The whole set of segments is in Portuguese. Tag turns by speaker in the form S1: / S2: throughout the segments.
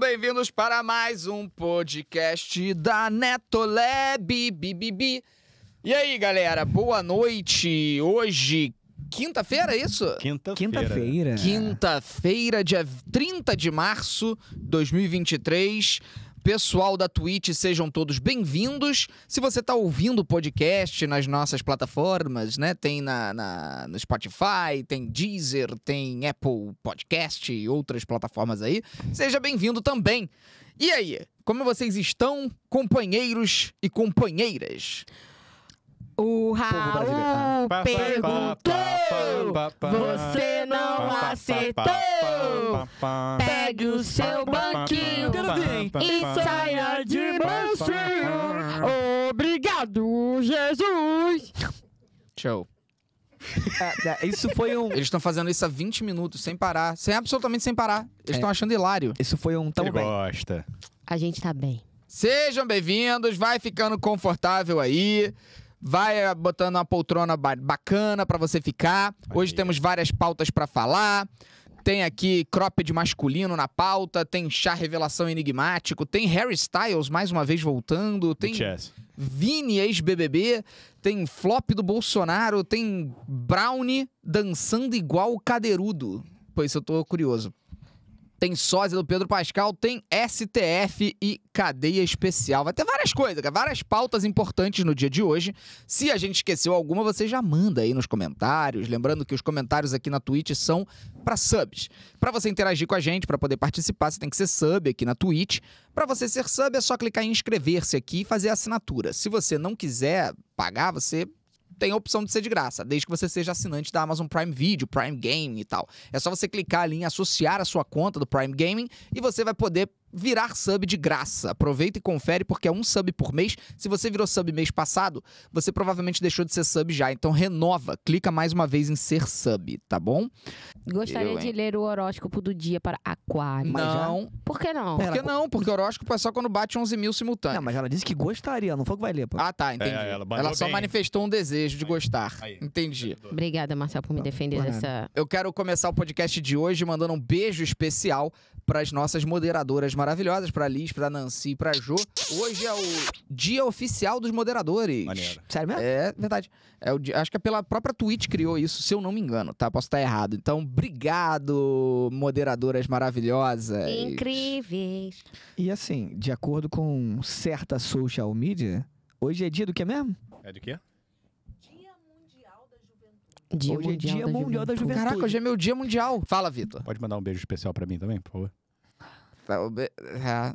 S1: bem-vindos para mais um podcast da Netolab. Bi, bi, bi. E aí, galera, boa noite. Hoje, quinta-feira, é isso?
S2: Quinta-feira.
S3: Quinta-feira.
S1: Quinta-feira, dia 30 de março de 2023. Pessoal da Twitch, sejam todos bem-vindos. Se você está ouvindo o podcast nas nossas plataformas, né? Tem na, na- no Spotify, tem Deezer, tem Apple Podcast e outras plataformas aí. Seja bem-vindo também. E aí, como vocês estão, companheiros e companheiras?
S4: O
S3: brasileiro.
S4: Raul
S2: Pá, pá, pá,
S4: Ah, perguntou.
S2: pá, pá, pá, pá,
S4: Você não
S2: pá, pá,
S4: acertou.
S2: pá, pá, pá,
S4: Pegue o seu
S2: pá,
S4: banquinho
S2: pá, pá, pá, pá,
S4: e
S2: pá, pá.
S4: saia de
S2: pá,
S4: mansinho. Obrigado, Jesus.
S1: Show.
S3: Ah, ah, Isso foi um.
S1: Eles estão fazendo isso há 20 minutos, sem parar. Sem, absolutamente sem parar. Eles
S3: É.
S1: estão achando hilário.
S3: Isso foi um tão
S2: Ele
S3: bem.
S2: gosta.
S4: A gente tá bem.
S1: Sejam bem-vindos, vai ficando confortável aí. Vai eh, botando uma poltrona ba- bacana pra você ficar. Hoje
S2: Aí.
S1: temos várias pautas pra falar. Tem aqui cropped masculino na pauta, tem chá revelação enigmático, tem Harry Styles mais uma vez voltando, tem
S2: Chess.
S1: Vini ex-BBB, tem flop do Bolsonaro, tem Brownie dançando igual o Cadeirudo. Pois eu tô curioso. Tem sósia do Pedro Pascal, tem STF e cadeia especial. Vai ter várias coisas, cara, várias pautas importantes no dia de hoje. Se a gente esqueceu alguma, você já manda aí nos comentários. Lembrando que os comentários aqui na Twitch são para subs. Para você interagir com a gente, para poder participar, você tem que ser sub aqui na Twitch. Para você ser sub, é só clicar em inscrever-se aqui e fazer a assinatura. Se você não quiser pagar, você tem a opção de ser de graça, desde que você seja assinante da Amazon Prime Video, Prime Gaming e tal. É só você clicar ali em associar a sua conta do Prime Gaming e você vai poder virar sub de graça. Aproveita e confere, porque é um sub por mês. Se você virou sub mês passado, você provavelmente deixou de ser sub já. Então renova, clica mais uma vez em ser sub, tá bom?
S4: Gostaria
S1: Eu,
S4: de
S1: hein?
S4: ler o horóscopo do dia para Aquário.
S3: Mas já-
S1: não,
S4: Por que não?
S1: por que não? Porque horóscopo é só quando bate 11 mil simultâneos.
S3: Não, mas ela disse que gostaria, não foi que vai ler, pô.
S1: Ah, tá, entendi.
S2: É,
S1: ela
S2: ela mandou
S1: só
S2: bem.
S1: manifestou um desejo de
S2: Aí,
S1: gostar.
S2: aí.
S1: Entendi.
S4: Obrigada, Marcel, por me
S3: Não,
S4: defender
S3: por nada.
S4: dessa.
S1: Eu quero começar o podcast de hoje mandando um beijo especial para as nossas moderadoras maravilhosas, para Liz, para Nancy, para Jo. Hoje é o dia oficial dos moderadores.
S2: Maneiro.
S3: Sério mesmo?
S1: É verdade. É o dia- acho que é pela própria Twitch criou isso, se eu não me engano, tá? Posso estar errado. Então, obrigado, moderadoras
S4: é
S1: maravilhosas.
S4: Incríveis.
S3: E assim, de acordo com certa social media, hoje é dia do que mesmo?
S2: É de quê?
S4: Dia
S3: hoje é dia mundial da juventude.
S1: Caraca, hoje é meu dia mundial. Fala, Vitor.
S2: Pode mandar um beijo especial pra mim também, por favor?
S1: Tá, o be- ah,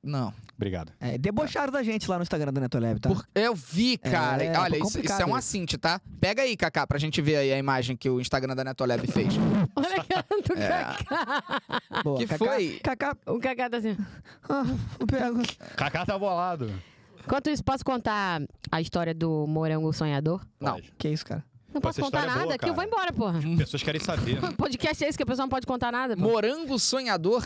S1: Não.
S2: Obrigado.
S3: É, debocharam da gente lá no Instagram da Netolab, tá?
S1: Por- Eu vi, cara.
S3: É,
S1: Olha,
S3: tá
S1: isso, isso é
S3: complicado
S1: um
S3: isso.
S1: assinte, tá? Pega aí, Kaká, pra gente ver aí a imagem que o Instagram da Netolab fez.
S4: Olha a cara do
S1: É.
S4: Cacá.
S3: Boa,
S1: que
S3: Cacá-
S1: foi?
S3: Cacá,
S4: O Cacá tá assim.
S3: ah, eu pego.
S2: Kaká tá bolado.
S4: Enquanto isso, posso contar a história do morango sonhador?
S1: Não.
S2: Pode.
S3: Que é isso, cara?
S4: Não
S2: Pô,
S4: posso
S2: essa
S4: contar
S2: história é
S4: nada,
S2: boa,
S4: que eu vou
S2: cara.
S4: embora, porra.
S2: Pessoas querem saber. né?
S4: Podcast é esse que a pessoa não pode contar nada. pô.
S1: Morango sonhador.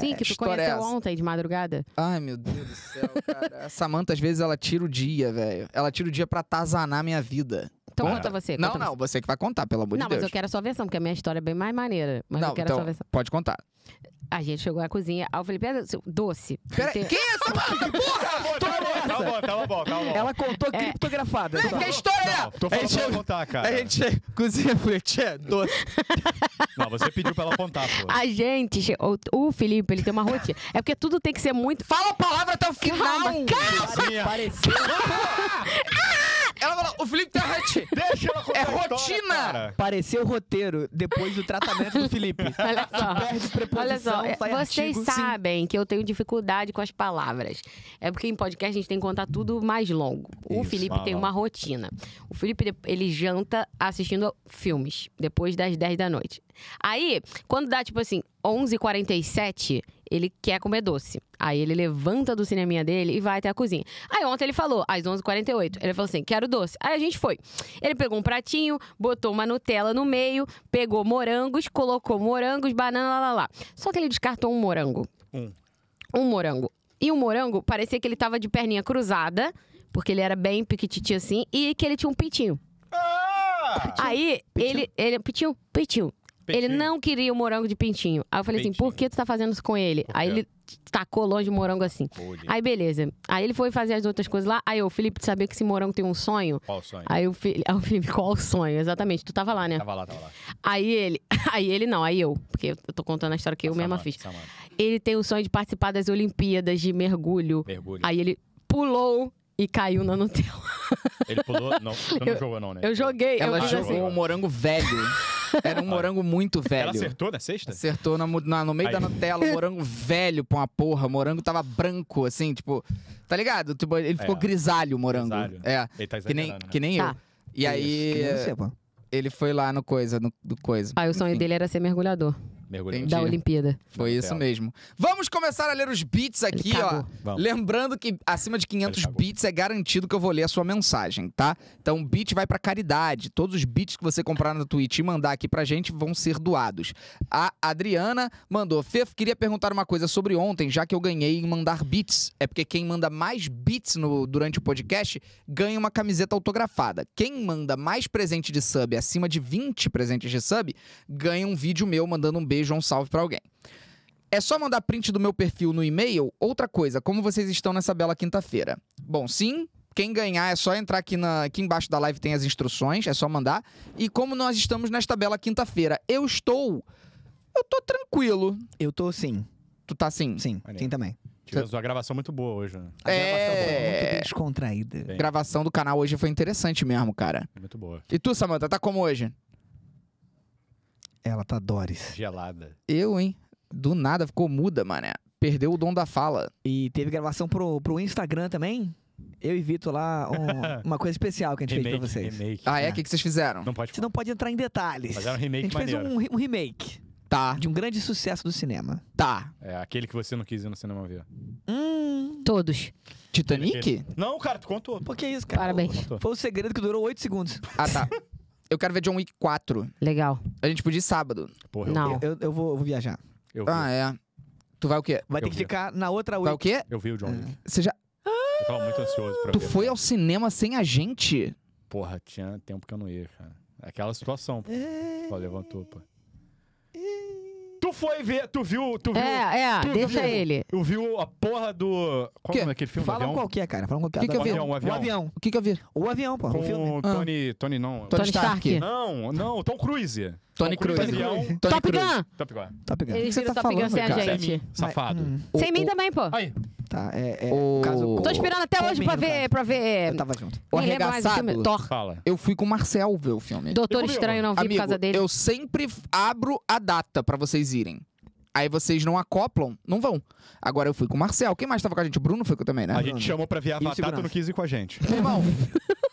S4: Sim, que tu
S1: história é
S4: conheceu
S1: essa?
S4: ontem de madrugada.
S1: Ai, meu Deus do céu, cara. A Samanta, às vezes, ela tira o dia, velho. Ela tira o dia pra tazanar minha vida.
S4: Então
S2: Conta.
S4: conta você.
S1: não,
S4: conta
S1: não,
S4: você.
S1: você que vai contar, pelo amor
S4: Não,
S1: de
S4: mas
S1: Deus.
S4: eu quero a sua versão, porque a minha história é bem mais maneira. Mas
S1: não,
S4: eu quero a
S1: então,
S4: sua versão.
S1: pode contar.
S4: A gente chegou na cozinha, aí eu falei, pega seu doce.
S1: Pera,
S4: Tem-
S1: quem é essa
S2: Tá bom, tá bom, tá bom, tá bom, tá bom.
S3: Ela contou criptografada. tá?
S1: Não, que história é?
S2: Não, tô falando pra ela contar, cara.
S1: A gente cozinha, falei, tchê, doce.
S2: Não, você pediu pra ela contar, pô.
S4: A gente. che- O, o Felipe, ele tem uma rotina. É porque tudo tem que ser muito.
S1: Fala a palavra até o final.
S4: Calma,
S2: Cozinha.
S1: Ela falou, o Felipe tem a rotina.
S2: Deixa ela contar
S1: É
S2: a história,
S1: rotina.
S2: cara.
S3: Pareceu o roteiro depois do tratamento do Felipe.
S4: Olha só.
S3: Perde preposição,
S4: Olha só, é,
S3: sai
S4: vocês
S3: artigo. Sim.
S4: sabem que eu tenho dificuldade com as palavras. É porque em podcast a gente tem que contar tudo mais longo. O
S2: Isso,
S4: Felipe
S2: fala.
S4: tem uma rotina. O Felipe, ele janta assistindo filmes, depois das 10 da noite. Aí, quando dá, tipo assim, 11h47, ele quer comer doce. Aí ele levanta do cineminha dele e vai até a cozinha. Aí ontem ele falou, às 11h48, ele falou assim, quero doce. Aí a gente foi. Ele pegou um pratinho, botou uma Nutella no meio, pegou morangos, colocou morangos, banana, lá, lá, lá. Só que ele descartou um morango.
S2: Um.
S4: Um morango. E o morango parecia que ele tava de perninha cruzada, porque ele era bem piquititi assim, e que ele tinha um pitinho.
S2: Ah!
S4: Aí ele, ele. Pitinho, pitinho. Ele
S2: Peitinho.
S4: não queria o morango de pintinho. Aí eu falei assim,
S2: Peitinho.
S4: por que tu tá fazendo isso com ele?
S2: Por
S4: Aí
S2: quê?
S4: ele tacou longe o morango assim.
S2: Bullying.
S4: Aí beleza. Aí ele foi fazer as outras coisas lá. Aí eu, Felipe, tu sabia que esse morango tem um sonho?
S2: Qual o sonho?
S4: Aí o, Felipe, aí o Felipe, qual o sonho? Exatamente, tu tava lá, né?
S2: Tava lá, tava lá.
S4: Aí ele, aí ele não, aí eu, porque eu tô contando a história que eu mesma
S2: Samanta,
S4: fiz.
S2: Samanta.
S4: Ele tem o sonho de participar das Olimpíadas de mergulho.
S2: Mergulho.
S4: Aí ele pulou e caiu na Nutella.
S2: Ele pulou. Não, tu não
S4: Eu-
S2: jogou, não, né?
S4: Eu joguei,
S1: Ela
S4: eu fiz
S2: jogou.
S4: assim.
S1: jogou um morango velho. Era um morango muito
S2: Ela
S1: velho.
S2: acertou na sexta?
S1: Acertou na, mu- na- no meio
S2: Aí.
S1: da Nutella, um morango velho pra uma porra. O morango tava branco, assim, tipo. Tá ligado? Tipo, ele ficou
S2: É.
S1: grisalho o morango.
S2: Grisalho.
S1: É,
S2: Ele tá
S1: que
S2: exagerando.
S1: nem,
S2: né?
S1: que nem eu.
S4: Tá.
S1: E aí,
S3: Que nem você, pô.
S1: ele foi lá no coisa, no, do coisa.
S4: Aí o sonho
S1: Enfim.
S4: dele era ser mergulhador
S2: Mergulhando.
S1: Entendi.
S4: da Olimpíada.
S1: Foi
S2: Não,
S1: isso
S2: tela.
S1: mesmo. Vamos começar a ler os bits aqui,
S4: Ele
S1: ó.
S4: cagou.
S2: Vamos.
S1: Lembrando que acima de 500
S2: Ele cagou.
S1: bits é garantido que eu vou ler a sua mensagem, tá? Então, o bit vai pra caridade. Todos os bits que você comprar na Twitch e mandar aqui pra gente vão ser doados. A Adriana mandou: Fef, queria perguntar uma coisa sobre ontem, já que eu ganhei em mandar bits. É porque quem manda mais bits no, durante o podcast ganha uma camiseta autografada. Quem manda mais presente de sub, acima de 20 presentes de sub, ganha um vídeo meu mandando um beijo ou um salve pra alguém. É só mandar print do meu perfil no e-mail? Outra coisa, como vocês estão nessa bela quinta-feira? Bom, sim. Quem ganhar é só entrar aqui, na, aqui embaixo da live, tem as instruções, é só mandar. E como nós estamos nesta bela quinta-feira, eu estou. Eu tô tranquilo.
S3: Eu tô sim.
S1: Tu tá assim?
S3: Sim,
S2: Maneiro.
S3: sim também.
S2: Tivemos uma gravação muito boa hoje, né?
S3: A gravação foi muito
S1: É.
S3: bem descontraída.
S2: Bem,
S1: Gravação do canal hoje foi interessante mesmo, cara.
S2: Muito boa.
S1: E tu, Samantha, tá como hoje?
S3: Ela tá Doris.
S2: Gelada.
S1: Eu, hein? Do nada ficou muda, mané. Perdeu o dom da fala.
S3: E teve gravação pro, pro Instagram também. Eu e Vitor lá, um- uma coisa especial que a gente fez pra
S2: Remake,
S3: vocês.
S2: remake.
S1: Ah, é?
S3: É.
S1: O que, que vocês fizeram?
S2: Não pode
S3: Você não pode entrar em detalhes.
S2: Mas era um
S3: a
S2: remake
S3: gente fez
S2: maneiro.
S3: um, re- um remake
S1: Tá,
S3: de um grande sucesso do cinema.
S1: tá.
S2: É aquele que você não quis ir no cinema ver.
S3: Hum,
S4: Todos.
S1: Titanic?
S2: Não, cara, tu contou.
S3: por que isso, cara?
S4: Parabéns.
S2: Contou.
S3: Foi o segredo que durou 8 segundos.
S1: Ah, tá. Eu quero ver John Wick 4.
S4: Legal.
S1: A gente podia ir sábado.
S2: Porra, eu
S4: Não.
S2: vi.
S3: Eu, eu vou, eu vou viajar.
S2: Eu vi,
S1: Ah, é. Tu vai o quê?
S3: Vai
S2: Eu Tá
S3: ter que
S2: vi.
S3: ficar na outra
S1: Vai
S3: week.
S1: o quê?
S2: eu vi o John Wick.
S1: Você já...
S2: Eu tava muito ansioso pra
S1: Ah. Tu
S2: ver.
S1: foi ao cinema sem a gente?
S2: Porra, tinha tempo que eu não ia, cara. Aquela situação, pô. Pô, levantou, pô. Tu foi ver, tu viu, tu viu,
S4: É, é,
S2: Tu
S4: deixa
S2: viu?
S4: ele.
S2: tu viu a porra do... Qual
S1: Quê?
S2: é o nome daquele filme?
S3: Fala
S2: avião?
S3: qual que é, cara. Fala qual que é.
S1: Que que
S3: Um
S1: eu vi?
S3: avião, um avião.
S2: Um avião.
S1: O que que eu vi?
S3: O avião, pô. O filme.
S2: Com o Tony... Tony não.
S1: Ah.
S2: é
S1: Tony
S4: Tony
S1: Stark.
S4: Stark.
S2: Não, não, Tom Cruise.
S1: Tony Cruise.
S2: Tony Cruise.
S1: Tony
S4: Top
S1: Cruise.
S4: Gun!
S2: Top Gun.
S3: Top Gun.
S1: que
S4: Eles
S1: você
S4: viram
S1: tá
S4: Top Gun é
S1: falando,
S4: sem a
S1: cara?
S2: Sem mim,
S4: Ah! gente.
S2: safado.
S3: Hum,
S1: O-
S4: Sem mim
S1: o-
S4: também, pô.
S2: Aí,
S3: tá, é... é
S1: O-
S3: caso-
S4: Tô esperando até hoje
S3: Homem,
S4: pra
S3: no
S4: ver,
S3: caso.
S4: pra ver. eh,
S3: Eu tava junto.
S1: O
S4: Nem lembro mais o filme.
S1: Arregaçado.
S4: Thor.
S2: fala.
S1: Eu fui com o Marcel ver o filme.
S4: Doutor
S2: comigo?
S4: Estranho não vi
S1: Amigo,
S4: por causa dele.
S1: eu sempre abro a data pra vocês irem. Aí vocês não acoplam, não vão. Agora eu fui com o Marcel. Quem mais tava com a gente? O Bruno foi com também, né?
S2: A gente chamou pra ver Avatar, tu
S3: segurança.
S2: não quis ir com a gente.
S1: Meu irmão.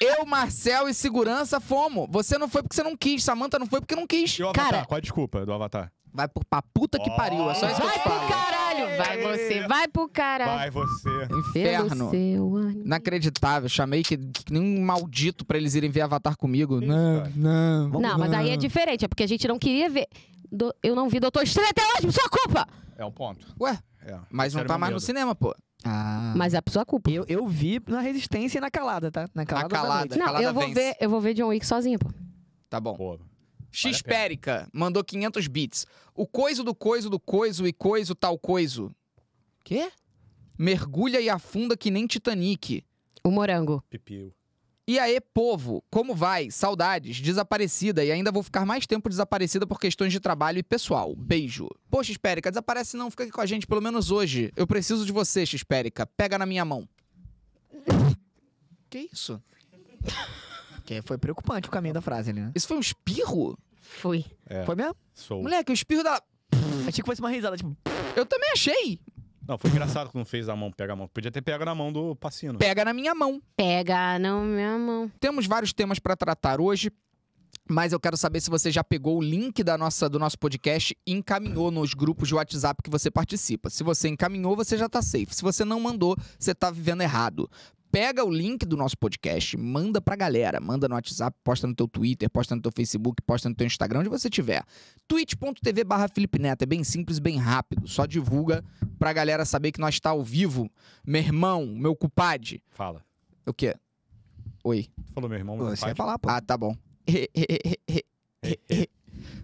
S1: Eu, Marcel e segurança fomos. Você não foi porque você não quis. Samantha não foi porque não quis.
S2: E o Avatar,
S4: Cara-
S2: qual é a desculpa do Avatar?
S1: Vai por pra puta que pariu. É só isso que eu
S4: Vai
S1: te
S4: pro
S1: falo.
S4: caralho! Vai você, vai pro caralho.
S2: Vai você.
S1: Inferno.
S4: Pelo seu ânimo.
S1: Inacreditável. Chamei que, que nem um maldito pra eles irem ver Avatar comigo. né? Não,
S2: cara.
S1: não. vamos
S4: Não, mas aí é diferente, é porque a gente não queria ver. Do- Eu não vi Doutor Estranho até hoje, por sua culpa!
S1: Ah.
S2: É um ponto.
S1: Ué,
S2: É.
S1: mas não
S2: Sério,
S1: tá
S2: meu
S1: mais no
S2: medo.
S1: cinema, pô.
S3: Ah.
S4: Mas é por sua culpa.
S3: Eu, eu vi na Resistência e na Calada, tá? Na Calada. da
S1: Calada.
S3: noite.
S4: não,
S1: Calada
S4: eu vou,
S1: vence.
S4: ver, eu vou ver John Wick sozinha, pô.
S1: Tá bom.
S2: Pô,
S1: Xpérica mandou 500 bits. O coiso do coiso do coiso e coiso tal coiso. Quê? Mergulha e afunda que nem Titanic.
S4: O morango.
S2: pipiu.
S1: E aí, povo, como vai? Saudades, desaparecida e ainda vou ficar mais tempo desaparecida por questões de trabalho e pessoal. Beijo. Poxa, Xpérica, desaparece não, fica aqui com a gente pelo menos hoje. Eu preciso de você, Xpérica. Pega na minha mão. que isso?
S3: Que foi preocupante o caminho da frase ali, né?
S1: Isso foi um espirro?
S4: Fui.
S2: É,
S3: Foi mesmo?
S2: sou.
S1: Moleque, o espirro da.
S3: Achei que fosse uma risada, tipo,
S1: Eu também achei.
S2: Não, foi engraçado que não fez a mão, pega a mão. Podia ter pego na mão do Pacino.
S1: Pega na minha mão.
S4: Pega na minha mão.
S1: Temos vários temas para tratar hoje, mas eu quero saber se você já pegou o link da nossa, do nosso podcast e encaminhou nos grupos de WhatsApp que você participa. Se você encaminhou, você já tá safe. Se você não mandou, você tá vivendo errado. Pega o link do nosso podcast, manda pra galera, manda no WhatsApp, posta no teu Twitter, posta no teu Facebook, posta no teu Instagram, onde você tiver. twitch.tv barra Felipe Neto, é bem simples, bem rápido, só divulga pra galera saber que nós tá ao vivo. Meu irmão, meu cupade,
S2: Fala.
S1: o quê? Oi. é
S2: Tu falou meu irmão, meu
S3: você
S2: pai.
S3: ia falar, pô.
S1: Ah, tá bom.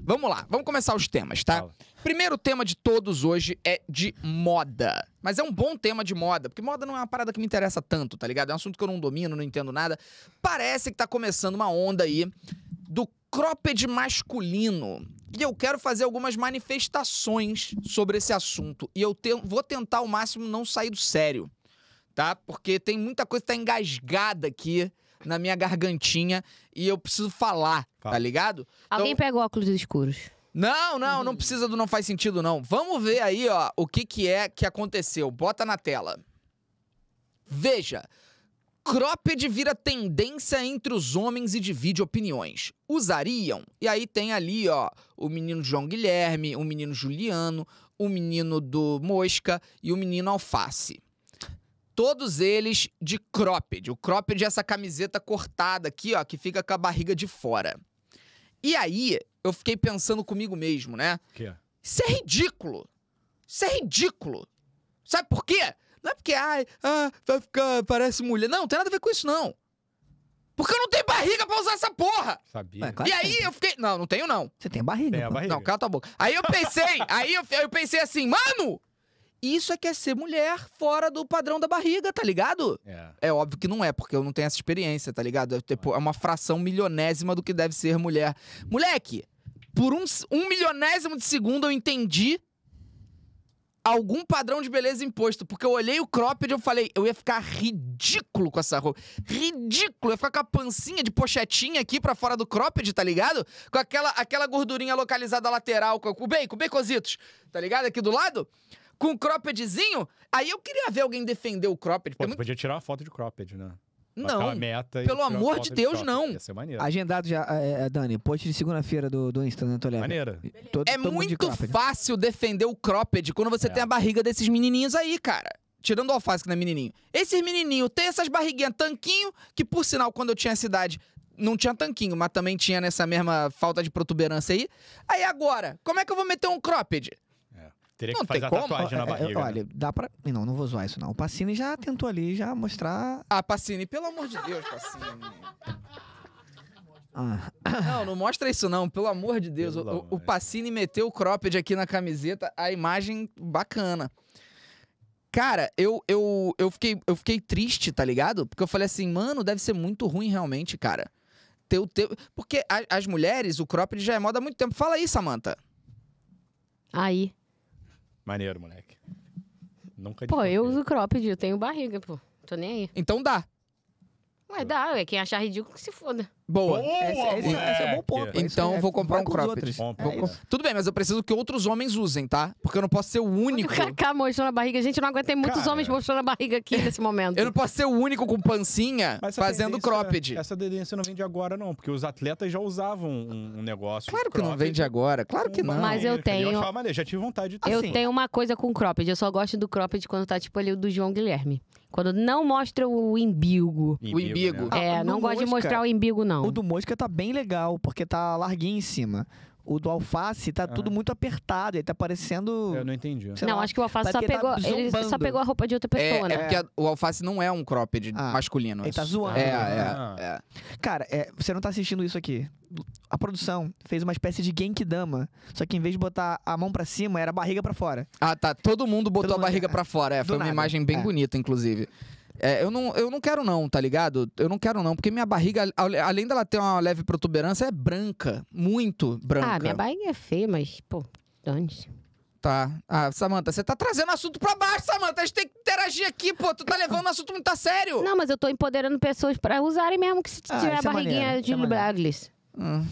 S1: Vamos lá, vamos começar os temas, tá?
S2: Fala.
S1: Primeiro tema de todos hoje é de moda. Mas é um bom tema de moda, porque moda não é uma parada que me interessa tanto, tá ligado? É um assunto que eu não domino, não entendo nada. Parece que tá começando uma onda aí do cropped masculino. E eu quero fazer algumas manifestações sobre esse assunto. E eu te- vou tentar ao máximo não sair do sério, tá? Porque tem muita coisa que tá engasgada aqui na minha gargantinha e eu preciso falar,
S2: Fala.
S1: tá ligado?
S4: Alguém
S3: Então-
S4: pega óculos escuros.
S1: Não, não, não precisa do não faz sentido, não. Vamos ver aí, ó, o que que é que aconteceu. Bota na tela. Veja. Cropped vira tendência entre os homens e divide opiniões. Usariam? E aí tem ali, ó, o menino João Guilherme, o menino Juliano, o menino do Mosca e o menino Alface. Todos eles de cropped. O cropped é essa camiseta cortada aqui, ó, que fica com a barriga de fora. E aí, eu fiquei pensando comigo mesmo, né?
S2: Quê?
S1: Isso é ridículo. Isso é ridículo. Sabe por quê? Não é porque, ai, ah, vai ficar, parece mulher. Não, não tem nada a ver com isso, não. Porque eu não tenho barriga pra usar essa porra.
S2: Sabia.
S3: Ué, claro
S1: e
S3: que
S1: aí
S3: tem.
S1: eu fiquei, não, não tenho não.
S3: Você tem a barriga.
S2: Tem a
S3: pô.
S2: barriga.
S1: Não, cala tua boca. Aí eu pensei, aí eu, eu pensei assim, mano, isso é que é ser mulher fora do padrão da barriga, tá ligado?
S2: É.
S1: É óbvio que não é, porque eu não tenho essa experiência, tá ligado? É, tipo, é uma fração milionésima do que deve ser mulher. Moleque, por um, s- um milionésimo de segundo eu entendi algum padrão de beleza imposto. Porque eu olhei o cropped e eu falei, eu ia ficar ridículo com essa roupa. Ridículo! Eu ia ficar com a pancinha de pochetinha aqui pra fora do cropped, tá ligado? Com aquela, aquela gordurinha localizada lateral, com, com bem, com baconzitos, tá ligado? Aqui do lado. Com o croppedzinho, aí eu queria ver alguém defender o cropped.
S2: Pô,
S1: porque é
S2: tu
S1: muito-
S2: podia tirar uma foto de cropped, né? Aquela
S1: Não,
S2: meta e
S1: pelo
S2: tirar uma
S1: amor
S2: foto
S1: de Deus,
S2: cropped.
S1: não.
S2: Ia ser maneiro.
S3: Agendado já, é, é, Dani. Post de segunda-feira do, do Insta, né, Toledo?
S2: Maneiro.
S3: Todo,
S1: É
S3: todo mundo de né?
S1: muito
S3: cropped.
S1: fácil defender o cropped quando você
S2: É.
S1: tem a barriga desses menininhos aí, cara. Tirando o alface que não é menininho. Esses menininhos têm essas barriguinhas tanquinho, que por sinal, quando eu tinha essa idade, não tinha tanquinho, mas também tinha nessa mesma falta de protuberância aí. Aí agora, como é que eu vou meter um cropped?
S2: Teria
S1: Não
S2: que fazer
S1: tem
S2: a
S1: como.
S2: tatuagem na
S3: É, é,
S2: barriga. né?
S3: Olha, dá pra. Não, não vou zoar isso, não. O Pacini já tentou ali já mostrar.
S1: Ah, Pacini, pelo amor de Deus, Pacini.
S3: Ah,
S1: Não, não mostra isso não, pelo amor de Deus.
S2: Pelo
S1: O- o,
S2: amor.
S1: o Pacini meteu o cropped aqui na camiseta, a imagem bacana. Cara, eu, eu, eu, fiquei, eu fiquei triste, tá ligado? Porque eu falei assim, mano, deve ser muito ruim realmente, cara. Teu, teu... Porque a- as mulheres, o cropped já é moda há muito tempo. Fala aí, Samantha.
S4: Aí.
S2: Maneiro, moleque. Nunca
S4: Pô, eu
S2: desconfiei.
S4: uso cropped, eu tenho barriga, pô. Tô nem aí.
S1: Então dá.
S4: Ué, dá, é quem achar ridículo que se foda.
S1: Boa.
S3: esse, esse- esse é um bom ponto.
S2: moleque!
S1: Então,
S3: Isso é-
S1: vou comprar
S3: vai
S1: um
S3: com os
S1: cropped.
S3: outros.
S2: Compra,
S3: É
S1: Vou-
S3: isso.
S2: moleque.
S1: Tudo bem, mas eu preciso que outros homens usem, tá? Porque eu não posso ser o
S4: E o
S1: único.
S4: Kaká mostrou na barriga. Gente, eu não aguentei muitos
S2: Cara.
S4: homens mostrando a barriga aqui nesse momento.
S1: Eu não posso ser o único com pancinha
S2: Mas essa
S1: fazendo
S2: tendência-
S1: cropped.
S2: Essa tendência não vem de agora, não, porque os atletas já usavam um, um negócio.
S1: Claro que não
S2: cropped
S1: vende agora, claro que
S2: com
S1: não.
S4: Mas
S2: barriga,
S4: eu
S2: entendeu?
S4: tenho-
S2: Eu achava maneiro, já tive vontade de ter.
S4: Eu
S3: Assim.
S4: tenho uma coisa com cropped. Eu só gosto do cropped quando tá, tipo, ali o do João Guilherme. Quando não mostra o imbigo.
S1: O imbigo.
S2: né?
S3: Ah,
S4: é,
S3: o
S4: não
S3: do
S4: gosto de
S3: Mosca.
S4: mostrar o imbigo, não.
S3: O do Mosca tá bem legal, porque tá larguinho em cima. O do Alface tá
S2: Ah.
S3: tudo muito apertado, ele tá parecendo.
S2: Eu não entendi.
S3: sei
S4: não,
S3: lá,
S4: acho que o Alface
S3: tá
S4: só
S3: porque
S4: pegou,
S3: tá
S4: ele só
S3: zombando.
S4: pegou a roupa de outra
S1: É,
S4: pessoa,
S1: é
S4: né?
S1: porque a- o alface não é um cropped
S3: Ah,
S1: masculino.
S3: Ele tá
S1: isso.
S3: zoando.
S1: É,
S2: Ah.
S1: é, é.
S3: Cara, é, você não tá assistindo isso aqui. A produção fez uma espécie de Genkidama, só que em vez de botar a mão pra cima, era a barriga pra fora.
S1: Ah, tá. Todo mundo botou
S3: Todo
S1: a
S3: mundo-
S1: barriga
S3: é,
S1: pra fora. É,
S3: do
S1: foi uma
S3: nada,
S1: imagem bem
S3: é.
S1: bonita, inclusive. É, eu, não, eu não quero não, tá ligado? Eu não quero não, porque minha barriga, ale- além dela ter uma leve protuberância, é branca. Muito branca.
S4: Ah, minha barriga é feia, mas, pô, dane-se.
S1: Tá. Ah, Samanta, você tá trazendo assunto pra baixo, Samanta. A gente tem que interagir aqui, pô. Tu tá levando o assunto muito a sério.
S4: Não, mas eu tô empoderando pessoas pra usarem mesmo que se
S3: Ah,
S4: tiver a
S3: isso é
S4: barriguinha
S3: maneiro,
S4: de
S3: isso é
S4: Júlio
S3: maneiro. Ah, é
S4: Baglis.
S1: Hum,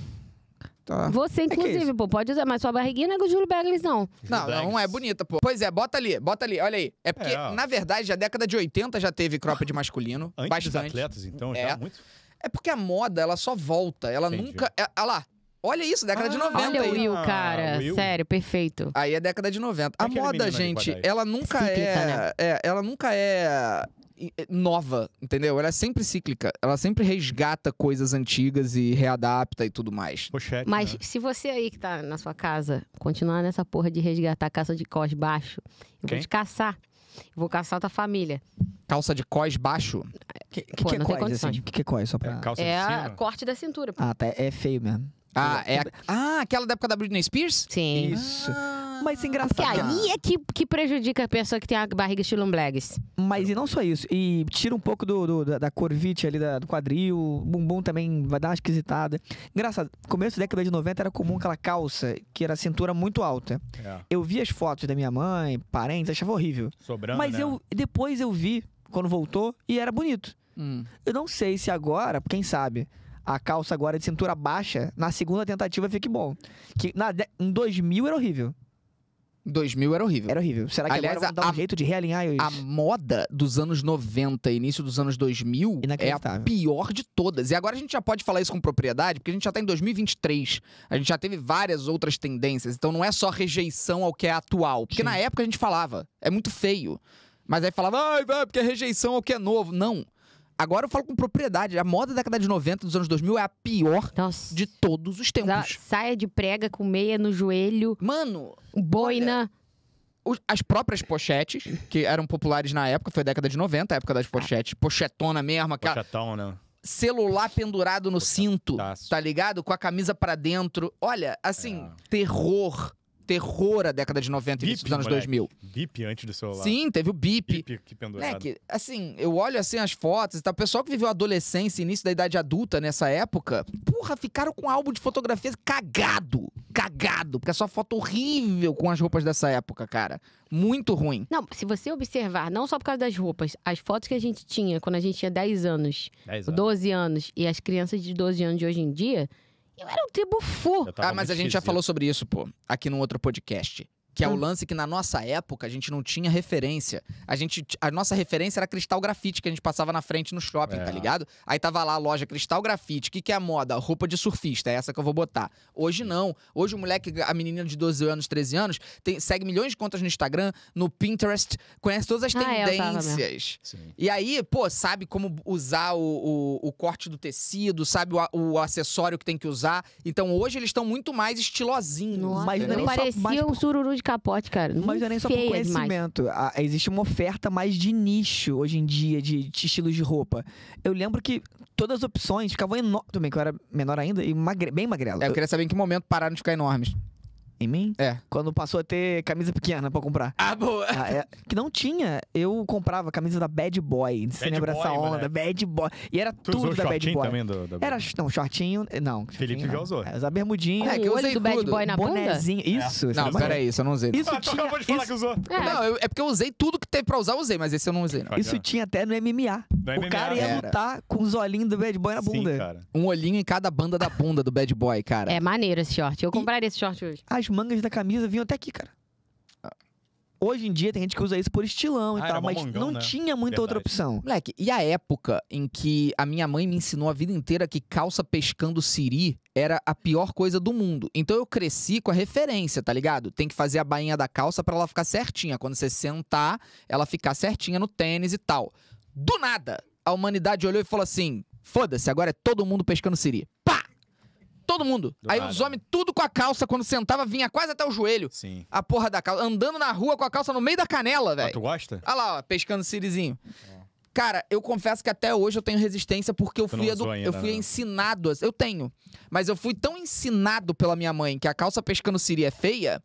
S1: Tá.
S4: Você,
S3: que
S4: inclusive,
S3: isso?
S4: pô, pode usar, mas sua barriguinha não é do Júlio Baglis, não.
S1: Não, não é bonita, pô. Pois é, bota ali, bota ali, olha aí. É porque,
S2: É, ó.
S1: na verdade, na década de 80 já teve cropped masculino.
S2: Antes dos
S1: bastante.
S2: atletas, então,
S1: É.
S2: já muito.
S1: É porque a moda, ela só volta. Ela
S2: Entendi.
S1: nunca. é- Olha lá. Olha isso, década de
S2: Ah,
S3: Tá
S1: 90
S4: Olha o
S1: aí.
S4: Will,
S2: Ah,
S4: cara.
S2: Will.
S4: Sério, perfeito.
S1: Aí é década de 90.
S2: É
S1: A
S2: aquele
S1: moda,
S2: menino ali com a
S1: gente,
S2: Dai.
S1: ela nunca
S4: Cíclica,
S1: é,
S4: né?
S1: é- Ela nunca é i- é nova, entendeu? Ela é sempre cíclica. Ela sempre resgata coisas antigas e readapta e tudo mais.
S3: É
S2: Pochete.
S4: Mas
S2: né?
S4: se você aí que tá na sua casa continuar nessa porra de resgatar a caça de cós baixo, eu
S2: Quem?
S4: vou te caçar. Eu vou caçar tua família.
S1: Calça de cós baixo.
S3: Que, que,
S4: Pô,
S3: que é
S4: não tem
S3: cois, assim?
S4: condições.
S3: O que, que é cois? Só pra...
S2: É, calça
S4: é
S2: de
S4: a
S2: cima.
S4: corte da cintura. pô.
S3: Ah, tá. É feio mesmo.
S1: Ah, é a- ah, aquela da época da Britney Spears?
S4: Sim.
S3: Isso.
S1: Ah.
S3: Mas isso é engraçado.
S4: Porque
S3: cara.
S4: aí é que, que prejudica a pessoa que tem a barriga estilo um Blacks.
S3: Mas e não só isso. E tira um pouco do, do- da, da corvite ali da- do quadril. O bumbum também vai dar uma esquisitada. Engraçado, começo da década de 90 era comum aquela calça que era cintura muito alta.
S2: É.
S3: Eu vi as fotos da minha mãe, parentes, achava horrível.
S2: Sobrando,
S3: Mas
S2: né?
S3: eu depois eu vi, quando voltou, e era bonito.
S1: Hum.
S3: Eu não sei se agora, quem sabe, a calça agora de cintura baixa, na segunda tentativa fique bom. Que na, de- em 2000 era horrível.
S1: 2000 era horrível.
S3: Era horrível. Será que
S1: Aliás,
S3: agora vão dar um
S1: a-
S3: jeito de realinhar isso?
S1: A moda dos anos 90 e início dos anos 2000 é a
S3: Inacreditável.
S1: pior de todas. E agora a gente já pode falar isso com propriedade, porque a gente já tá em 2023. A gente já teve várias outras tendências. Então não é só rejeição ao que é atual. Porque
S3: Sim.
S1: na época a gente falava, é muito feio. Mas aí falava, ai, vai, porque é rejeição ao que é novo. Não. Agora eu falo com propriedade. A moda da década de 90 dos anos 2000 é a pior
S4: Nossa.
S1: de todos os
S4: Usava
S1: tempos.
S4: Saia de prega com meia no joelho,
S1: Mano,
S4: boina.
S1: os- as próprias pochetes, que eram populares na época, foi década de 90, a época das pochetes. Pochetona mesmo, aquela,
S2: Pochetão, né?
S1: celular pendurado no cinto,
S2: Taço.
S1: tá ligado? Com a camisa pra dentro. Olha, assim,
S2: É.
S1: terror. Terror a década de 90 e início dos anos
S2: moleque.
S1: 2000.
S2: Um Bip antes do celular.
S1: Sim, teve o bip.
S2: Bip que pendurado.
S1: Moleque, assim, eu olho assim as fotos e tal. O pessoal que viveu a adolescência, início da idade adulta nessa época, porra, ficaram com álbum de fotografias cagado. Cagado. Porque é só foto horrível com as roupas dessa época, cara. Muito ruim.
S4: Não, se você observar, não só por causa das roupas, as fotos que a gente tinha quando a gente tinha 10 anos,
S2: Dez anos.
S4: 12 anos, e as crianças de 12 anos de hoje em dia, eu era um tribo fu.
S2: Eu tava
S1: ah, mas
S2: muito
S1: a gente já
S2: esquisito.
S1: falou sobre isso, pô, aqui num outro podcast. Que é o
S4: Hum.
S1: lance que na nossa época a gente não tinha referência. A gente. A nossa referência era cristal grafite, que a gente passava na frente no shopping,
S2: É.
S1: tá ligado? Aí tava lá a loja cristal grafite. O que, que é a moda? Roupa de surfista, é essa que eu vou botar. Hoje não. Hoje o moleque, a menina de 12 anos, 13 anos, tem- segue milhões de contas no Instagram, no Pinterest, conhece todas as
S4: Ah, é, eu tava mesmo.
S1: tendências.
S2: Sim.
S1: E aí, pô, sabe como usar o, o- o corte do tecido, sabe o, a- o acessório que tem que usar. Então hoje eles estão muito mais estilosinhos.
S3: Mas
S4: Nossa,
S3: não é
S1: entendeu?
S4: eu
S3: nem só-
S4: parecia
S3: mas-
S4: um sururu de capote, cara.
S3: Mas não é nem só por
S4: Feia demais.
S3: conhecimento. A- existe uma oferta mais de nicho hoje em dia, de, de estilos de roupa. Eu lembro que todas as opções ficavam enormes. Também, que eu era menor ainda e magre- bem magrela.
S1: É, eu queria saber em que momento pararam de ficar enormes.
S3: Em mim?
S1: É.
S3: Quando passou a ter camisa pequena pra comprar.
S1: Ah, boa.
S3: Ah, é- que não tinha. Eu comprava camisa da Bad Boy. Você
S2: Bad
S3: lembra dessa
S2: Boy,
S3: onda? Bad Boy. E era
S2: Tu
S3: tudo
S2: usou
S3: da Bad
S2: shortinho
S3: Boy.
S2: também do, da...
S3: Era, ch- não, shortinho. Não.
S2: Felipe
S3: shortinho
S2: já
S3: não.
S2: usou.
S3: É, usar bermudinha.
S1: É,
S4: Com
S1: que eu
S4: o Um olho
S1: usei
S4: do bad
S1: tudo.
S4: boy na bunda?
S3: bonezinho. Isso.
S2: É.
S3: esse
S1: Não,
S2: Sabe-
S3: boné.
S1: peraí, isso eu não usei. não.
S3: Isso
S2: Ah, tu
S3: tinha-
S2: acabou de falar
S3: isso-
S2: que usou.
S4: É.
S1: Não, eu- é porque eu usei tudo que teve pra usar, eu usei, mas esse eu não usei, não.
S2: Bacana.
S3: Isso tinha até no MMA.
S2: é No
S3: o cara ia
S1: era.
S3: lutar com os olhinhos do Bad Boy na bunda.
S2: né? Sim, cara.
S1: Um olhinho em cada banda da bunda do bad boy, cara.
S4: É maneiro esse short. Eu compraria esse short hoje.
S3: As mangas da camisa vinham até aqui, cara. Hoje em dia tem gente que usa isso por estilão e
S2: Ah,
S3: tal,
S2: era mó
S3: mas
S2: mongão,
S3: não
S2: né?
S3: tinha muita outra
S2: Verdade.
S3: opção.
S1: Moleque, e a época em que a minha mãe me ensinou a vida inteira que calça pescando siri era a pior coisa do mundo. Então eu cresci com a referência, tá ligado? Tem que fazer a bainha da calça pra ela ficar certinha. Quando você sentar, ela ficar certinha no tênis e tal. Do nada, a humanidade olhou e falou assim: foda-se, agora é todo mundo pescando siri. Pá! Todo mundo.
S2: Do
S1: Aí
S2: nada,
S1: os
S2: né?
S1: homens, tudo com a calça, quando sentava, vinha quase até o joelho.
S2: Sim.
S1: A porra da calça. Andando na rua com a calça no meio da canela,
S2: Ah,
S1: velho.
S2: tu
S3: Hum.
S2: gosta?
S1: Olha lá, ó, pescando sirizinho. Cara, eu confesso que até hoje eu tenho resistência porque eu
S2: Tu
S1: fui,
S2: não usou
S1: edu-
S2: ainda,
S1: eu fui
S2: né?
S1: ensinado. a- Eu tenho. Mas eu fui tão ensinado pela minha mãe que a calça pescando siri é feia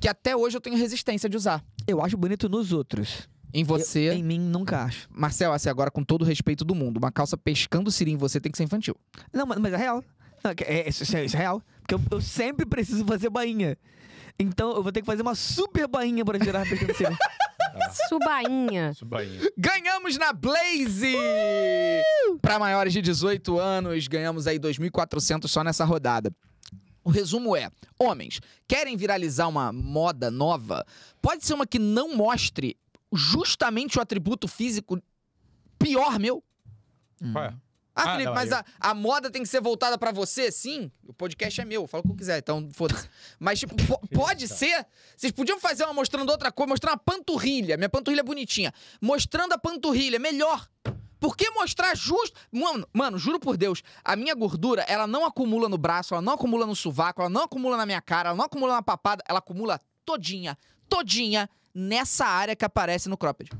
S1: que até hoje eu tenho resistência de usar.
S3: Eu acho bonito nos outros.
S1: Em você.
S3: Em mim, nunca acho.
S1: Marcel, assim, agora com todo o respeito do mundo, uma calça pescando siri em você tem que ser infantil.
S3: Não, mas, mas é real. Não, que- é, isso, isso é, isso é real. Porque eu, eu sempre preciso fazer bainha. Então eu vou ter que fazer uma super bainha pra girar a pequena cena.
S4: Subainha.
S2: Subainha.
S1: Ganhamos na Blaze! Pra maiores de 18 anos, ganhamos aí 2.400 só nessa rodada. O resumo é: homens, querem viralizar uma moda nova? Pode ser uma que não mostre justamente o atributo físico pior meu?
S2: Qual é?
S1: Ah,
S2: Ah,
S1: Felipe,
S2: não,
S1: mas
S2: eu-
S1: a, a moda tem que ser voltada pra você? Sim, o podcast é meu, eu falo o que eu quiser, então foda-se. Mas, tipo, po- pode ser? Vocês podiam fazer uma mostrando outra coisa, mostrando a panturrilha. Minha panturrilha é bonitinha. Mostrando a panturrilha, melhor. Por que mostrar justo? Mano, mano, juro por Deus, a minha gordura, ela não acumula no braço, ela não acumula no sovaco, ela não acumula na minha cara, ela não acumula na papada, ela acumula todinha, todinha nessa área que aparece no cropped.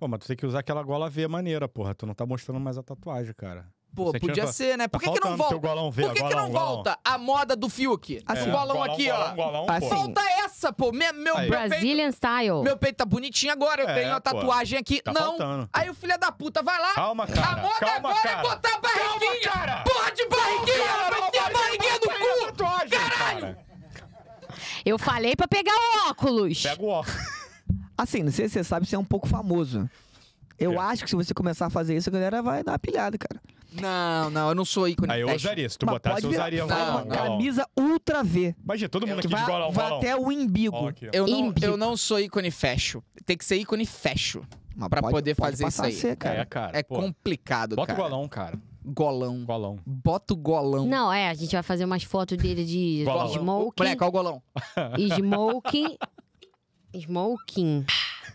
S2: Pô, mas tu tem que usar aquela gola V maneira, porra. Tu não tá mostrando mais a tatuagem, cara.
S1: Pô,
S2: Você
S1: podia
S2: tinha-
S1: ser, né? Por
S2: Tá
S1: que, que não
S2: faltando teu
S1: volta?
S2: golão ver,
S1: Por que, que
S2: golão,
S1: não
S2: golão.
S1: volta a moda do Fiuk?
S3: Assim,
S1: o
S3: É,
S1: golão aqui, ó.
S2: Golão, golão,
S3: Assim.
S2: pô.
S1: Volta essa, pô. Minha, meu,
S2: Aí.
S1: meu peito,
S4: Brazilian Style.
S1: meu peito tá bonitinho agora, eu
S2: É,
S1: tenho a
S2: pô.
S1: tatuagem aqui.
S2: Tá
S1: não.
S2: faltando.
S1: Aí o filho da puta vai lá.
S2: Calma,
S1: a
S2: cara.
S1: moda
S2: calma,
S1: agora
S2: cara.
S1: é botar barriguinha.
S2: Calma, cara.
S1: Porra de barriguinha, vai ter a barriguinha no cu.
S2: Caralho!
S4: Eu falei pra pegar o óculos.
S2: Pega o óculos.
S3: Assim, não sei se você sabe, você é um pouco famoso. Eu
S2: É.
S3: acho que se você começar a fazer isso, a galera vai dar uma pilhada, cara.
S1: Não, não, eu não sou ícone.
S2: Aí eu
S1: fashion.
S2: usaria. Se tu
S3: Mas
S2: botasse,
S3: pode
S2: eu
S3: virar-
S2: usaria um
S3: faz
S2: golão.
S3: uma
S1: não.
S2: golão.
S3: camisa ultra V.
S2: Imagina, todo mundo
S1: É,
S3: Que
S2: aqui de
S3: vai,
S2: golão,
S3: vai
S2: golão.
S3: até o umbigo.
S2: Ó, aqui, ó.
S1: Eu não,
S4: Ímbio.
S1: eu não sou ícone fecho. Tem que ser ícone fecho.
S3: Mas
S1: pra
S3: pode-
S1: poder
S3: pode
S1: fazer isso
S3: passar a
S1: aí.
S3: ser, cara.
S2: É, cara.
S1: É
S2: pô.
S1: complicado,
S2: Bota o
S1: cara.
S2: golão, cara.
S1: Golão.
S2: Golão.
S1: Bota o golão.
S4: Não, é, a gente vai fazer umas fotos dele de
S2: Golão.
S1: Moleque,
S4: smoking,
S1: olha o golão.
S4: smoking, smoking.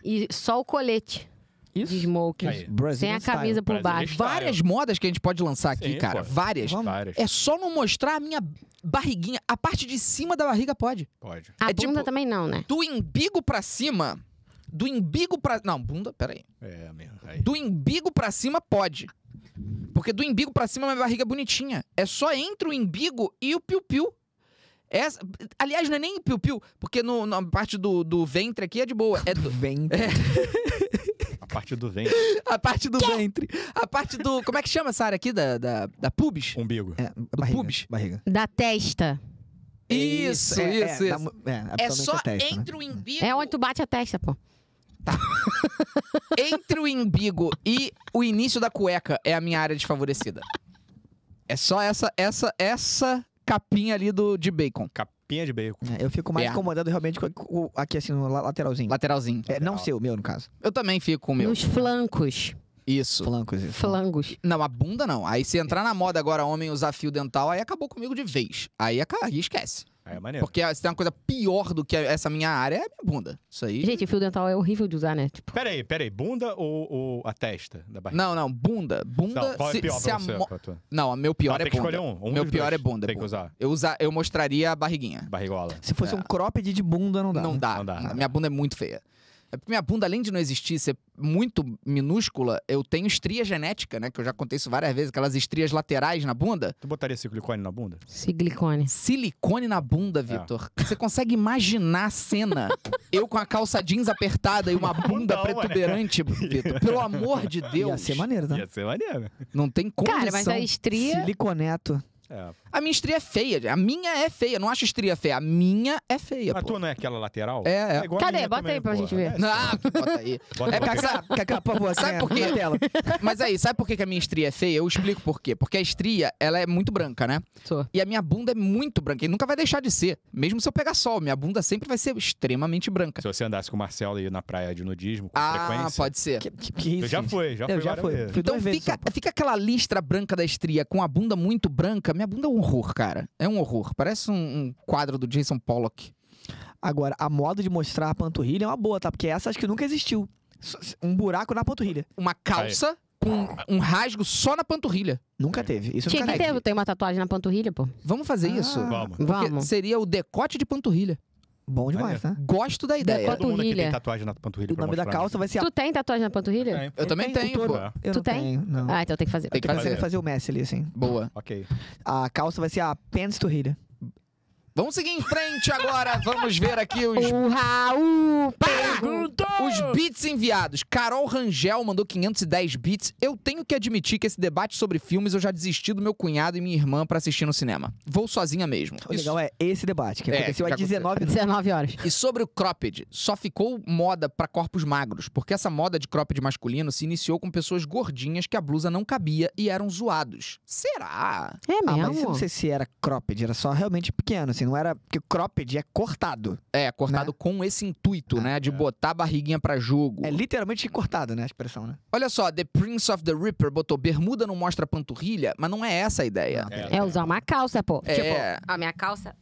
S4: E só o colete
S2: É
S4: de
S3: Isso.
S4: smoking.
S2: Aí.
S4: Sem
S3: Brazilian
S1: é
S4: a camisa
S3: style.
S4: por
S2: Brasileiro
S4: baixo.
S2: Style.
S1: Várias modas que a gente pode lançar aqui,
S2: Sim,
S1: cara.
S2: pô.
S1: Várias.
S3: Vamos.
S2: Várias.
S1: É só não mostrar a minha barriguinha. A parte de cima da barriga pode.
S2: Pode.
S4: A
S1: É tipo-
S4: bunda também não, né?
S1: Do embigo pra cima. Do embigo pra. Não, bunda, peraí.
S2: É, mesmo. Aí.
S1: Do embigo pra cima pode. Porque do embigo pra cima minha barriga é bonitinha. É só entre o embigo e o piu-piu. Essa- Aliás, não é nem piu-piu, porque no- na parte do, do ventre aqui é de boa. É do-
S3: Vem.
S2: A parte do ventre.
S1: a parte do ventre. A parte do. Como é que chama essa área aqui? Da, da, da pubis?
S2: Umbigo.
S3: É, barriga.
S1: pubis.
S3: barriga.
S4: Da testa.
S1: Isso,
S3: é,
S1: isso,
S3: é, dá
S1: isso.
S3: mu- é,
S1: É
S3: absorvente
S1: só
S3: a testa, né?
S1: entre o embigo.
S4: É onde tu bate a testa, pô.
S1: Entre o embigo e o início da cueca é a minha área desfavorecida. É só essa, essa, essa capinha ali do, de bacon.
S2: Capinha de bacon.
S3: É, Eu fico mais
S1: É.
S3: incomodado realmente com- com- aqui assim, no la- lateralzinho.
S1: Lateralzinho.
S3: É, não
S2: Lateral.
S3: sei o meu, no caso.
S1: Eu também fico com o meu.
S4: Nos flancos.
S1: Isso.
S3: Flancos, isso.
S4: Flangos.
S1: Não, a bunda não. Aí se entrar na moda agora homem usar fio dental, aí acabou comigo de vez. Aí, aca- aí esquece.
S2: Aí é maneiro.
S1: Porque ah, se tem uma coisa pior do que essa minha área, é a minha bunda. Isso aí.
S4: Gente, fio dental é horrível de usar, né? Tipo,
S2: Peraí, peraí. Bunda ou, ou a testa da barriga?
S1: Não, não, bunda. Bunda.
S2: Não, qual é
S1: se-
S2: o pior
S1: se
S2: pra
S1: a
S2: você?
S1: mo-
S2: pra tu?
S1: Não, o meu pior
S2: Não,
S1: é
S2: tem que
S1: bunda.
S2: escolher um. um
S1: Meu
S2: dos
S1: pior
S2: dois.
S1: é bunda,
S2: Tem que
S1: pô.
S2: usar.
S1: Eu, usa, eu mostraria a barriguinha.
S2: Barrigola.
S3: Se fosse um cropped de bunda, não dá.
S1: É. Não
S3: né?
S1: dá.
S2: Não dá, não
S1: Minha bunda é muito feia. É porque minha bunda, além de não existir, ser muito minúscula, eu tenho estria genética, né? Que eu já contei isso várias vezes, aquelas estrias laterais na bunda.
S2: Tu botaria silicone na bunda?
S4: siglicone.
S1: Silicone na
S3: É.
S1: bunda, Vitor. Você consegue imaginar a cena? eu com a calça jeans apertada e uma bunda
S2: Bundão,
S1: protuberante, Vitor. Pelo amor de Deus.
S3: Ia ser maneiro, tá?
S2: Ia ser maneiro.
S1: Não tem condição.
S4: Cara, mas a estria.
S3: Siliconeto.
S2: É.
S1: A minha estria é feia. A minha é feia. Não acho estria feia. A minha é feia,
S2: Mas
S1: pô.
S2: tua não é aquela lateral?
S1: É, é.
S2: igual a
S4: Cadê?
S2: minha
S4: Bota aí pra gente ver.
S2: É,
S1: Não, bota aí.
S2: Bota,
S1: É
S2: bota aí.
S3: Cacá, Cacá, por favor,
S1: Sabe
S3: assim,
S1: por
S3: é,
S1: quê?
S3: na tela.
S1: Mas aí, sabe por que que a minha estria é feia? Eu explico por quê. Porque a estria, ela é muito branca, né?
S4: Sou.
S1: E a minha bunda é muito branca. E nunca vai deixar de ser. Mesmo se eu pegar sol, minha bunda sempre vai ser extremamente branca.
S2: Se você andasse com o Marcelo aí na praia de nudismo, com
S1: Ah,
S2: frequência.
S1: pode ser.
S3: Que, que- que isso?
S2: Eu já
S3: gente?
S2: fui, já
S3: Eu
S2: fui.
S3: já
S2: várias
S3: fui.
S2: vezes.
S3: Fui
S1: Então
S3: duas vezes
S1: fica,
S3: só, pô.
S1: fica aquela listra branca da estria com a bunda muito branca. Minha bunda é um horror, cara. É um horror. Parece um, um quadro do Jason Pollock.
S3: Agora, a moda de mostrar a panturrilha é uma boa, tá? Porque essa acho que nunca existiu. Só- Um buraco na panturrilha.
S1: Uma calça com um rasgo só na panturrilha.
S3: Nunca teve. Isso
S4: Tinha
S3: nunca
S4: que
S1: caralho.
S4: ter, tem uma tatuagem na panturrilha, pô.
S1: Vamos fazer isso?
S3: Ah,
S2: Vamos.
S1: Porque
S4: Vamos.
S1: seria o decote de panturrilha.
S3: Bom demais, né?
S1: Gosto da ideia.
S4: Decote-
S2: Todo mundo aqui tem
S4: Panturrilha.
S2: tatuagem na panturrilha
S3: O
S2: pra
S3: nome da
S2: mostrar.
S3: calça vai ser a...
S4: Tu tem tatuagem na panturrilha?
S2: Tem.
S1: Eu também
S3: tenho
S1: tenho,
S3: todo.
S1: pô.
S2: É.
S3: Eu
S4: Tu
S3: não
S4: tem?
S3: tenho, não.
S4: Ah, então tem que fazer.
S1: Tem que
S3: Eu
S1: fazer.
S3: preciso fazer o Messi ali, assim.
S1: Boa.
S2: Ok.
S3: A calça vai ser a pants turrilha.
S1: Vamos seguir em frente agora. Vamos ver aqui os,
S4: O
S1: um
S4: Raul! Pergunta!
S1: os beats enviados. Carol Rangel mandou 510 bits. Eu tenho que admitir que esse debate sobre filmes eu já desisti do meu cunhado e minha irmã pra assistir no cinema. Vou sozinha mesmo.
S3: O
S1: Isso-
S3: legal é esse debate, que
S1: É,
S3: aconteceu
S1: que
S3: há 19 anos.
S4: 19 horas.
S1: E sobre o cropped, só ficou moda pra corpos magros, porque essa moda de cropped masculino se iniciou com pessoas gordinhas que a blusa não cabia e eram zoados. Será?
S4: É
S3: Ah,
S4: mesmo?
S3: mas eu não sei se era cropped, era só realmente pequeno, assim, não era... Porque cropped é cortado.
S1: É, cortado com esse intuito, né, de botar a barriguinha pra jogo.
S3: Né? É literalmente cortado, né, a expressão, né?
S1: Olha só, The Prince of the Ripper botou bermuda não mostra panturrilha, mas não é essa a ideia.
S3: Não,
S2: É.
S4: É usar uma calça, pô.
S1: É.
S4: Tipo, a minha calça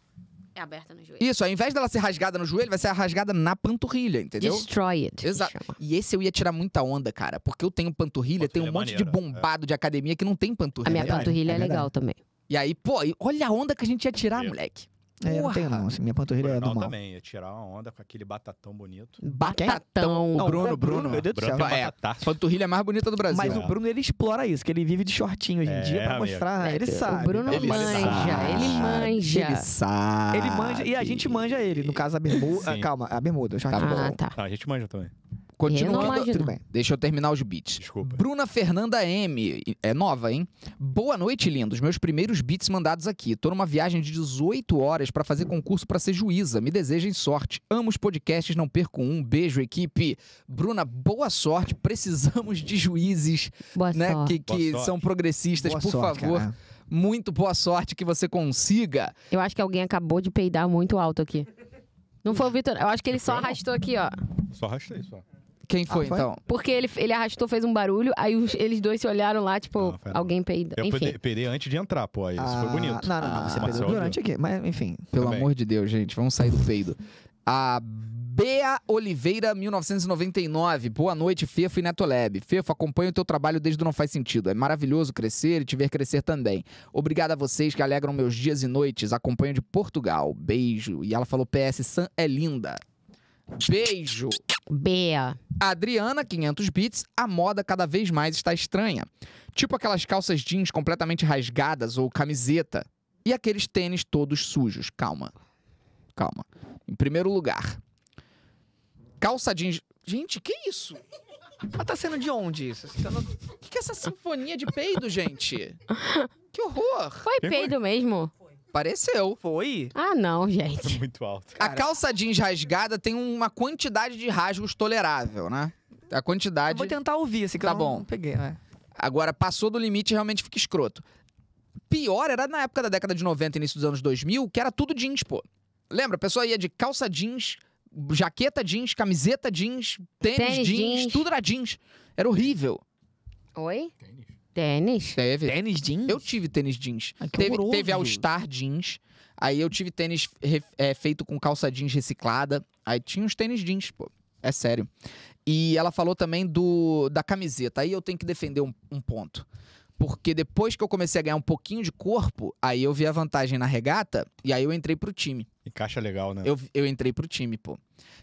S4: é aberta no joelho.
S1: Isso, ao invés dela ser rasgada no joelho, vai ser rasgada na panturrilha, entendeu?
S4: Destroy it. que
S1: Exato.
S4: chama.
S1: E esse eu ia tirar muita onda, cara, porque eu tenho panturrilha, tenho um monte
S2: Panturrilha é
S1: de
S2: maneira,
S1: bombado de academia que não tem
S4: A
S1: panturrilha.
S4: minha
S3: verdade,
S4: panturrilha
S3: é
S4: é legal também.
S1: E aí, pô, e olha a onda que a gente ia tirar,
S2: É.
S1: moleque.
S3: É, eu não tenho, não. Assim, minha panturrilha é
S2: Bruno
S3: do mal.
S2: também, ia tirar uma onda com aquele batatão bonito.
S4: Batatão.
S1: Não, o Bruno,
S3: é
S1: Bruno.
S3: Meu Deus do
S2: Branco
S3: céu.
S2: e
S1: Vai, é.
S2: batataço.
S1: Panturrilha mais bonita do Brasil.
S3: Mas o Bruno, ele explora isso, que ele vive de shortinho hoje em
S2: É,
S3: dia pra
S2: amigo.
S3: mostrar. né,
S4: É,
S3: ele sabe.
S4: O Bruno
S2: Ele
S4: manja,
S2: sabe.
S4: ele manja.
S1: Ele sabe.
S3: Ele manja e a gente manja ele. No caso, a bermuda. ah,
S2: Sim.
S3: calma, a bermuda, o short.
S1: Tá
S4: Ah,
S1: bom.
S4: tá.
S2: Tá, a gente manja também.
S1: Continua.
S4: Eu não
S1: aqui.
S4: manjo.
S3: Tudo bem.
S1: Deixa eu terminar os beats.
S2: Desculpa.
S1: Bruna Fernanda M. É nova, hein? Boa noite, lindos. Meus primeiros beats mandados aqui. Tô numa viagem de 18 horas pra fazer concurso pra ser juíza. Me desejem sorte. Amo os podcasts, não perco um. Beijo, equipe. Bruna, boa sorte. Precisamos de juízes,
S4: Boa
S1: né?
S4: sorte.
S1: Que, que
S2: Boa sorte.
S1: são progressistas.
S3: Boa
S1: Por
S3: sorte,
S1: favor,
S3: cara.
S1: muito boa sorte que você consiga.
S4: Eu acho que alguém acabou de peidar muito alto aqui. Não foi o Vitor, eu acho que ele só arrastou aqui, ó.
S2: Só arrastei, só.
S1: Quem foi,
S3: Ah, foi?
S1: então?
S4: Porque ele, ele arrastou, fez um barulho, aí os- eles dois se olharam lá, tipo,
S2: Não, foi não.
S4: alguém peida.
S2: Eu
S4: Enfim.
S2: peidei, peidei antes de entrar, pô. Aí isso
S3: Ah,
S2: foi bonito.
S3: Não, não, não. Você
S2: Ah,
S3: perdeu
S2: Marcelo
S3: durante aqui. Mas, enfim.
S1: Pelo
S2: Também.
S1: amor de Deus, gente, vamos sair do peido. A Bea Oliveira, 1999. Boa noite, Fefo e Netolab. Fefo, acompanho o teu trabalho desde o Não Faz Sentido. É maravilhoso crescer e te ver crescer também. Obrigado a vocês que alegram meus dias e noites. Acompanho de Portugal. Beijo. E ela falou, PS, Sam é linda. Beijo.
S4: Bea.
S1: Adriana, 500 bits, a moda cada vez mais está estranha. Tipo aquelas calças jeans completamente rasgadas ou camiseta. E aqueles tênis todos sujos. Calma. Calma. Em primeiro lugar, calça jeans. Gente, que isso?
S3: Mas tá sendo de onde isso? Assim, tá no-
S1: O que que é essa sinfonia de peido, gente? Que horror!
S4: Foi
S2: Quem
S4: peido mesmo?
S1: Pareceu.
S3: Foi?
S4: Ah, não, gente.
S2: Muito alto.
S1: A calça jeans rasgada tem uma quantidade de rasgos tolerável, né? A
S3: Eu
S1: quantidade.
S3: vou tentar ouvir, assim, que
S1: Tá
S3: eu
S1: bom.
S3: não peguei. né?
S1: Agora, passou do limite realmente fica escroto. Pior era na época da década de 90, início dos anos 2000, que era tudo jeans, pô. Lembra? A pessoa ia de calça jeans, jaqueta jeans, camiseta jeans, tênis,
S4: Tênis
S1: jeans,
S4: jeans.
S1: tudo era jeans. Era horrível.
S4: Oi? Tênis?
S1: Teve.
S3: Tênis jeans?
S1: Eu tive tênis jeans.
S3: Ah, que
S1: Teve,
S3: horroroso.
S1: teve All Star jeans. Aí eu tive tênis re- é, feito com calça jeans reciclada. Aí tinha uns tênis jeans, pô. É sério. E ela falou também do da camiseta. Aí eu tenho que defender um, um ponto. Porque depois que eu comecei a ganhar um pouquinho de corpo, aí eu vi a vantagem na regata e aí eu entrei pro time.
S2: Encaixa legal,
S3: É.
S2: né?
S1: Eu, eu entrei pro time, pô.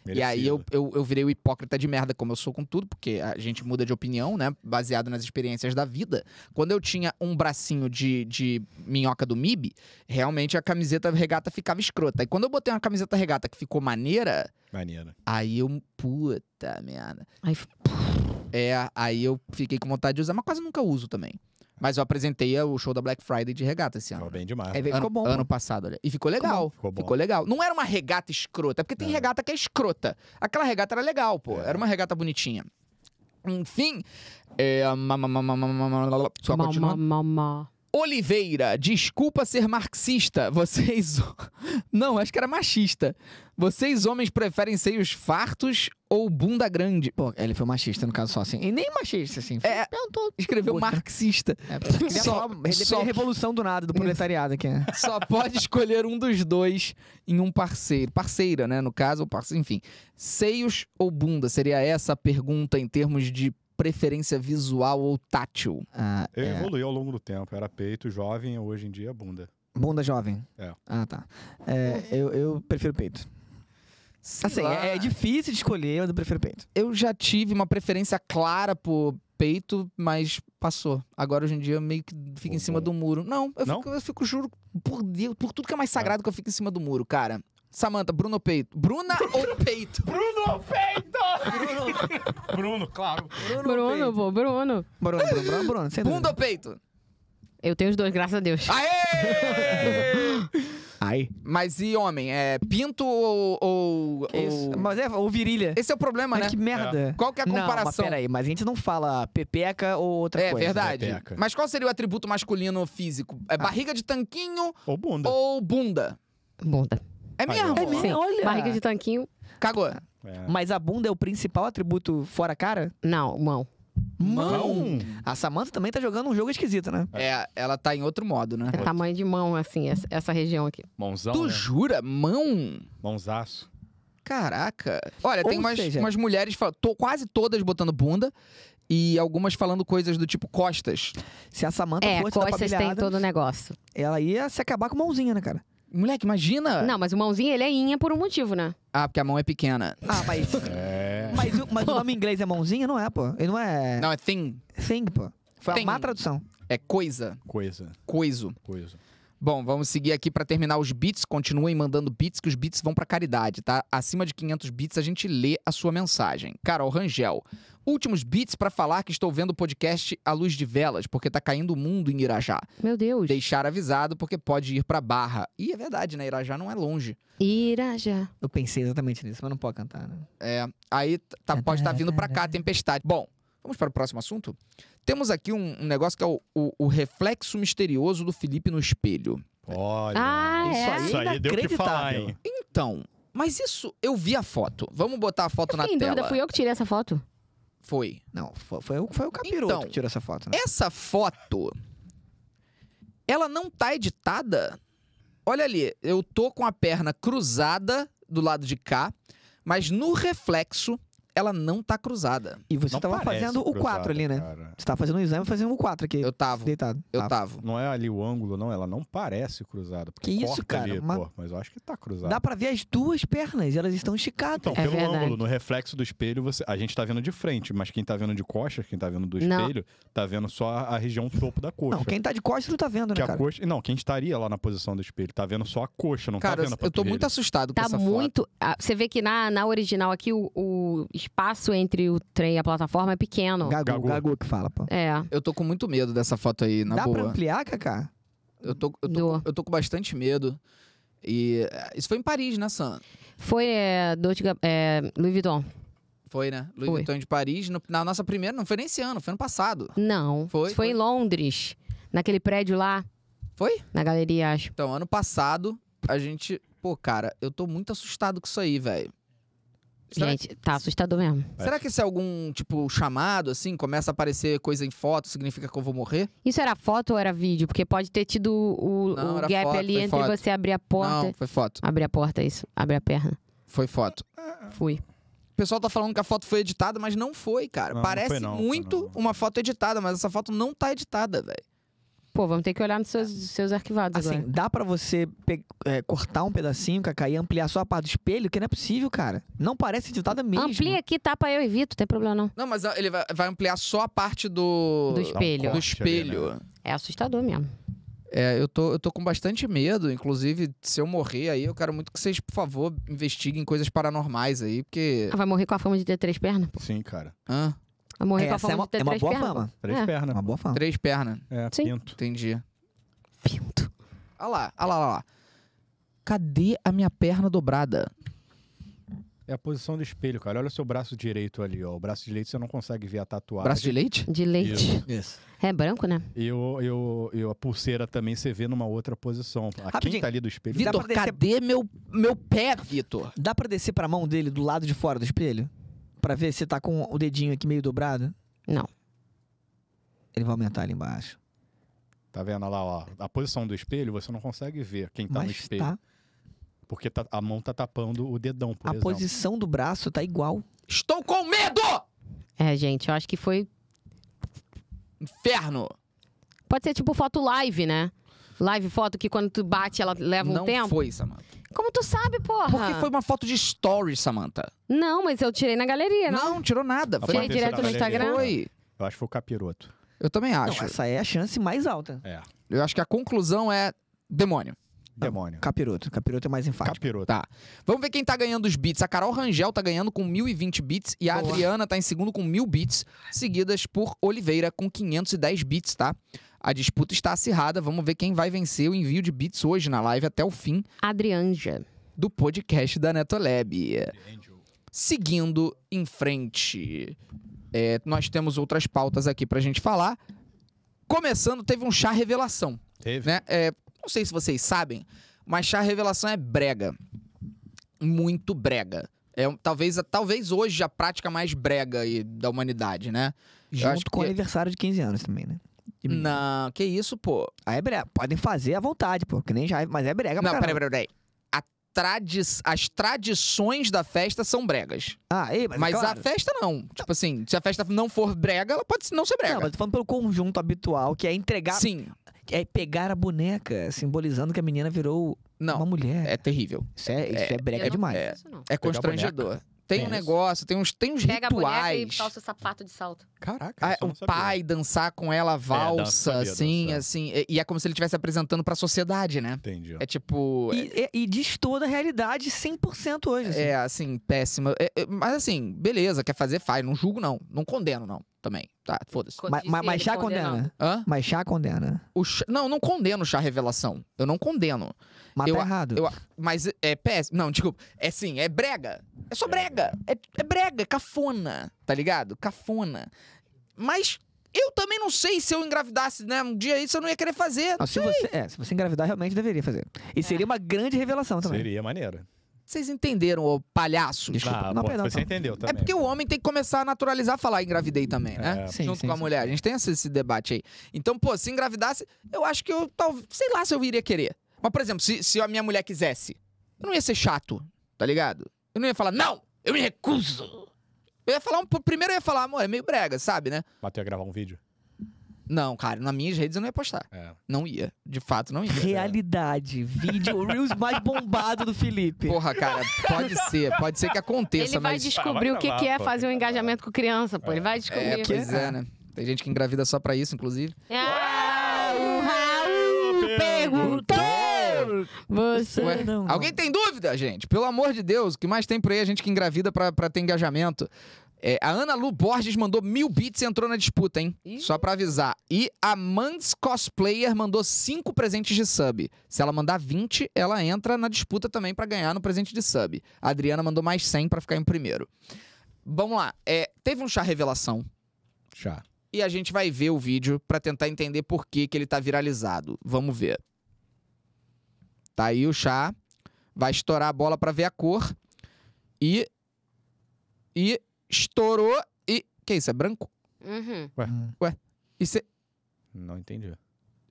S1: E aí eu,
S2: Merecido.
S1: eu, eu virei o hipócrita de merda, como eu sou com tudo, porque a gente muda de opinião, né? Baseado nas experiências da vida. Quando eu tinha um bracinho de, de minhoca do MIB, realmente a camiseta regata ficava escrota. E quando eu botei uma camiseta regata que ficou maneira,
S2: Maneiro.
S1: aí eu. Puta merda.
S4: Ai, f-
S1: É, aí eu fiquei com vontade de usar, mas quase nunca uso também. Mas eu apresentei o show da Black Friday de regata esse ano.
S2: Ficou bem demais.
S3: É,
S1: Ano,
S3: ficou bom.
S1: ano passado, olha. E ficou legal.
S2: Ficou bom.
S1: Ficou legal. Não era uma regata escrota, é porque tem
S2: É.
S1: regata que é escrota. Aquela regata era legal, pô.
S2: É.
S1: Era uma regata bonitinha. Enfim. É, ma- ma- ma- ma- ma- ma- ma- ma- só
S4: ma-
S1: continuando.
S4: ma- ma- ma.
S1: Oliveira, desculpa ser marxista. Vocês. Não, acho que era machista. Vocês, homens, preferem seios fartos ou bunda grande?
S3: Pô, ele foi machista, no caso, só assim. E nem machista, assim.
S1: É.
S3: Perguntou.
S1: Escreveu
S3: Gosto.
S1: marxista.
S3: É, porque ele ia
S1: Só-
S3: falar- ele ia
S1: só-
S3: fazer revolução do nada, do proletariado aqui, né?
S1: Só pode escolher um dos dois em um parceiro. Parceira, né? No caso, ou parceiro, enfim. Seios ou bunda? Seria essa a pergunta em termos de preferência visual ou tátil?
S3: Ah,
S2: Eu
S3: é.
S2: evoluí ao longo do tempo. Eu era peito, jovem, hoje em dia é bunda.
S3: Bunda jovem.
S2: É.
S3: Ah, tá. É, eu, eu prefiro peito.
S1: Sei
S3: assim,
S1: lá.
S3: é, é difícil de escolher, mas eu prefiro peito.
S1: Eu já tive uma preferência clara por peito, mas passou. Agora, hoje em dia, eu meio que fico em
S2: Bumbum.
S1: cima do muro. Não, eu,
S2: Não?
S1: Fico, eu fico, juro, por Deus, por tudo que é mais sagrado que eu fico em cima do muro, cara. Samanta, Bruno ou peito? Bruna ou peito?
S2: Bruno Peito! Bruno, claro.
S4: Bruno, pô, Bruno.
S3: Bruno, Bruno, Bruno, Bruno, sem
S1: Bunda
S3: dúvida.
S1: ou peito?
S4: Eu tenho os dois, graças a Deus.
S1: Aê!
S3: Ai.
S1: Mas e homem? É pinto ou. ou-
S3: Que isso?
S1: ou-
S3: Mas é, ou virilha.
S1: Esse é o problema,
S3: Mas
S1: né?
S3: que merda.
S1: Qual que é a
S3: Não, mas
S1: comparação?
S3: peraí, mas a gente não fala pepeca ou outra
S1: é
S3: coisa. Ah.
S1: verdade.
S2: pepeca.
S1: Mas qual seria o atributo masculino físico? É barriga de tanquinho
S2: Ou bunda.
S1: ou bunda?
S4: Bunda.
S1: É mesmo?
S2: É
S3: mesmo?
S4: Sim.
S3: Olha.
S4: Barriga de tanquinho.
S1: Cagou.
S2: É.
S3: Mas a bunda é o principal atributo fora a cara?
S4: Não, mão.
S2: Mão.
S3: A Samantha também tá jogando um jogo esquisito, né?
S1: É, ela tá em outro modo, né?
S4: É tamanho de mão, assim, essa, essa região aqui.
S2: Mãozão,
S1: Tu
S2: né?
S1: jura? Mão?
S2: Mãozaço.
S1: Caraca. Olha,
S3: Ou
S1: tem umas,
S3: seja-
S1: umas mulheres, fal- to- quase todas botando bunda e algumas falando coisas do tipo costas.
S3: Se a Samantha
S4: É,
S3: fosse da
S4: costas
S3: família
S4: tem
S3: Adams,
S4: todo o negócio.
S3: ela ia se acabar com mãozinha, né, cara?
S1: Moleque, imagina.
S4: Não, mas o mãozinho, ele é inha por um motivo, né?
S1: Ah, porque a mão é pequena.
S3: Ah, mas.
S2: É.
S3: Mas, o- mas o nome em inglês é mãozinha? Não é, pô. Ele não é.
S1: Não, é thing.
S3: Thing, pô. Foi
S1: Thing.
S3: a má tradução.
S1: É coisa.
S2: Coisa,
S1: Coiso.
S2: coisa.
S1: Bom, vamos seguir aqui pra terminar os bits. Continuem mandando bits, que os bits vão pra caridade, tá? Acima de 500 bits, a gente lê a sua mensagem. Carol Rangel. Últimos bits pra falar que estou vendo o podcast à luz de velas, porque tá caindo o mundo em Irajá.
S4: Meu Deus.
S1: Deixar avisado, porque pode ir pra Barra. E é verdade, né? Irajá não é longe.
S4: Irajá.
S3: Eu pensei exatamente nisso, mas não pode cantar, né?
S1: É, aí t- tá, pode estar vindo pra cá a tempestade. Bom, vamos para o próximo assunto? Temos aqui um, um negócio que é o, o- o reflexo misterioso do Felipe no espelho.
S2: Olha.
S4: Ah,
S3: Isso
S4: é?
S3: aí.
S2: Isso aí deu o que falar,
S3: É. Inacreditável.
S2: hein?
S1: Então, mas isso, eu vi a foto. Vamos botar a foto tá na
S4: Sem
S1: tela.
S4: dúvida, fui eu que tirei essa foto.
S1: Foi.
S3: Não, foi, foi, o, foi o capiroto
S1: Então,
S3: que tirou essa foto, né?
S1: Essa foto, ela não tá editada. Olha ali, eu tô com a perna cruzada do lado de cá, mas no reflexo ela não tá cruzada.
S3: E você
S2: Não
S3: tava
S2: parece
S3: fazendo o
S2: cruzada,
S3: 4 ali, né?
S2: cara.
S3: Você tava fazendo um exame fazendo o 4 aqui.
S1: Eu tava,
S3: Deitado.
S1: eu
S3: Tá.
S1: tava.
S2: Não é ali o ângulo, não. Ela não parece cruzada. Porque
S3: Que isso,
S2: corta
S3: cara,
S2: ali,
S3: uma-
S2: pô, mas eu acho que tá cruzada.
S3: Dá pra ver as duas pernas, elas estão esticadas.
S2: Então,
S4: É
S2: pelo
S4: verdade.
S2: ângulo, no reflexo do espelho, você... a gente tá vendo de frente, mas quem tá vendo de costas, quem tá vendo do
S4: Não.
S2: espelho, tá vendo só a região topo da coxa.
S3: não, quem tá de costas não tá vendo,
S2: Que
S3: né,
S2: a
S3: cara?
S2: coxa... Não, quem estaria lá na posição do espelho, tá vendo só a coxa, não
S1: Cara,
S2: tá vendo a
S1: eu tô
S2: panturrilha.
S1: muito assustado com
S4: Tá
S1: essa foto.
S4: muito. ah, Você vê que na, na original aqui o, o espaço entre o trem e a plataforma é pequeno.
S3: Gagu,
S2: Gagu.
S3: Gagu, que fala, pô.
S4: É.
S1: Eu tô com muito medo dessa foto aí, na
S3: Dá pra
S1: boa.
S3: ampliar, Kaká?
S1: Eu tô, eu, tô,
S4: Do-
S1: eu tô com bastante medo. E eh, isso foi em Paris, né, Sam?
S4: Foi é, Dolce Gab- é, Louis Vuitton.
S1: Foi, né? Louis
S4: Foi.
S1: Vuitton de Paris, no- na nossa primeira, não foi nem esse ano, foi ano passado.
S4: Não.
S1: Foi,
S4: Isso
S1: foi.
S4: foi em Londres. Naquele prédio lá.
S1: Foi?
S4: Na galeria, acho.
S1: Então, ano passado, a gente. Pô, cara, eu tô muito assustado com isso aí, velho. Será,
S4: Gente, tá assustador mesmo.
S1: será que isso é algum, tipo, chamado, assim? Começa a aparecer coisa em foto, significa que eu vou morrer?
S4: Isso era foto ou era vídeo? Porque pode ter tido o,
S1: Não,
S4: o
S1: era
S4: gap
S1: foto,
S4: ali
S1: foi
S4: entre
S1: foto.
S4: você abrir a porta.
S1: Não, foi foto.
S4: Abrir a porta, isso. Abrir a perna.
S1: Foi foto.
S4: Fui.
S1: O pessoal tá falando que a foto foi editada, mas não foi, cara.
S2: Não, não
S1: Parece
S2: foi não, foi
S1: muito
S2: não.
S1: uma foto editada, mas essa foto não tá editada, velho.
S4: Pô, vamos ter que olhar nos seus, seus arquivados
S3: Tá. Assim,
S4: agora.
S3: dá pra você pe- é, cortar um pedacinho, Kaká, e ampliar só a parte do espelho? Que não é possível, cara. Não parece editada mesmo.
S4: Amplia aqui, tapa eu e Vitor, não tem problema não.
S1: Não, mas ele vai, vai ampliar só a parte do.
S4: Do espelho.
S1: do
S2: um corte
S1: espelho.
S2: ali, né?
S4: É assustador mesmo.
S1: É, eu tô, eu tô com bastante medo. Inclusive, se eu morrer aí, eu quero muito que vocês, por favor, investiguem coisas paranormais aí, porque.
S3: É.
S4: Ah, vai morrer com a fama de ter três pernas? pô.
S2: Sim, cara.
S1: Hã?
S4: Vai morrer com a
S3: Essa
S4: fama
S3: é uma,
S4: de ter
S3: é uma
S4: três
S3: boa
S4: pernas? pô.
S3: fama.
S2: Três
S4: É.
S3: É
S2: pernas.
S3: uma boa fama.
S1: Três pernas.
S2: É,
S4: Sim.
S2: pinto.
S1: Entendi.
S4: Pinto.
S1: Olha lá, olha lá, olha lá. Cadê a minha perna dobrada?
S2: É a posição do espelho, cara. Olha o seu braço direito ali, ó. O braço direito você não consegue ver a tatuagem.
S1: Braço de leite?
S4: De leite.
S2: Isso.
S3: Isso.
S4: É branco, né?
S2: E, o, e, o- e a pulseira também você vê numa outra posição. A quem
S3: Rapidinho.
S2: tá ali do espelho.
S3: Dá
S1: Vitor,
S3: pra descer-
S1: cadê meu, meu pé, Vitor?
S3: Dá pra descer pra mão dele do lado de fora do espelho? Pra ver se tá com o dedinho aqui meio dobrado?
S4: Não.
S3: Ele vai aumentar ali embaixo.
S2: Tá vendo lá, ó? A posição do espelho você não consegue ver quem tá no
S3: Mas
S2: espelho.
S3: tá.
S2: Porque tá- a mão tá tapando o dedão, por
S3: A
S2: exemplo.
S3: posição do braço tá igual.
S1: Estou com medo!
S4: É, gente, eu acho que foi.
S1: Inferno!
S4: Pode ser tipo foto live, né? Live foto que quando tu bate ela leva um
S1: não
S4: tempo.
S1: foi, Samantha.
S4: Como tu sabe, porra?
S1: Porque foi uma foto de stories, Samantha.
S4: Não, mas eu tirei na galeria, não.
S1: Não, tirou nada.
S2: Tá
S1: Foi,
S4: Tirei
S2: Apareceu
S4: direto
S2: na
S4: no
S2: galeria.
S4: Instagram.
S1: foi.
S2: Eu acho que foi o capiroto.
S1: Eu também
S3: Não,
S1: acho.
S3: essa é a chance mais alta.
S2: É.
S1: Eu acho que a conclusão é demônio.
S2: Demônio.
S3: Capiroto. Capiroto é mais enfático.
S2: Capiroto.
S1: Tá. Vamos ver quem tá ganhando os bits. A Carol Rangel tá ganhando com 1.020 bits e a
S4: Boa.
S1: Adriana tá em segundo com 1.000 bits, seguidas por Oliveira com 510 bits, tá? A disputa está acirrada. Vamos ver quem vai vencer o envio de bits hoje na live até o fim
S4: Adrianja.
S1: do podcast da Netolab. Seguindo em frente, é, nós temos outras pautas aqui pra gente falar. Começando, teve um chá revelação
S2: Teve.
S1: né? É, não sei se vocês sabem, mas chá revelação é brega. Muito brega. É um- talvez, talvez hoje a prática mais brega aí da humanidade, né? Eu acho
S3: Junto com o
S1: que- é-
S3: aniversário de 15 anos também, né? De mim.
S1: Não, que isso, pô.
S3: Aí é brega. Podem fazer à vontade, pô. Que nem já é, mas é brega, pra
S1: não, peraí,
S3: caramba.
S1: peraí, peraí. A tradi as tradições da festa são bregas.
S3: Ah, ei, mas,
S1: Mas,
S3: é claro.
S1: a festa não. Tipo assim, se a festa não for brega, ela pode não ser brega.
S3: Não, mas tô falando pelo conjunto habitual, que é entregar.
S1: Sim.
S3: É pegar a boneca, simbolizando que a menina virou uma
S1: Não,
S3: mulher.
S1: é terrível.
S3: Isso é, isso é, brega
S4: Eu não
S3: demais.
S4: faço isso, não.
S1: É
S2: Pegar a
S1: constrangedor. Tem um
S3: É.
S1: negócio, tem uns, tem uns
S4: Pega a boneca e
S1: rituais.
S4: calça o sapato de salto.
S2: Caraca,
S1: Ah,
S2: isso eu não
S1: o
S2: sabia.
S1: pai dançar com ela a valsa,
S2: É, sabia
S1: assim,
S2: dançar.
S1: assim. E, e é como se ele estivesse apresentando pra sociedade, né?
S2: Entendi. ó.
S1: É tipo.
S3: E, e, e diz toda a realidade 100% hoje. assim.
S1: É, assim, péssima. É, é, mas assim, beleza, quer fazer, faz. Não julgo, não. Não condeno, não. Também. Tá, foda-se.
S4: Co-
S3: Ma-
S4: disse
S3: ma-
S4: ele
S3: mas já é
S4: condenando.
S3: condena.
S1: Hã?
S3: Mas já condena.
S1: O chá- Não, não condeno o chá revelação. Eu não condeno.
S3: Mas
S1: Eu-
S3: tá errado.
S1: eu- Mas é péssimo. Não, desculpa. É sim, é brega. É só brega. É, é brega, cafona. Tá ligado? Cafona. Mas eu também não sei se eu engravidasse, né? Um dia isso eu não ia querer fazer.
S3: Não, se, você, é, se você engravidar, realmente deveria fazer. E
S4: É.
S3: seria uma grande revelação também.
S2: Seria maneiro.
S1: Vocês entenderam, ô palhaço?
S3: Desculpa,
S2: Ah,
S3: não,
S2: pô,
S3: perdão,
S2: Você
S3: não.
S2: entendeu
S1: É
S2: também.
S1: porque o homem tem que começar a naturalizar falar engravidei também, né?
S2: É.
S3: Sim,
S1: Junto
S3: sim,
S1: com a
S3: sim.
S1: mulher. A gente tem esse, esse debate aí. Então, pô, se engravidasse, eu acho que eu talvez. Sei lá se eu iria querer. Mas, por exemplo, se, se a minha mulher quisesse, eu não ia ser chato, tá ligado? Eu não ia falar, não, eu me recuso. Eu ia falar um. po- Primeiro eu ia falar, amor, é meio brega, sabe, né?
S2: Mas tu ia gravar um vídeo?
S1: Não, cara, nas minhas redes eu não ia postar.
S2: É.
S1: Não ia. De fato, não ia.
S3: Realidade. Vídeo, o Reels mais bombado do Felipe.
S1: Porra, cara, pode ser. Pode ser que aconteça,
S4: Ele vai
S1: mas.
S4: descobrir
S2: Ah, vai
S4: o que,
S2: gravar,
S4: que é
S2: pô,
S4: fazer um
S2: tem que gravar.
S4: engajamento com criança, pô. Ele vai
S1: É,
S4: descobrir. É.
S1: pois é, né? Tem gente que engravida só pra isso, inclusive.
S4: Ah, o Raul perguntou! Você.
S1: Ué,
S3: não,
S1: alguém tem dúvida, gente? Pelo amor de Deus, o que mais tem por aí a gente que engravida pra, pra ter engajamento? É, a Ana Lu Borges mandou mil bits e entrou na disputa, hein?
S4: Ih.
S1: Só pra avisar. E a Mans Cosplayer mandou cinco presentes de sub. Se ela mandar 20, ela entra na disputa também pra ganhar no presente de sub. A Adriana mandou mais 100 pra ficar em primeiro. Vamos lá. É, teve um chá revelação
S2: Já.
S1: e a gente vai ver o vídeo pra tentar entender por que, que ele tá viralizado. Vamos ver. Tá aí o chá. Vai estourar a bola pra ver a cor. E. E. Estourou. E. Que isso? É branco?
S4: Uhum,
S1: E cê...
S2: Não entendi.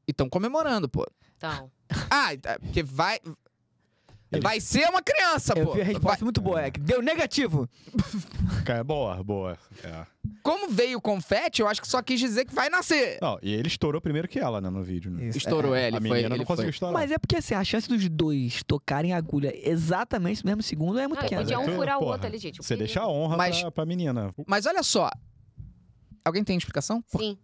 S1: E tão comemorando, pô.
S4: então.
S1: Ah, e tá- porque vai.
S2: Ele-
S1: Vai ser uma criança,
S3: Eu
S1: pô.
S3: vi a resposta
S1: Vai-
S3: muito boa, é que deu negativo.
S2: Cara, Boa, boa. É.
S1: Como veio o confete, eu acho que só quis dizer que vai nascer.
S2: Não, e ele estourou primeiro que ela, né, no vídeo. Né?
S3: Isso,
S1: Estourou é. ele,
S2: a
S1: foi. ele
S2: menina
S1: foi.
S2: não conseguiu estourar.
S3: Mas é porque assim, a chance dos dois tocarem a agulha exatamente no mesmo segundo é muito
S4: Não,
S3: pequena.
S4: podia um
S2: Mas é que,
S4: furar o
S2: porra,
S4: outro ali, gente. O
S2: Você
S4: perigo.
S2: deixa a honra
S1: Mas-
S2: pra, pra menina.
S1: Mas olha só. Alguém tem explicação?
S4: Sim.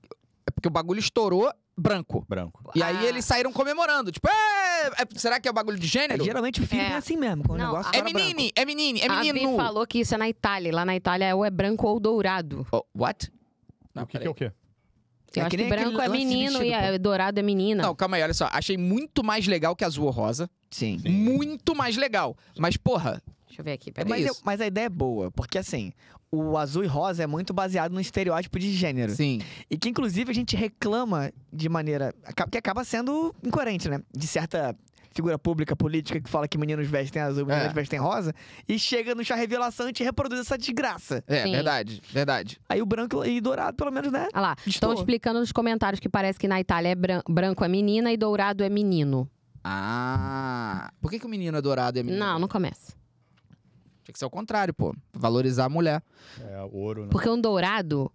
S1: É porque o bagulho estourou branco.
S2: Branco.
S1: E
S4: Ah,
S1: aí eles saíram comemorando. Tipo, "É, é, será que é bagulho de
S3: É,
S1: gênero?
S3: geralmente o filho é.
S4: É.
S3: assim mesmo, quando o
S4: Não,
S3: negócio
S4: a-
S1: É
S3: fora branco.
S1: menine, é menine, é
S4: a Vi
S1: menino.
S4: falou que isso é na Itália. Lá na Itália ou é branco ou dourado.
S1: Oh, what? Não,
S2: o que, que
S1: peraí.
S2: é o quê?
S4: Eu
S3: É
S4: acho
S3: que
S4: que,
S3: nem aquele
S4: branco é
S3: lance de
S4: menino e
S3: vestido,
S4: é dourado é menina.
S1: Não, calma aí, olha só. Achei muito mais legal que azul ou rosa.
S3: Sim.
S2: Sim.
S1: Muito mais legal. Mas, porra,
S4: Deixa eu ver aqui,
S1: É
S4: peraí.
S3: Mas, eu-
S1: isso.
S3: mas a ideia é boa, porque assim, o azul e rosa é muito baseado no estereótipo de gênero.
S1: sim.
S3: E que inclusive a gente reclama de maneira. aca- que acaba sendo incoerente, né? De certa figura pública, política, que fala que meninos vestem azul, meninas
S1: É.
S3: vestem rosa, e chega no chá revelação e te reproduz essa desgraça.
S1: É,
S4: Sim.
S1: verdade, verdade.
S3: Aí o branco e dourado, pelo menos, né?
S4: Olha lá, estão
S3: Estou.
S4: explicando nos comentários que parece que na Itália é bran- branco é menina e dourado é menino.
S1: Ah. Por que, que o menino é dourado e a menina?
S4: Não, não começa.
S1: Tinha que ser o contrário, pô. Valorizar a mulher.
S2: É ouro, né?
S4: Porque um dourado,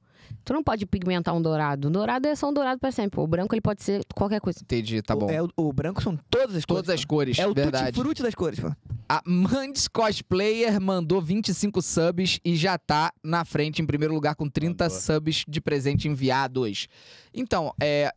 S4: tu não pode pigmentar um dourado. Um dourado é só um dourado pra sempre. O branco ele pode ser qualquer coisa.
S1: Entendi, tá bom.
S3: O, é, o, o branco são todas as
S1: Todas as
S3: cores.
S1: cores,
S3: É o
S1: verdade.
S3: tutti-frutti das cores, pô.
S1: A Mandes Cosplayer mandou 25 subs e já tá na frente em primeiro lugar com 30
S2: Mandou.
S1: subs de presente enviados. Então, é.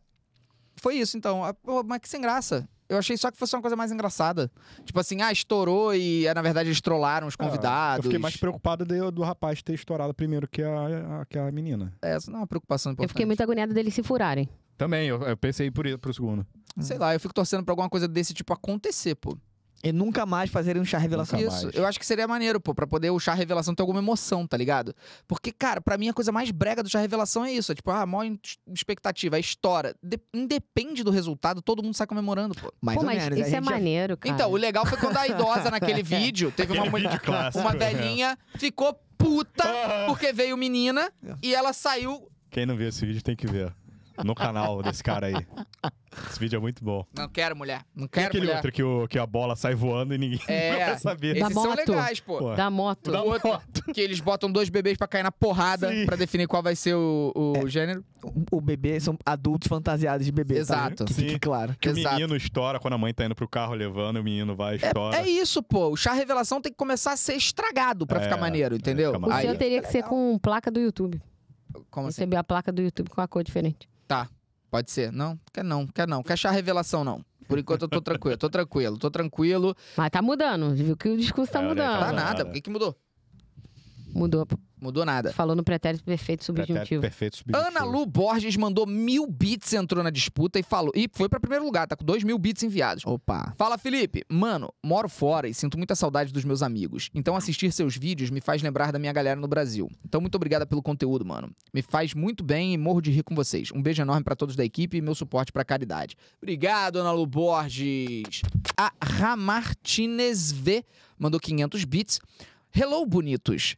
S1: Foi isso, então. Ah, pô, Mas que sem graça. Eu achei só que fosse uma coisa mais engraçada. Tipo assim, ah, estourou e ah, na verdade eles trollaram os
S2: Ah,
S1: convidados.
S2: Eu fiquei mais preocupado de- do rapaz ter estourado primeiro que a, a- que a menina.
S1: É, isso não é uma preocupação importante.
S4: Eu fiquei muito agoniada deles se furarem.
S2: Também, eu, eu pensei por isso, pro segundo.
S1: Sei lá, eu fico torcendo pra alguma coisa desse tipo acontecer, pô.
S3: E nunca mais fazerem um chá revelação.
S2: Nunca mais.
S1: Isso, eu acho que seria maneiro, pô, pra poder o chá revelação ter alguma emoção, tá ligado? Porque, cara, pra mim a coisa mais brega do chá revelação é isso. É tipo, ah, maior in- expectativa, aí estoura. De- independe do resultado, todo mundo sai comemorando, pô.
S3: Mais
S4: Pô,
S3: ou
S4: mas
S3: menos.
S4: isso
S3: a
S4: é
S3: gente já-
S4: maneiro, cara.
S1: Então, o legal foi quando a idosa naquele vídeo teve uma
S2: Aquele vídeo
S1: mulher.
S2: clássico,
S1: Uma
S2: é.
S1: velhinha ficou puta
S2: Ah,
S1: porque veio menina e ela saiu.
S2: Quem não viu esse vídeo tem que ver. no canal desse cara aí. Esse vídeo é muito bom.
S1: Não quero mulher. Não
S2: E
S1: quero
S2: aquele
S1: mulher.
S2: outro que, o, que a bola sai voando e ninguém
S1: É.
S2: vai saber.
S1: Esses
S4: Da
S1: são
S4: moto.
S1: legais, pô.
S2: Pô,
S4: Da moto.
S2: Da
S1: O outro-
S2: moto.
S1: Que eles botam dois bebês pra cair na porrada
S2: Sim.
S1: pra definir qual vai ser o, o gênero.
S3: O, o bebê são adultos fantasiados de bebê. tá?
S1: Exato.
S3: Que fique
S2: Sim.
S3: claro.
S2: né? Que o
S1: Exato.
S2: menino estoura quando a mãe tá indo pro carro levando, o menino vai e estoura.
S1: É isso, pô. O chá revelação tem que começar a ser estragado pra
S2: É,
S1: ficar maneiro, entendeu?
S2: fica
S4: O
S2: Aí,
S4: seu
S2: ó.
S4: teria que ser com placa do YouTube.
S1: Como assim?
S4: Receber a placa do YouTube com a cor diferente.
S1: Pode ser? Não? Quer não, quer não. Quer achar revelação, não. Por enquanto eu tô tranquilo, tô tranquilo, tô tranquilo.
S4: Mas tá mudando, viu que o discurso tá
S2: É, olha,
S4: mudando.
S1: Tá
S2: Não,
S1: nada.
S2: nada.
S1: Por que, que mudou?
S4: Mudou.
S1: Mudou nada.
S4: Falou no pretérito perfeito
S2: Tá Até
S4: subjuntivo.
S2: perfeito subjuntivo.
S1: Ana Lu Borges mandou mil bits, entrou na disputa e falou. E foi pra primeiro lugar, tá com dois mil bits enviados.
S3: Opa.
S1: Fala, Felipe. Mano, moro fora e sinto muita saudade dos meus amigos. Então assistir seus vídeos me faz lembrar da minha galera no Brasil. Então muito obrigada pelo conteúdo, mano. Me faz muito bem e morro de rir com vocês. Um beijo enorme pra todos da equipe e meu suporte pra caridade. Obrigado, Ana Lu Borges. A Ramartinez V mandou 500 bits. Hello, bonitos.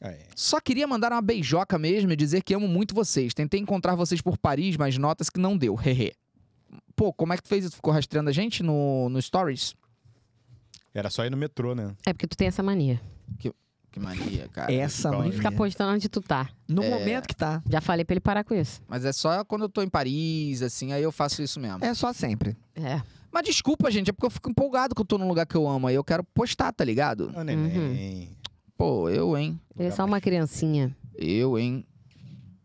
S2: É.
S1: Só queria mandar uma beijoca mesmo e dizer que amo muito vocês. Tentei encontrar vocês por Paris, mas notas que não deu. Hehe. Pô, como é que tu fez isso? Ficou rastreando a gente no, no Stories?
S2: Era só ir no metrô, né?
S4: É porque tu tem essa mania.
S1: Que mania, cara.
S3: Essa
S2: Olha.
S3: mãe. é.
S4: De ficar postando onde tu tá.
S3: No
S1: É.
S3: momento que tá.
S4: Já falei pra ele parar com isso.
S1: Mas é só quando eu tô em Paris, assim, aí eu faço isso mesmo.
S3: É só sempre.
S4: É.
S1: Mas desculpa, gente, é porque eu fico empolgado que eu tô num lugar que eu amo, aí eu quero postar, tá ligado?
S2: Ah, neném.
S1: Pô, eu, hein?
S4: Ele é só uma criancinha.
S1: Eu, hein?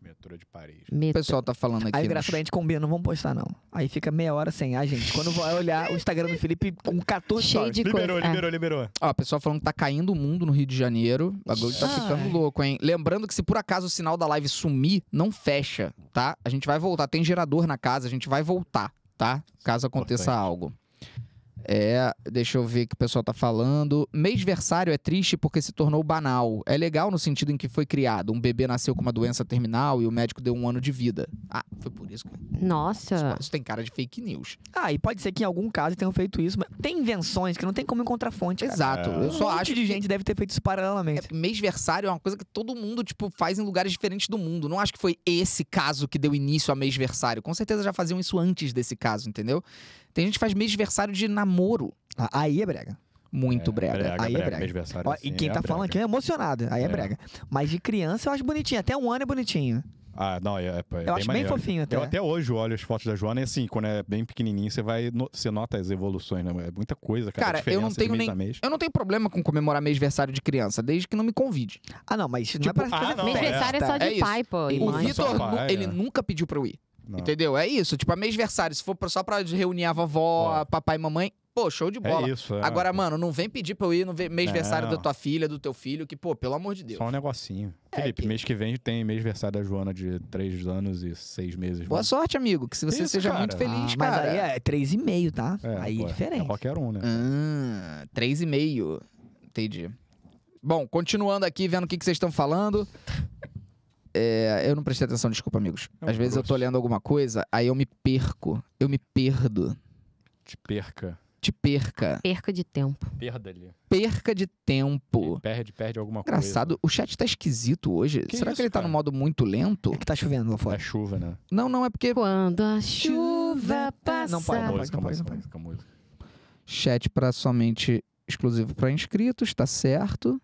S2: Metrô de Paris.
S1: O
S4: Medo.
S1: pessoal tá falando aqui.
S3: Aí,
S1: nos-
S3: graças a gente combina, não vamos postar, não. Aí fica meia hora sem. Ah, gente, quando vai olhar o Instagram do Felipe com 14
S4: Cheio
S3: stories.
S4: de
S1: é.
S2: liberou,
S4: coisa. É.
S2: liberou, liberou.
S1: Ó, o pessoal falando que tá caindo o mundo no Rio de Janeiro. O bagulho tá
S3: Ah.
S1: ficando louco, hein? Lembrando que se por acaso o sinal da live sumir, não fecha, tá? A gente vai voltar. Tem gerador na casa, a gente vai voltar, tá? Caso aconteça
S2: Importante.
S1: algo. É, deixa eu ver o que o pessoal tá falando. Mêsversário é triste porque se tornou banal. É legal no sentido em que foi criado. Um bebê nasceu com uma doença terminal e o médico deu um ano de vida. Ah, foi por isso que.
S4: É.
S3: Tá.
S4: Nossa.
S1: Isso tem cara de fake news.
S3: Ah, e pode ser que em algum caso tenham feito isso, mas tem invenções que não tem como encontrar fonte. cara.
S1: Exato.
S2: É.
S1: Eu só
S3: um monte
S1: acho
S3: de
S1: que-
S3: gente deve ter feito isso paralelamente.
S1: É, mêsversário é uma coisa que todo mundo, tipo, faz em lugares diferentes do mundo. Não acho que foi esse caso que deu início a mêsversário. Com certeza já faziam isso antes desse caso, entendeu? Tem gente que faz mêsversário de namoro.
S3: Ah, Aí é brega.
S1: Muito brega.
S3: Aí é brega.
S2: Mesversário,
S3: Ó,
S2: assim,
S3: e quem
S2: é
S3: tá falando aqui
S2: brega.
S3: é emocionado. Aí é,
S2: É.
S3: brega. Mas de criança eu acho bonitinho. Até um ano é bonitinho.
S2: Ah, não, é, é, é bem
S3: eu acho bem
S2: maneiro.
S3: fofinho até.
S2: Eu
S1: é.
S2: até hoje olho as fotos da Joana e assim, quando é bem pequenininho, você vai no- você nota as evoluções, né? É muita coisa,
S1: Cara,
S2: cara. a
S1: eu não
S2: diferença
S1: tenho
S2: de mês
S1: nem-
S2: a mês.
S1: Eu não tenho problema com comemorar mêsversário de criança, desde que não me convide.
S3: Ah, não, mas não é
S2: Tipo,
S3: pra fazer
S2: ah, não,
S4: Mêsversário é só de
S1: É isso.
S4: pai, pô. E
S1: o
S4: mãe.
S2: Vitor-
S1: Vitor,
S2: Só vai,
S1: nu- ele
S2: né?
S1: nunca pediu pra eu ir.
S2: Não.
S1: Entendeu? É isso. Tipo, a mêsversário, se for pra- só pra reunir a vovó,
S2: Ó.
S1: papai e mamãe, pô, show de bola.
S2: É isso. é.
S1: Agora, mano, não vem pedir pra eu ir no ve- mêsversário
S2: Não.
S1: da tua filha, do teu filho, que, pô, pelo amor de Deus.
S2: Só um negocinho.
S1: É
S2: Felipe,
S1: que-
S2: mês que vem tem mêsversário da Joana de 3 anos e 6 meses.
S1: Boa sorte, amigo. Que se você
S2: Isso,
S1: seja
S2: cara.
S1: muito
S3: Ah,
S1: feliz,
S3: mas
S1: cara.
S3: aí é 3,5, tá? aí
S2: pô,
S3: é diferente.
S2: qualquer um, né?
S1: Ah, três e meio. Entendi. Bom, continuando aqui, vendo o que, que vocês estão falando. É, eu não prestei atenção, desculpa, amigos.
S2: É um
S1: Às vezes eu tô
S2: grosso.
S1: lendo alguma coisa, aí eu me perco. Eu me perdo.
S2: Te perca.
S1: Te perca.
S4: Perca de tempo.
S2: Perda ali.
S1: Perca de tempo.
S2: Perde, perde alguma
S1: Engraçado, o chat tá esquisito hoje.
S2: Que
S1: Será
S2: isso,
S1: que ele tá
S2: cara?
S1: no modo muito lento?
S3: É que tá chovendo lá
S2: coisa. É
S3: fora.
S2: chuva, né?
S1: Não, não, é porque.
S4: Quando a chuva passa.
S3: Não pode, não pode.
S2: música, música,
S3: pode.
S2: música, música.
S1: Chat pra somente exclusivo pra inscritos, tá certo.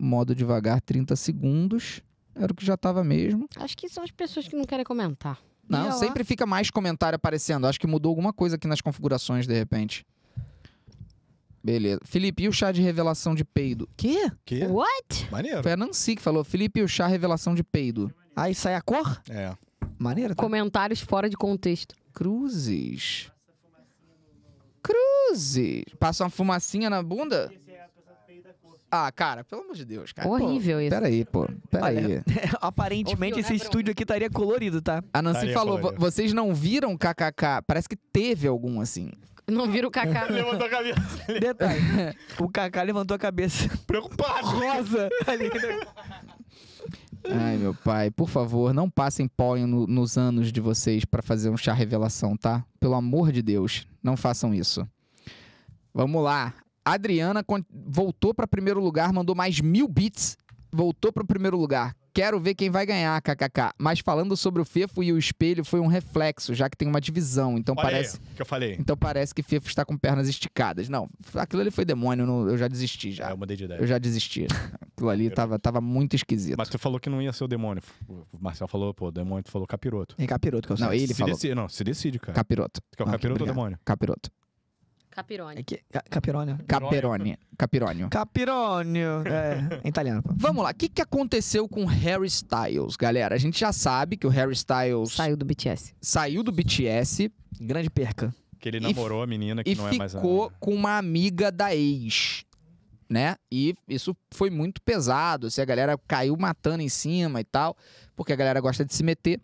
S1: Modo devagar 30 segundos. Era o que já tava mesmo.
S4: Acho que são as pessoas que não querem comentar.
S1: Não,
S3: Ia lá.
S1: sempre fica mais comentário aparecendo. Acho que mudou alguma coisa aqui nas configurações, de repente. Beleza. Felipe, e o chá de revelação de peido? Quê?
S2: Que?
S4: What?
S2: Maneiro.
S1: Foi a Nancy que falou. Felipe, e o chá revelação de peido?
S3: Aí sai a cor?
S2: É.
S3: Maneira, tá?
S4: Comentários fora de contexto.
S1: Cruzes. Cruzes. Passa uma fumacinha na bunda? Ah, cara, pelo amor de Deus, cara. É, Pô,
S4: Horrível isso.
S1: Peraí, pô. Peraí.
S3: Olha, Aparentemente
S4: Ouviu,
S3: esse
S4: né,
S3: estúdio aqui estaria colorido, tá?
S1: A Nancy
S2: Estaria
S1: falou,
S2: colorido.
S1: "Vo- vocês não viram KKK? Parece que teve algum, assim.
S4: Não vira o cacá.
S2: Levantou a cabeça.
S3: Detalhe. o Kaká levantou a cabeça
S2: Preocupado.
S3: rosa ali.
S2: É.
S1: Ai, meu pai, por favor, não passem pólen no- nos anos de vocês pra fazer um chá revelação, tá? Pelo amor de Deus, não façam isso. Vamos lá. Adriana con- voltou pra primeiro lugar, mandou mais mil bits. Voltou pro primeiro lugar. Quero ver quem vai ganhar, kkk. Mas falando sobre o Fefo e o espelho, foi um reflexo, já que tem uma divisão. Então
S2: Olha aí
S1: parece.
S2: o que eu falei.
S1: Então parece que Fefo está com pernas esticadas. Não, aquilo ali foi demônio, não- eu já desisti
S2: Ah,
S1: já.
S2: eu mudei de ideia.
S1: Eu já desisti. Aquilo ali tava, tava muito esquisito.
S2: Mas tu falou que não ia ser o demônio. O Marcel falou, pô, demônio, tu falou capiroto.
S3: É capiroto que eu sei.
S1: Não, ele
S2: se né?
S1: falou.
S2: Decide, não, se decide, cara.
S1: Capiroto.
S2: Tu quer o
S1: Não,
S2: capiroto ou o
S1: obrigado.
S2: demônio?
S1: Capiroto.
S4: Capirone.
S3: É que, ca- capirônio.
S1: Caperone. Capirônio.
S3: Capirônio. É, em italiano, pô.
S1: Vamos lá, o que, que aconteceu com Harry Styles, galera? A gente já sabe que o Harry Styles
S4: Saiu do BTS.
S1: saiu do BTS
S3: Grande perca.
S2: Que ele
S1: E
S2: namorou a menina que
S1: e
S2: não é mais a...
S1: ficou com uma amiga da ex, né? E isso foi muito pesado, assim, a galera caiu matando em cima e tal, porque a galera gosta de se meter,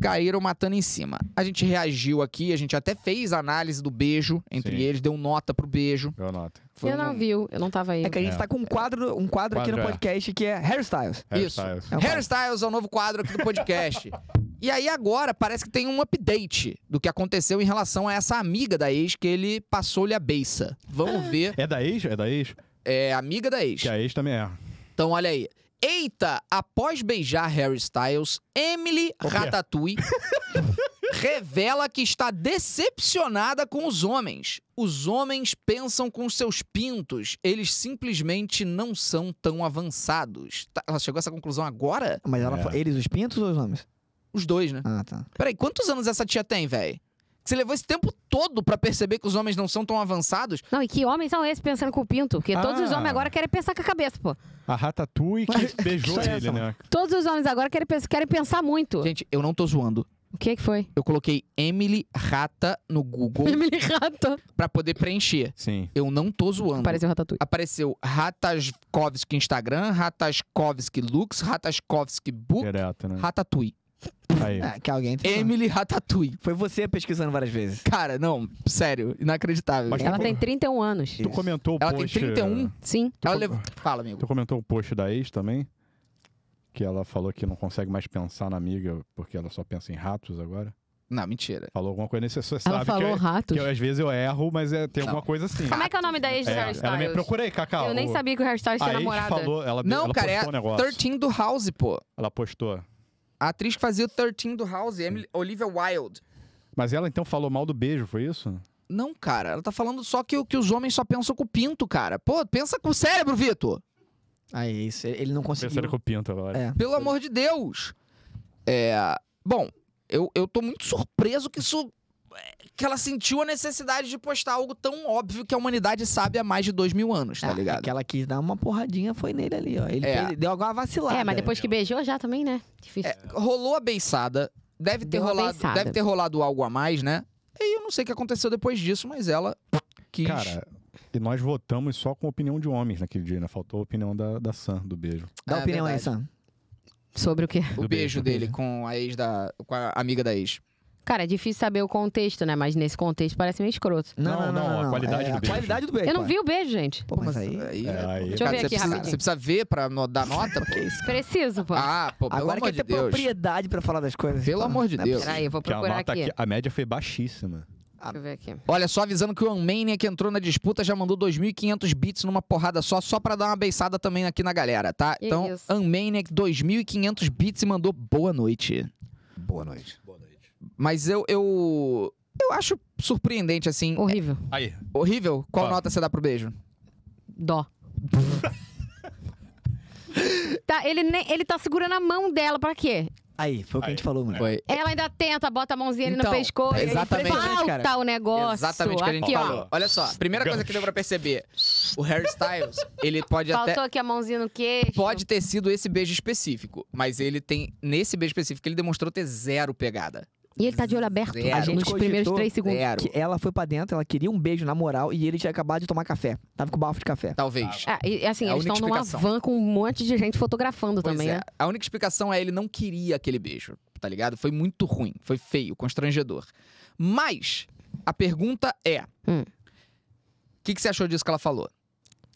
S1: caíram matando em cima. A gente reagiu aqui, a gente até fez análise do beijo entre
S2: Sim.
S1: eles, deu nota pro beijo.
S2: Eu noto.
S1: Foi
S4: eu não
S1: um-
S4: viu, eu não tava aí.
S3: É que a gente
S2: É.
S3: tá com um quadro, um quadro aqui no
S2: Quadro, é.
S3: podcast que é hairstyles.
S1: Isso.
S2: Hairstyles.
S3: É um
S1: Harry Styles é o novo quadro aqui do podcast. e aí agora parece que tem um update do que aconteceu em relação a essa amiga da ex que ele passou-lhe a beiça.
S4: Ah.
S1: Vamos ver.
S2: É da ex? É da ex?
S1: É amiga da ex.
S2: Que a ex também é.
S1: Então olha aí. Eita, após beijar Harry Styles, Emily
S2: Ô, Pia.
S1: Ratatouille revela que está decepcionada com os homens. Os homens pensam com seus pintos, eles simplesmente não são tão avançados. Tá, ela chegou a essa conclusão agora?
S3: Mas ela,
S2: É.
S3: fa- eles os pintos ou os homens?
S1: Os dois, né?
S3: Ah, tá.
S1: Peraí, quantos anos essa tia tem, velho? Você levou esse tempo todo pra perceber que os homens não são tão avançados?
S4: Não, e que homens são esses pensando com o pinto? Porque todos os
S2: Ah.
S4: homens agora querem pensar com a cabeça, pô.
S2: A Ratatouille que beijou
S3: história é
S2: ele,
S3: essa,
S2: né?
S4: Todos os homens agora querem, pens- querem pensar muito.
S1: Gente, eu não tô zoando.
S4: O que que foi?
S1: Eu coloquei Emily Rata no Google
S4: Emily Rato.
S1: pra poder preencher.
S2: Sim.
S1: Eu não tô zoando.
S4: Pareceu um Ratatouille.
S1: Apareceu Rataskovski Instagram, Rataskovski Lux, Rataskovski Book,
S2: Direto, né?
S1: Ratatouille.
S2: Aí.
S3: É, que alguém tem.
S1: Emily Ratatouille.
S3: Foi você pesquisando várias vezes.
S1: Cara, não, sério, inacreditável.
S2: Mas
S4: Ela
S2: tu-
S4: tem 31 anos.
S2: Tu comentou o
S1: Ela tem
S2: post...
S1: 31.
S4: Sim.
S1: Ela
S2: com-
S1: levou... Fala, amigo.
S2: Tu comentou o post da ex também? Que ela falou que não consegue mais pensar na amiga porque ela só pensa em ratos agora?
S1: Não, mentira.
S2: Falou alguma coisa nesse... Você
S4: Ela
S2: sabe que,
S4: falou
S2: eu,
S4: ratos.
S2: que é- eu, às vezes eu erro, mas é, tem
S1: Não.
S2: alguma coisa assim.
S4: Como é que é o nome da ex do Harry
S2: ela me...
S4: Styles?
S2: Procurei, Cacau.
S4: Eu nem
S2: o-
S4: sabia que o Harry Styles
S2: A
S4: tinha
S2: ex
S4: namorada.
S2: falou... Ela,
S1: Não,
S2: ela
S1: cara, é
S2: postou um negócio.
S1: 13 do House, pô.
S2: Ela postou.
S1: A atriz que fazia o 13 do House, Emily... Olivia Wilde.
S2: Mas ela então falou mal do beijo, foi isso?
S1: Não, cara, ela tá falando só que, o- que os homens só pensam com o pinto, cara. Pô, pensa com o cérebro, Vitor.
S3: Aí, isso. Ele não conseguiu.
S2: Pensaram que eu pinto agora.
S3: É.
S1: Pelo amor de Deus. É. Bom, eu, eu tô muito surpreso que isso. é, Que ela sentiu a necessidade de postar algo tão óbvio que a humanidade sabe há mais de dois mil anos, tá
S3: Ah,
S1: ligado?
S3: Que ela quis dar uma porradinha, foi nele ali, ó. Ele
S1: É.
S3: fez- deu alguma vacilada.
S4: É, mas depois que beijou já também, né? Difícil.
S1: É, rolou a beiçada, deve ter,
S4: Deu a
S1: rolado,
S4: beiçada.
S1: deve ter rolado algo a mais, né? E eu não sei o que aconteceu depois disso, mas ela quis.
S2: Cara, e nós votamos só com opinião de homens naquele dia, né? Faltou a opinião da, da Sam, do beijo.
S3: Dá
S1: É,
S3: opinião aí,
S1: verdade.
S3: Sam.
S4: Sobre o quê?
S1: o beijo
S2: do beijo, do
S1: dele
S2: beijo.
S1: com a ex da. com a amiga da ex.
S4: Cara, é difícil saber o contexto, né? Mas nesse contexto parece meio escroto.
S3: Não, não,
S2: Não,
S3: não.
S2: não, a qualidade
S3: é,
S2: do
S3: a
S2: beijo.
S3: qualidade do beijo.
S4: Eu não
S3: pô.
S4: vi o beijo, gente.
S3: Pô, mas aí.
S2: É, aí-
S1: complicado.
S4: Deixa eu ver
S1: você,
S4: aqui
S1: precisa,
S4: rapidinho.
S1: você precisa ver pra no- dar nota, pô.
S4: Preciso, pô.
S1: Ah, pô, pelo
S3: Agora
S1: amor
S3: quer
S4: tá
S1: de
S3: ter
S1: Deus.
S3: propriedade pra falar das coisas.
S1: Pelo
S3: pô.
S1: amor de
S3: Não é
S1: Deus.
S4: Peraí, eu vou
S2: Que a
S4: procurar
S2: nota
S4: aqui.
S2: aqui, a média foi baixíssima.
S4: Deixa eu ver aqui.
S1: Olha, só avisando que o Unmania que entrou na disputa já mandou 2.500 bits numa porrada só, só pra dar uma beiçada também aqui na galera, tá?
S4: Que
S1: então,
S4: isso.
S1: Unmania 2.500 bits e mandou boa noite.
S3: Boa noite.
S1: Mas eu, eu... Eu acho surpreendente, assim.
S4: Horrível.
S2: Aí.
S1: Horrível? Qual
S2: Ó.
S1: nota você dá pro beijo?
S4: Dó. tá, ele, nem, ele tá segurando a mão dela, pra quê?
S3: Aí, foi o que a gente falou, mano.
S1: Foi
S4: Ela ainda tenta, bota a mãozinha ali
S1: Então,
S4: no pescoço.
S1: é exatamente-
S3: cara.
S4: Falta o negócio.
S1: exatamente o que a gente
S4: aqui, ó.
S1: falou. Olha só, primeira coisa que deu pra perceber. O hairstyles, ele pode até...
S4: Faltou aqui a mãozinha no queixo.
S1: Pode ter sido esse beijo específico, mas ele tem. Nesse beijo específico, ele demonstrou ter zero pegada.
S4: E ele tá de olho aberto
S1: Zero.
S3: A
S4: nos
S3: gente cogitou-
S4: primeiros três segundos.
S1: Zero.
S3: Que ela foi pra dentro, ela queria um beijo na moral e ele tinha acabado de tomar café. Tava com bafo de café.
S1: Talvez.
S4: Ah, e, assim,
S1: É a
S4: eles
S1: única
S4: estão numa
S1: explicação.
S4: van com um monte de gente fotografando
S1: Pois
S4: também,
S1: é.
S4: né?
S1: A única explicação é ele não queria aquele beijo, tá ligado? Foi muito ruim, foi feio, constrangedor. Mas a pergunta é: o
S4: Hum.
S1: que, que você achou disso que ela falou?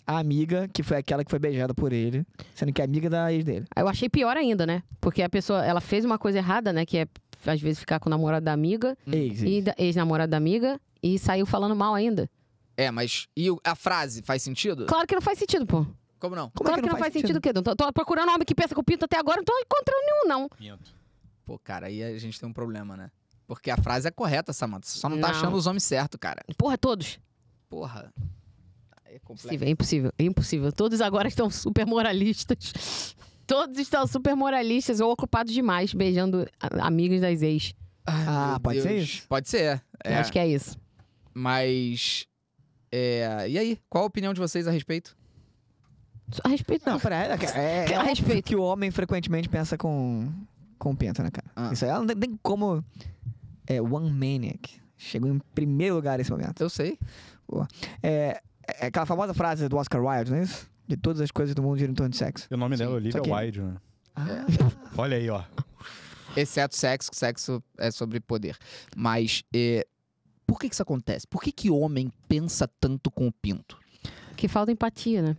S3: A amiga, que foi aquela que foi beijada por ele, sendo que é amiga da ex dele.
S4: Eu achei pior ainda, né? Porque a pessoa, ela fez uma coisa errada, né? Que é, às vezes, ficar com o namorado da amiga
S1: Hum.
S3: Ex.
S4: e da ex-namorada da amiga e saiu falando mal ainda.
S1: É, mas. E o- a frase faz sentido?
S4: Claro que não faz sentido, pô.
S1: Como é não?
S3: Como é
S4: claro que não, faz sentido, querido. Tô, tô procurando homem que pensa com pinto até agora, não tô encontrando nenhum, não.
S2: Pinto.
S1: Pô, cara, aí a gente tem um problema, né? Porque a frase é correta, Samantha. Você só não tá
S4: Não.
S1: achando os homens certos, cara.
S4: Porra, todos.
S1: Porra. Aí É complexo.
S4: Impossível, é impossível, é impossível. Todos agora estão super moralistas. Todos estão super moralistas ou ocupados demais, beijando a- amigos das ex.
S3: Ah,
S1: Meu
S3: pode ser
S1: Deus.
S3: isso?
S1: Pode ser.
S4: Eu
S1: É.
S4: Acho que é isso.
S1: Mas. É... E aí? Qual a opinião de vocês a respeito?
S4: A respeito,
S3: Não,
S4: não.
S3: pera, é, cara, é, é
S4: A
S3: óbvio
S4: respeito.
S3: que o homem frequentemente pensa com, com pinto, né, cara?
S1: Ah.
S3: Isso aí, ela não tem, tem como... É, One Maniac. Chegou em primeiro lugar nesse momento.
S1: Eu sei.
S3: É, é aquela famosa frase do Oscar Wilde, não é isso? De todas as coisas do mundo giram em torno de sexo.
S2: E o nome
S1: Sim,
S2: dela é Olivia
S3: só que-
S2: Wilde, né?
S3: Ah,
S2: Olha aí, ó.
S1: Exceto sexo, que sexo é sobre poder. Mas. é, Por que que isso acontece? Por que que homem pensa tanto com o pinto?
S4: Que falta empatia, né?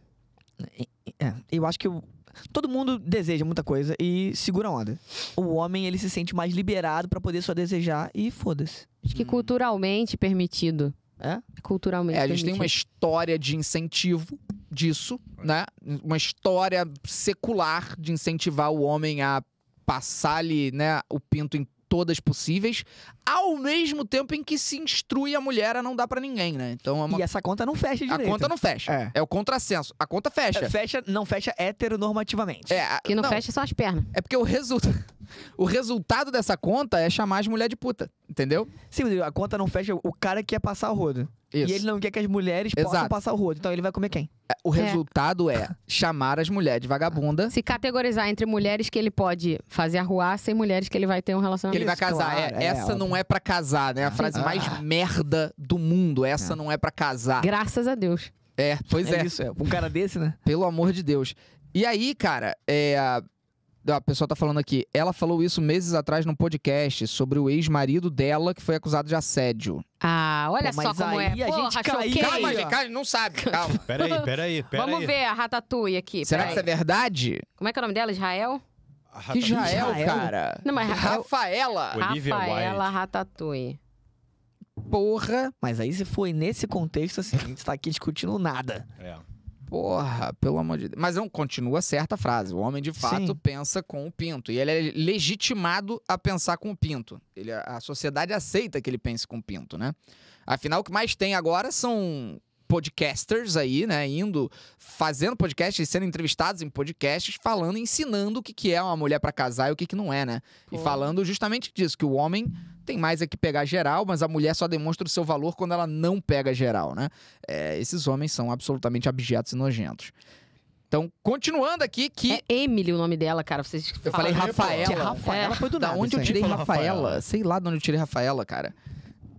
S3: É, eu acho que o- todo mundo deseja muita coisa e segura a onda. O homem, ele se sente mais liberado pra poder só desejar e foda-se.
S4: Acho que culturalmente permitido.
S3: Hum. É?
S4: Culturalmente
S1: É, a gente tem
S4: permitido.
S1: uma história de incentivo disso, né? Uma história secular de incentivar o homem a passar-lhe né, o pinto em todas possíveis, ao mesmo tempo em que se instrui a mulher a não dar pra ninguém, né? Então é uma...
S3: E essa conta não fecha
S1: a
S3: direito.
S1: conta não fecha.
S3: É.
S1: É. o contrassenso. A conta
S3: fecha.
S1: fecha.
S3: não fecha heteronormativamente.
S1: É, a-
S4: Que não, fecha só as pernas.
S1: É porque o, resulta... o resultado dessa conta é chamar as mulheres de puta, entendeu?
S3: Sim, mas a conta não fecha o cara que quer passar o rodo.
S1: Isso.
S3: E ele não quer que as mulheres possam
S1: Exato.
S3: passar o rodo. Então ele vai comer quem?
S1: O resultado é chamar as mulheres de vagabunda
S4: Se categorizar entre mulheres que ele pode fazer arruaça e mulheres que ele vai ter um
S1: Que ele
S4: relacionamento.
S1: vai casar.
S3: claro,
S1: é,
S3: é,
S1: essa
S3: óbvio.
S1: não é pra casar, né? A frase mais merda do mundo. Essa não é pra casar.
S4: Graças a Deus.
S1: É, pois é.
S3: isso, é. Um cara desse, né?
S1: Pelo amor de Deus. E aí, cara, é. ó, A pessoa tá falando aqui. Ela falou isso meses atrás num podcast sobre o ex-marido dela que foi acusado de assédio.
S4: Ah, olha
S3: Pô,
S4: só
S3: mas
S4: como
S3: aí
S4: é.
S3: a gente
S4: Porra,
S3: caiu.
S4: choquei.
S3: Calma, gente,
S1: calma, não sabe. Calma.
S2: Pera aí, pera aí, pera
S4: Vamos
S2: aí.
S4: ver a Ratatouille aqui.
S1: Será que
S4: peraí.
S1: isso é verdade?
S4: Como é que é o nome dela? Israel?
S2: Ratatouille.
S1: Que Israel,
S3: Israel?
S1: cara.
S4: Não, mas Rafael-
S1: Rafaela.
S2: Olivia
S4: Rafaela
S2: Wilde.
S4: Ratatouille.
S1: Porra,
S3: Mas aí se foi nesse contexto, assim, a gente tá aqui discutindo nada.
S2: É.
S1: porra, pelo amor de Deus. Mas não continua certa a frase. O homem de fato
S3: Sim.
S1: pensa com o pinto. E ele é legitimado a pensar com o pinto. Ele, a sociedade aceita que ele pense com o pinto, né? Afinal, o que mais tem agora são podcasters aí, né? Indo, fazendo podcast, sendo entrevistados em podcasts, falando, ensinando o que, que é uma mulher pra casar e o que, que não é, né? E
S4: Pô.
S1: falando justamente disso, que o homem tem mais é que pegar geral, mas a mulher só demonstra o seu valor quando ela não pega geral, né? É, esses homens são absolutamente abjetos e nojentos. Então, continuando aqui, que.
S4: É Emily o nome dela, cara. Vocês
S1: eu falei
S2: Ah, né, pô?
S1: Rafaela.
S3: Que Rafaela foi do
S1: Da
S3: nada.
S1: onde eu
S3: isso aí.
S1: tirei
S2: Quem falou
S1: Tipo Rafaela?
S2: Tipo Rafaela?
S1: Sei lá de onde eu tirei Rafaela, cara.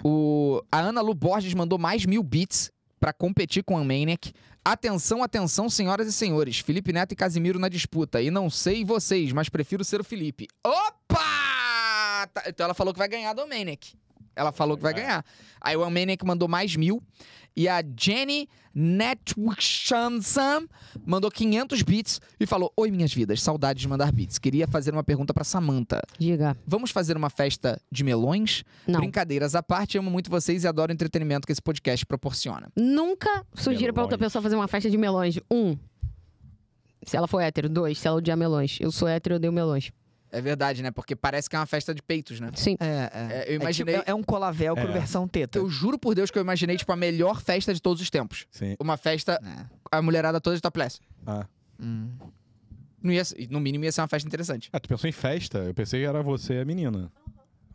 S1: O... A Ana Lu Borges mandou mais mil bits pra competir com a Maniac. Atenção, atenção, senhoras e senhores. Felipe Neto e Casimiro na disputa. E não sei vocês, mas prefiro ser o Felipe. Opa! Tá- Então ela falou que vai ganhar do Maniac. Ela falou que vai
S2: É.
S1: ganhar. Aí o Maniac mandou mais mil. E a Jenny Netwixansam mandou 500 bits e falou: Oi, minhas vidas, saudades de mandar bits. Queria fazer uma pergunta pra Samantha.
S4: Diga.
S1: Vamos fazer uma festa de melões?
S4: Não.
S1: Brincadeiras à parte, amo muito vocês e adoro o entretenimento que esse podcast proporciona.
S4: Nunca sugiro pra outra
S2: Melões.
S4: pessoa fazer uma festa de melões. Um. Se ela for hétero. Dois. Se ela odiar melões. Eu sou hétero, eu odeio melões.
S1: É verdade, né? Porque parece que é uma festa de peitos, né?
S4: Sim.
S3: É, é.
S1: É, eu imaginei-
S3: É, tipo- é um colavel com
S2: É.
S3: versão teta.
S1: Eu juro por Deus que eu imaginei, tipo, a melhor festa de todos os tempos.
S2: Sim.
S1: Uma festa,
S3: É.
S1: a mulherada toda de topless.
S2: Ah.
S3: Hum.
S1: Não ia ser- no mínimo ia ser uma festa interessante.
S2: Ah, tu pensou em festa? Eu pensei que era você e a menina.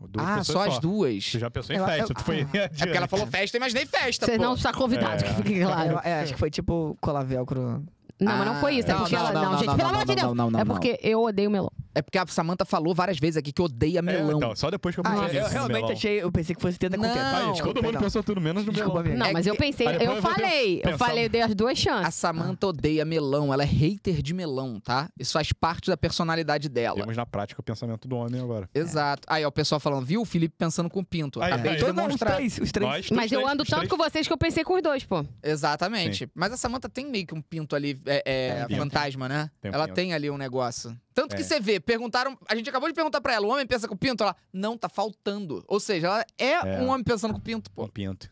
S2: Duas
S1: ah,
S2: pessoas
S1: só as duas.
S2: Tu já né? pensou em
S3: Eu-
S2: festa,
S3: eu-
S2: tu foi
S1: É porque ela falou festa, eu imaginei festa,
S4: Você
S1: pô.
S4: não está convidado,
S2: É.
S4: que fique claro.
S3: Eu- é, acho que foi tipo colavel cru.
S4: Não, mas não
S1: Ah,
S4: foi isso. É
S1: não,
S4: porque
S1: não,
S4: ela.
S1: não,
S4: Não,
S1: não,
S4: gente,
S1: não,
S4: pelo
S1: não,
S4: amor de
S1: não,
S4: Deus.
S1: não, não,
S4: é
S1: não.
S4: porque eu odeio melão.
S1: É porque a Samantha falou várias vezes aqui que odeia melão.
S2: então, só depois que eu
S3: Ah,
S2: pensei
S3: eu
S2: nisso,
S3: realmente
S2: melão.
S3: achei. Eu pensei que fosse teta com
S1: Não.
S3: teta.
S2: Aí,
S1: Não,
S2: todo mundo
S3: perdão.
S2: pensou tudo menos no
S3: Desculpa,
S2: melão.
S3: amigo.
S4: Não,
S1: É
S4: mas eu
S1: que-
S4: pensei,
S2: Aí
S4: eu,
S2: depois eu vou
S4: falei, eu
S2: pensar-
S4: falei, eu dei as duas
S1: A
S4: chances.
S1: Samantha odeia melão, ela é hater de melão, tá? Isso faz parte da personalidade dela.
S2: Vemos na prática o pensamento do homem agora.
S1: Exato. Aí, ó, o pessoal falando, viu? O Felipe pensando com o pinto.
S2: Aí,
S1: Acabei
S2: aí.
S1: de
S3: Todos não, os
S1: demonstrar.
S3: três, os três.
S2: Nós, tu,
S4: Mas
S2: os
S4: eu
S2: três,
S4: ando
S2: os
S4: tanto
S2: três.
S4: com vocês que eu pensei com os dois, pô.
S1: Exatamente. Mas a Samanta tem meio que um pinto ali, é, é,
S2: Tem um
S1: fantasma, né?
S2: Tem um
S1: ela
S2: pinto.
S1: tem ali um negócio. Tanto que
S2: É.
S1: você vê, perguntaram. A gente acabou de perguntar pra ela: o homem pensa com o pinto? Ela, não, tá faltando. Ou seja, ela é,
S2: É.
S1: um homem pensando com o pinto,
S2: Um
S1: pô.
S2: pinto.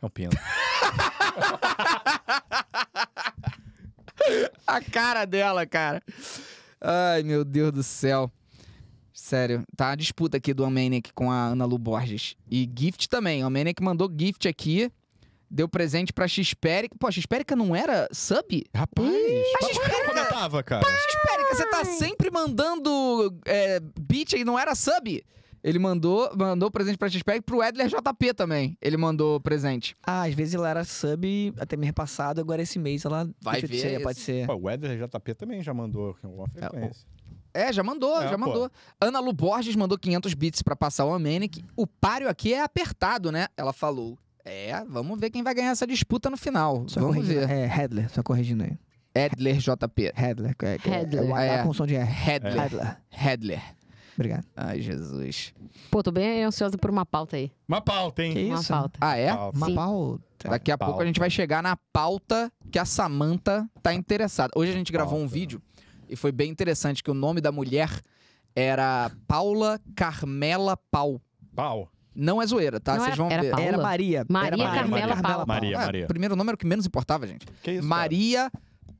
S2: É um pinto.
S1: A cara dela, cara. Ai, meu Deus do céu. Sério, tá a disputa aqui do Almanac com a Ana Lu Borges. E gift também. O Almanac mandou gift aqui. Deu presente pra Xperica. Pô, a Xperica não era sub?
S2: Rapaz,
S1: Mas espera,
S2: como eu tava, cara?
S1: Xperica, você tá sempre mandando é, beat e não era sub? Ele mandou, mandou presente pra Xperica pro Edler JP também. Ele mandou presente.
S3: Ah, às vezes ela era sub até mês passado, agora esse mês ela.
S1: Vai
S3: deixa de
S1: ver
S3: ser,
S1: esse-
S3: pode ser.
S2: Pô, o Weather JP também já mandou com alguma frequência.
S1: É, já mandou,
S2: É,
S1: já
S2: pô.
S1: mandou. Ana Lu Borges mandou 500 bits pra passar o Amenic. O páreo aqui é apertado, né? Ela falou. É, vamos ver quem vai ganhar essa disputa no final.
S3: Só
S1: vamos
S3: corrigindo.
S1: ver.
S3: É, Headler, só corrigindo aí.
S1: Edler JP.
S3: Headler. que é- que é-
S4: Headler.
S3: É, o H
S1: É.
S3: com som de R.
S1: Hedler.
S3: Headler.
S1: Hedler.
S3: Obrigado.
S1: Ai, Jesus.
S4: Pô, tô bem ansiosa por uma pauta aí.
S2: Uma pauta, hein?
S3: Que
S4: Uma
S3: isso?
S4: pauta.
S1: Ah, é?
S2: Pauta.
S3: Uma
S4: Sim.
S3: pauta.
S1: Daqui a
S2: Pauta.
S1: pouco a gente vai chegar na pauta que a Samantha tá interessada. Hoje a gente gravou um
S2: Pauta.
S1: vídeo e foi bem interessante que o nome da mulher era Paula Carmela Pau.
S2: Pau.
S1: Não é zoeira, tá?
S4: Não
S1: Vocês
S4: era-
S1: vão
S4: era
S1: ver.
S4: Paula?
S3: Era Maria.
S4: Maria
S3: era
S2: Carmela
S4: Paula.
S2: Maria,
S1: Ah,
S2: Maria.
S1: Primeiro nome era o que menos importava, gente.
S2: Que isso,
S1: Maria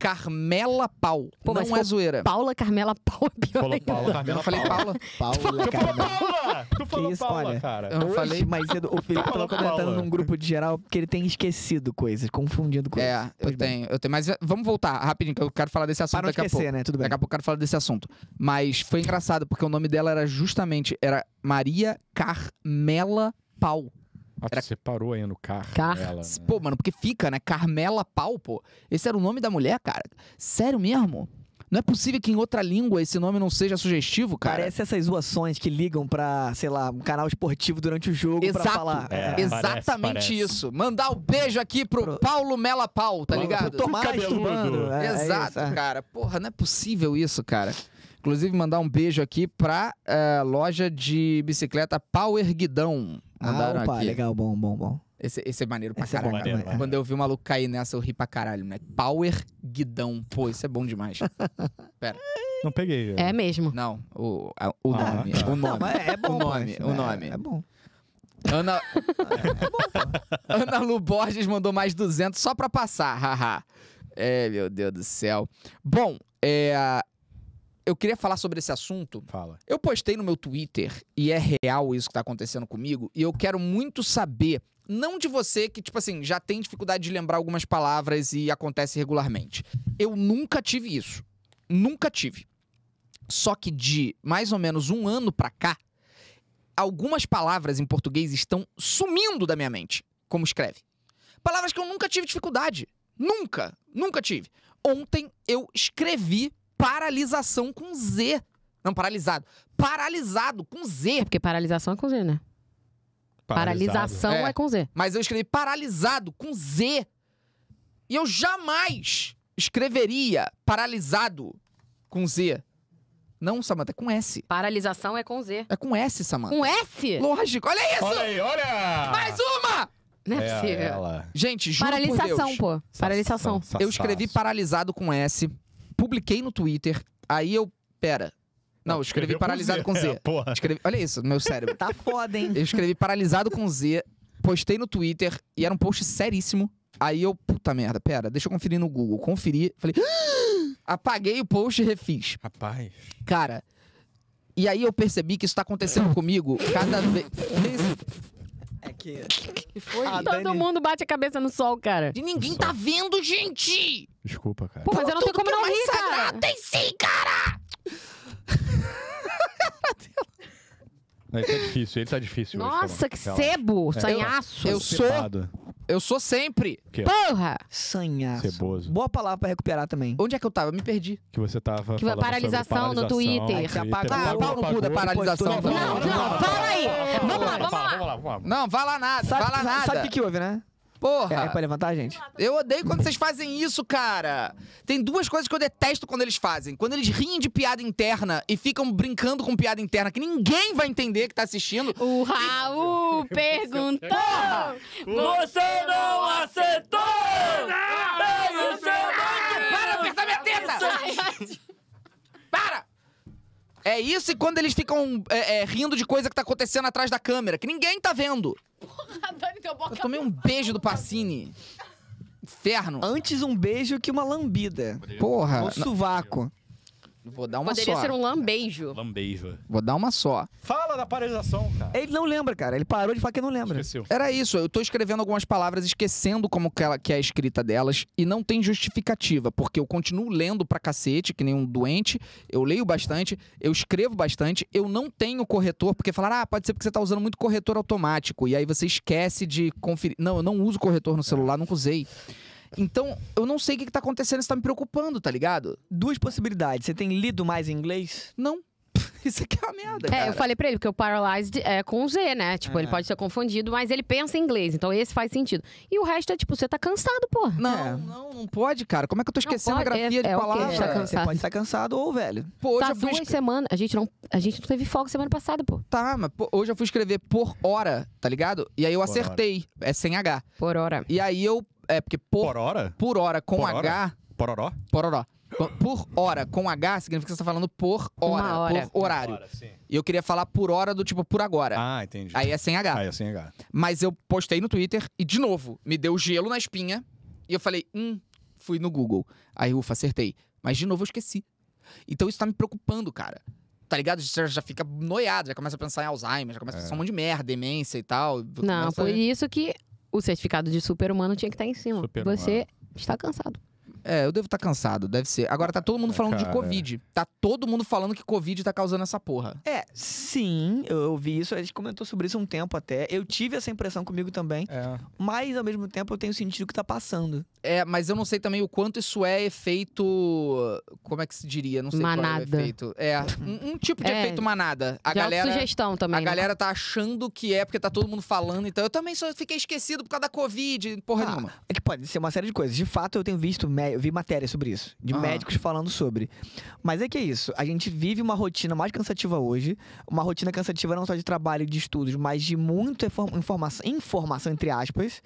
S1: Carmela Pau.
S4: Pô, mas
S1: não é
S4: ficou
S1: zoeira.
S4: Paula Carmela Pau é
S2: Cara?
S4: pior
S2: Falou
S4: ainda.
S2: Paulo,
S1: Eu
S2: Carmela
S1: não falei
S2: Paula.
S1: Paula.
S3: Paula
S2: Tu falou
S3: Carmela.
S2: Paula! Tu falou
S3: isso,
S2: Paula,
S3: olha.
S1: Eu
S2: cara.
S1: não
S3: Hoje,
S1: falei.
S3: mais cedo, o Felipe
S2: Fala,
S3: tava comentando
S2: Paula.
S3: num grupo de geral que ele tem esquecido coisas, confundido coisas.
S1: É,
S3: Pois
S1: eu
S3: bem.
S1: tenho, eu tenho. Mas eh, vamos voltar rapidinho, que eu quero falar desse assunto
S3: Para não
S1: daqui a pouco.
S3: esquecer, né? Tudo bem.
S1: Daqui a pouco eu quero falar desse assunto. Mas foi engraçado, porque o nome dela era justamente era Maria Carmela Pau.
S2: Ah, tu separou aí no carro.
S4: Car-
S2: Ela, né?
S1: Pô, mano, porque fica, né? Carmela Pau, pô. Esse era o nome da mulher, cara. Sério mesmo? Não é possível que em outra língua esse nome não seja sugestivo, cara.
S3: Parece essas zoações que ligam pra, sei lá, um canal esportivo durante o jogo pra falar.
S2: É. parece,
S1: Exatamente
S2: parece.
S1: isso. Mandar um beijo aqui pro,
S3: Pro-
S1: Paulo Mela Pau, tá
S2: Paulo-
S1: ligado?
S2: Tô-
S3: Tomás
S2: Cabeludo.
S3: Tubano. É, é
S1: Exato,
S3: isso, é.
S1: cara. Porra, não é possível isso, cara. Inclusive, mandar um beijo aqui pra eh, loja de bicicleta Power Guidão. Mandaram
S3: Ah, opa,
S1: aqui.
S3: legal, bom, bom, bom.
S1: Esse, esse é maneiro pra
S3: Esse é bom,
S1: caralho.
S2: maneiro,
S3: né?
S2: maneiro.
S1: Quando eu vi o maluco cair nessa, eu ri pra caralho, né? Power Guidão. Pô, isso é bom demais.
S2: Não peguei.
S4: É mesmo.
S1: Não, o, a- o
S2: Ah,
S1: nome.
S2: tá.
S1: O
S3: Não,
S1: nome.
S3: mas é bom.
S1: o
S3: pô,
S1: nome,
S3: isso,
S1: o
S3: é-
S1: nome.
S3: É bom.
S1: Ana... Ana Lu Borges mandou mais 200 só pra passar, haha. É, meu Deus do céu. Bom, é, eu queria falar sobre esse assunto.
S2: Fala.
S1: Eu postei no meu Twitter, e é real isso que tá acontecendo comigo, e eu quero muito saber, não de você que, tipo assim, já tem dificuldade de lembrar algumas palavras e acontece regularmente. Eu nunca tive isso. Nunca tive. Só que de mais ou menos um ano pra cá, algumas palavras em português estão sumindo da minha mente, como escreve. Palavras que eu nunca tive dificuldade. Nunca, nunca tive. Ontem eu escrevi paralisação com Z. Não, paralisado. Paralisado com Z.
S4: É porque paralisação é com Z, né? Paralisação
S1: É.
S4: é, com Z.
S1: Mas eu escrevi paralisado com Z. E eu jamais escreveria paralisado com Z. Não, Samanta, é com S.
S4: Paralisação é com Z.
S1: É com S, Samanta.
S4: Com S?
S1: Lógico, olha isso!
S2: Olha aí, olha!
S1: Mais um. uma!
S4: Não é,
S2: É,
S4: possível.
S2: ela.
S1: Gente, juro por
S4: Paralisação,
S1: Deus.
S4: pô. Paralisação.
S2: Sassaço.
S1: Eu escrevi paralisado com S, publiquei no Twitter, aí eu... Pera. Não, eu escrevi
S2: Escreveu
S1: paralisado com
S2: É,
S1: Z.
S2: porra.
S1: Escrevi... Olha isso, meu cérebro.
S3: Tá foda, hein?
S1: Eu escrevi paralisado com Z, postei no Twitter e era um post seríssimo. Aí eu, puta merda, pera, deixa eu conferir no Google. Conferi, falei, apaguei o post e refiz.
S2: Rapaz.
S1: Cara, e aí eu percebi que isso tá acontecendo comigo cada vez.
S3: É que.
S4: Que foi?
S3: Ah,
S4: Todo
S3: Dani.
S4: mundo bate a cabeça no sol, cara.
S1: E ninguém tá vendo, gente!
S2: Desculpa, cara.
S4: Pô, mas eu não tenho
S1: Tudo
S4: como
S1: que é
S4: não
S1: mais
S4: rir,
S1: sagrado
S4: cara.
S1: Tem sim, cara!
S2: Ele tá difícil, ele tá difícil. hoje,
S4: Nossa,
S2: Samanta.
S4: que
S2: Ela-
S4: sebo, sanhaço.
S1: Eu sou.
S2: Cebado,
S1: Eu sou sempre.
S4: Porra!
S3: Sanhaço.
S2: Ceboso.
S3: Boa palavra pra recuperar também.
S1: Onde é que eu tava? Me perdi.
S2: Que você tava.
S4: Que
S2: falando
S4: paralisação
S2: sobre
S4: no
S2: paralisação,
S4: Twitter.
S3: Tá, Apagou,
S1: Ah, pau no cu da paralisação.
S3: Não,
S4: Não, não, fala aí.
S1: É,
S4: Vamos lá, vamos lá.
S2: Vamos lá, vamos lá.
S1: Não, vai lá nada, vai lá nada.
S3: Sabe o que, que houve, né? É, é
S1: Porra!
S3: pra levantar, gente?
S1: Eu odeio quando vocês fazem isso, cara. Tem duas coisas que eu detesto quando eles fazem. Quando eles riem de piada interna e ficam brincando com piada interna que ninguém vai entender que tá assistindo.
S4: O Raul perguntou.
S5: Você não aceitou! Não, você
S1: Ah, para de apertar minha teta! Para! É isso e quando eles ficam é, é, rindo de coisa que tá acontecendo atrás da câmera, que ninguém tá vendo.
S4: A Dani deu boca
S1: Eu tomei um beijo do Pacini. Inferno.
S3: Antes um beijo que uma lambida.
S1: Porra.
S3: No sovaco.
S1: Não, Vou dar uma
S4: Poderia
S1: só.
S4: ser um lambeijo.
S2: Lambeiva.
S1: Vou dar uma só.
S2: Fala da paralisação, cara.
S3: Ele não lembra, cara. Ele parou de falar que não lembra.
S2: Esqueceu.
S1: Era isso, eu tô escrevendo algumas palavras, esquecendo como que, ela, que é a escrita delas, e não tem justificativa, porque eu continuo lendo pra cacete, que nem um doente, eu leio bastante, eu escrevo bastante, eu não tenho corretor, porque falaram, ah, pode ser porque você tá usando muito corretor automático, e aí você esquece de conferir. Não, eu não uso corretor no celular, nunca usei. Então, eu não sei o que, que tá acontecendo, isso tá me preocupando, tá ligado?
S3: Duas possibilidades. Você tem lido mais em inglês?
S1: Não. Isso aqui é uma merda, cara. É.
S4: É, eu falei pra ele, porque o Paralyzed é com Z, né? Tipo, ele pode ser confundido, mas ele pensa em inglês, então esse faz sentido. E o resto é, tipo, você tá cansado, pô.
S1: Não,
S3: É.
S1: não, não pode, cara. Como é que eu tô esquecendo
S4: pode,
S1: a grafia
S4: é-
S1: de
S4: é o que
S1: palavra?
S4: Tá
S3: Ah, você
S4: cansado.
S3: pode estar cansado ou velho.
S1: Pô, hoje
S4: tá
S1: eu fui
S4: duas semanas. A gente, não, a gente não teve folga semana passada, pô.
S1: Tá, mas pô, hoje eu fui escrever por hora, tá ligado? E aí eu
S2: Por hora.
S1: acertei. É sem H.
S4: Por hora.
S1: E aí eu. É, porque por,
S2: Porora?
S1: por hora com
S2: Por
S1: H.
S2: hora? Pororó?
S1: Pororó. Com- Por hora com H significa que você tá falando por
S4: Uma
S1: hora,
S4: hora.
S1: por horário.
S2: Porora, sim.
S1: E eu queria falar por hora do tipo por agora.
S2: Ah, entendi.
S1: Aí é sem H.
S2: Ah, é sem H.
S1: Mas eu postei no Twitter e, de novo, me deu gelo na espinha. E eu falei, hum, fui no Google. Aí, ufa, acertei. Mas, de novo, eu esqueci. Então, isso tá me preocupando, cara. Tá ligado? Você já fica noiado, já começa a pensar em Alzheimer, já começa a pensar um monte de merda, demência e tal.
S4: Não,
S1: Começa-
S4: por isso que o certificado de super-humano tinha que estar em cima.
S2: Super-humano.
S4: Você está cansado.
S1: É, eu devo estar cansado, deve ser. Agora, tá todo mundo falando de
S2: Cara.
S1: Covid. Tá todo mundo falando que Covid tá causando essa porra.
S3: É, sim, eu, eu vi isso. A gente comentou sobre isso um tempo até. Eu tive essa impressão comigo também.
S2: É.
S3: Mas, ao mesmo tempo, eu tenho sentido que tá passando.
S1: É, mas eu não sei também o quanto isso é efeito. Como é que se diria? Não sei qual é
S4: Manada.
S1: o efeito. É, um, um tipo de
S4: É,
S1: efeito manada. A
S4: Já
S1: galera.
S4: sugestão também.
S1: A
S4: né?
S1: galera tá achando que é porque tá todo mundo falando, então eu também só fiquei esquecido por causa da Covid, porra
S3: Ah,
S1: nenhuma.
S3: É que pode ser uma série de coisas. De fato, eu tenho visto, mé- eu vi matéria sobre isso, de
S1: Aham.
S3: médicos falando sobre. Mas é que é isso. A gente vive uma rotina mais cansativa hoje, uma rotina cansativa não só de trabalho e de estudos, mas de muita infor- informação, informação entre aspas.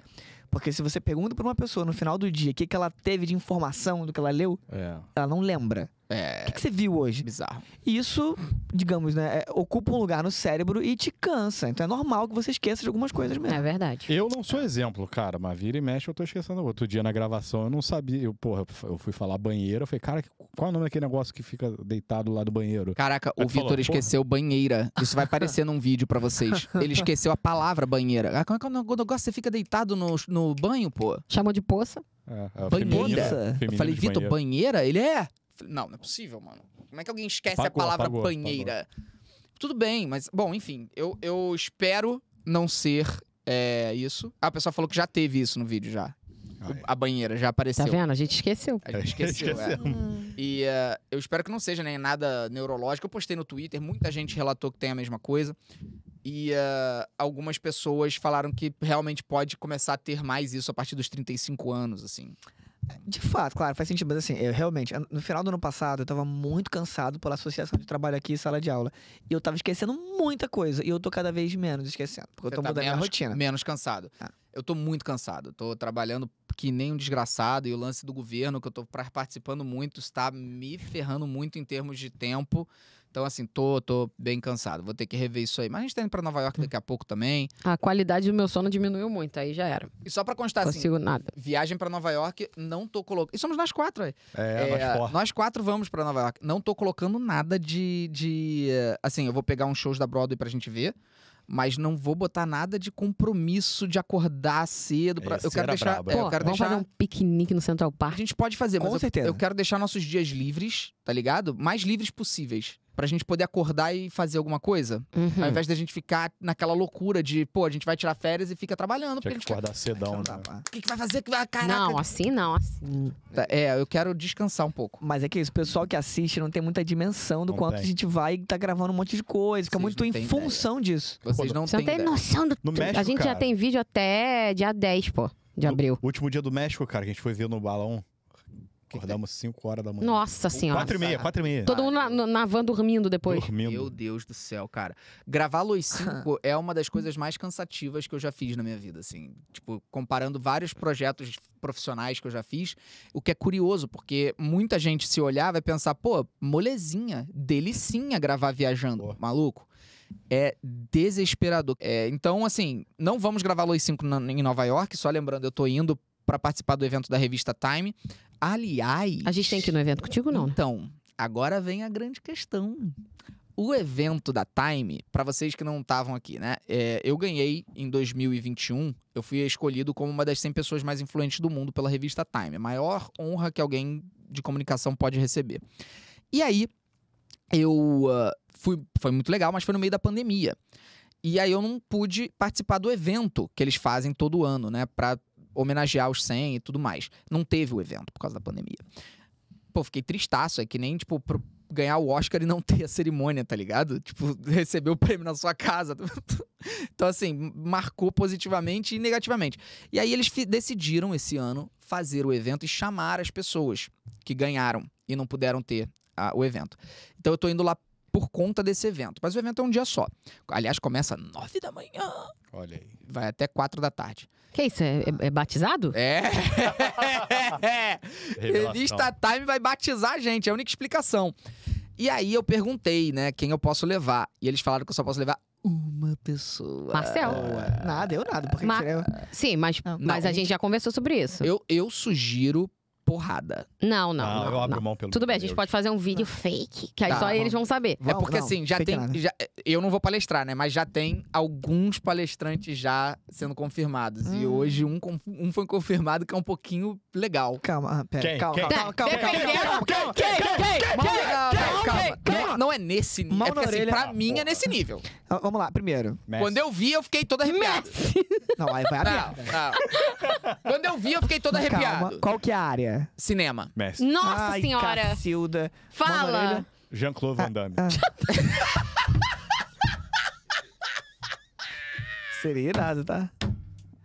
S3: Porque se você pergunta pra uma pessoa no final do dia o que, que ela teve de informação do que ela leu,
S2: É.
S3: ela não lembra.
S1: É,
S3: O que, que você viu hoje?
S1: bizarro.
S3: E isso, digamos, né, é, ocupa um lugar no cérebro e te cansa. Então é normal que você esqueça de algumas coisas mesmo.
S4: É verdade.
S2: Eu não sou exemplo, cara, mas vira e mexe, eu tô esquecendo. Outro dia na gravação eu não sabia. Eu, porra, eu fui falar banheiro, eu falei, cara, qual é o nome daquele negócio que fica deitado lá do banheiro?
S1: Caraca,
S2: Aí
S1: o
S2: tu falou,
S1: Vitor
S2: porra.
S1: esqueceu banheira. Isso vai aparecer num vídeo pra vocês. Ele esqueceu a palavra banheira. Ah, como é que é o negócio? Você fica deitado no, no banho, pô?
S4: Chamou de poça. Tá
S2: É,
S1: Banheira?
S2: é feminino-
S3: Eu
S2: feminino
S1: eu falei,
S2: de
S1: Vitor,
S2: banheiro.
S1: banheira? Ele é? Eu falei, não, não é possível, mano. Como é que alguém esquece a
S2: Apagou,
S1: palavra
S2: apagou,
S1: banheira? Tudo bem, mas, bom, enfim, eu, eu espero não ser é, isso. Ah, a pessoa falou que já teve isso no vídeo já.
S2: Ah, é.
S1: A banheira já apareceu.
S4: Tá vendo? A gente esqueceu.
S1: A gente esqueceu, é.
S2: Esqueceu.
S1: E eh, eu espero que não seja nem nada neurológico. Eu postei no Twitter, muita gente relatou que tem a mesma coisa. E eh, algumas pessoas falaram que realmente pode começar a ter mais isso a partir dos 35 anos, assim.
S3: De fato, claro, faz sentido. Mas assim, eu realmente, no final do ano passado, eu tava muito cansado pela associação de trabalho aqui e sala de aula. E eu tava esquecendo muita coisa. E eu tô cada vez menos esquecendo. Porque eu
S1: Você
S3: tô
S1: tá
S3: mudando minha
S1: menos-
S3: rotina.
S1: Menos cansado.
S3: Tá.
S1: Eu tô muito cansado. Tô trabalhando que nem um desgraçado. E o lance do governo, que eu tô pra- participando muito, está me ferrando muito em termos de tempo. Então, assim, tô, tô bem cansado. Vou ter que rever isso aí. Mas a gente tá indo pra Nova York daqui a pouco também.
S4: A qualidade do meu sono diminuiu muito, aí já era.
S1: E só pra
S3: Tá
S1: constar, assim,
S4: Consigo nada.
S1: Viagem pra Nova York, não tô colocando. E somos nós quatro, é.
S2: É,
S1: É,
S2: mais forte.
S1: nós quatro vamos pra Nova York. Não tô colocando nada de, de. eh, Assim, eu vou pegar uns shows da Broadway pra gente ver, mas não vou botar nada de compromisso de acordar cedo. Pra...
S2: Esse
S1: Eu quero
S2: era
S1: deixar.
S2: brabo,
S1: é,
S2: hein?
S1: eu
S4: Pô,
S1: quero
S4: vamos
S1: deixar.
S4: fazer um piquenique no Central
S1: A
S4: Park.
S1: gente pode fazer, mas
S3: Com
S1: eu-
S3: certeza.
S1: eu quero deixar nossos dias livres, tá ligado? Mais livres possíveis. Pra gente poder acordar e fazer alguma coisa.
S4: Uhum.
S1: Ao invés da gente ficar naquela loucura de, pô, a gente vai tirar férias e fica trabalhando. Porque a
S2: Tinha
S1: gente
S2: que acordar cedão,
S3: Não
S2: né?
S3: dá pra-
S1: fica, O que, que vai fazer? Que vai- Caraca,
S4: Não, assim não, assim.
S1: Tá, É, eu quero descansar um pouco.
S3: Mas é que isso, o pessoal que assiste não tem muita dimensão do
S2: Não
S3: quanto
S2: tem.
S3: a gente vai e tá gravando um monte de coisa. Fica
S1: Vocês
S3: muito
S1: não
S3: em
S1: têm
S3: função disso.
S1: Vocês
S2: Pô,
S1: não
S4: Você não
S1: têm
S4: tem
S1: ideia.
S4: noção do
S2: No
S4: tudo.
S2: México,
S4: A gente já
S2: cara.
S4: tem vídeo até dia 10, pô, de abril.
S2: O último dia do México, cara, que a gente foi ver no balão. Acordamos 5 horas da manhã.
S4: Nossa senhora.
S2: 4 e meia, 4 e meia.
S4: Todo mundo na, na- na van dormindo depois.
S1: Meu
S2: Dormindo.
S1: Deus do céu, cara. Gravar Los 5 é uma das coisas mais cansativas que eu já fiz na minha vida, assim. Tipo, comparando vários projetos profissionais que eu já fiz, o que é curioso, porque muita gente se olhar vai pensar, pô, molezinha, delicinha gravar viajando,
S2: Pô.
S1: maluco. É desesperador. É, então, assim, não vamos gravar Los 5 na- em Nova York, só lembrando, eu tô indo pra para participar do evento da revista Time. Aliás.
S4: A gente tem que ir no evento contigo, não, né?
S1: Então, agora vem a grande questão. O evento da Time, para vocês que não estavam aqui, né? é, eu ganhei em 2021, eu fui escolhido como uma das 100 pessoas mais influentes do mundo pela revista Time. A maior honra que alguém de comunicação pode receber. E aí, eu ah, fui, foi muito legal, mas foi no meio da pandemia. E aí eu não pude participar do evento que eles fazem todo ano, né? Pra homenagear os 100 e tudo mais. Não teve o evento por causa da pandemia. Pô, fiquei tristaço. É que nem, tipo, pro- ganhar o Oscar e não ter a cerimônia, tá ligado? Tipo, receber o prêmio na sua casa. então, assim, marcou positivamente e negativamente. E aí eles fi- decidiram esse ano fazer o evento e chamar as pessoas que ganharam e não puderam ter ah, o evento. Então eu tô indo lá por conta desse evento. Mas o evento é um dia só. Aliás, começa às 9 da manhã,
S2: Olha aí.
S1: vai até 4 da tarde.
S4: Que isso? É, é- é batizado?
S1: É! Revista Time vai batizar a gente, é a única explicação. E aí eu perguntei, né, quem eu posso levar. E eles falaram que eu só posso levar uma pessoa.
S4: Marcel.
S3: é. Ah, Nada, eu nada. Porque
S4: Ma-
S3: seria-
S4: Sim, mas,
S3: Não.
S4: mas a
S1: Não.
S4: gente já conversou sobre isso.
S1: Eu, eu sugiro porrada.
S4: Não, não.
S2: Ah,
S4: não,
S2: eu abro
S4: não.
S2: mão pelo
S4: Tudo bem, a
S2: meu
S4: gente
S2: Deus.
S4: pode fazer um vídeo fake, que aí
S1: Tá,
S4: só
S3: vamos.
S4: eles vão saber.
S1: é porque
S3: não,
S1: assim, já
S3: fake
S1: tem.
S3: nada.
S1: já- eu não vou palestrar, né? Mas já tem alguns palestrantes já sendo confirmados. E
S4: Hum.
S1: hoje um, com- um foi confirmado que é um pouquinho legal.
S3: Calma, ah, pera.
S2: Quem?
S3: Calma,
S2: Quem?
S3: calma, calma, calma,
S4: Dependendo-
S3: calma, calma, calma.
S1: Mão legal,
S3: quem,
S1: calma. Não, não é nesse nível.
S3: Mão
S1: É porque
S3: na
S1: assim,
S3: orelha.
S1: pra
S2: Ah,
S1: mim é
S2: porra.
S1: nesse nível.
S3: Ah, Vamos lá, primeiro.
S2: Messi.
S1: Quando eu vi, eu fiquei todo arrepiado.
S3: Não, aí vai a
S1: Não,
S3: merda.
S1: não. Quando eu vi, eu fiquei Tá, todo arrepiado.
S3: Calma, qual que é a área?
S1: Cinema.
S2: Messi.
S4: Nossa
S3: Ai,
S4: senhora!
S3: Cacilda. Mão na
S4: Fala!
S3: orelha.
S2: Jean-Claude Van Damme.
S3: Ah. Seria irado, tá?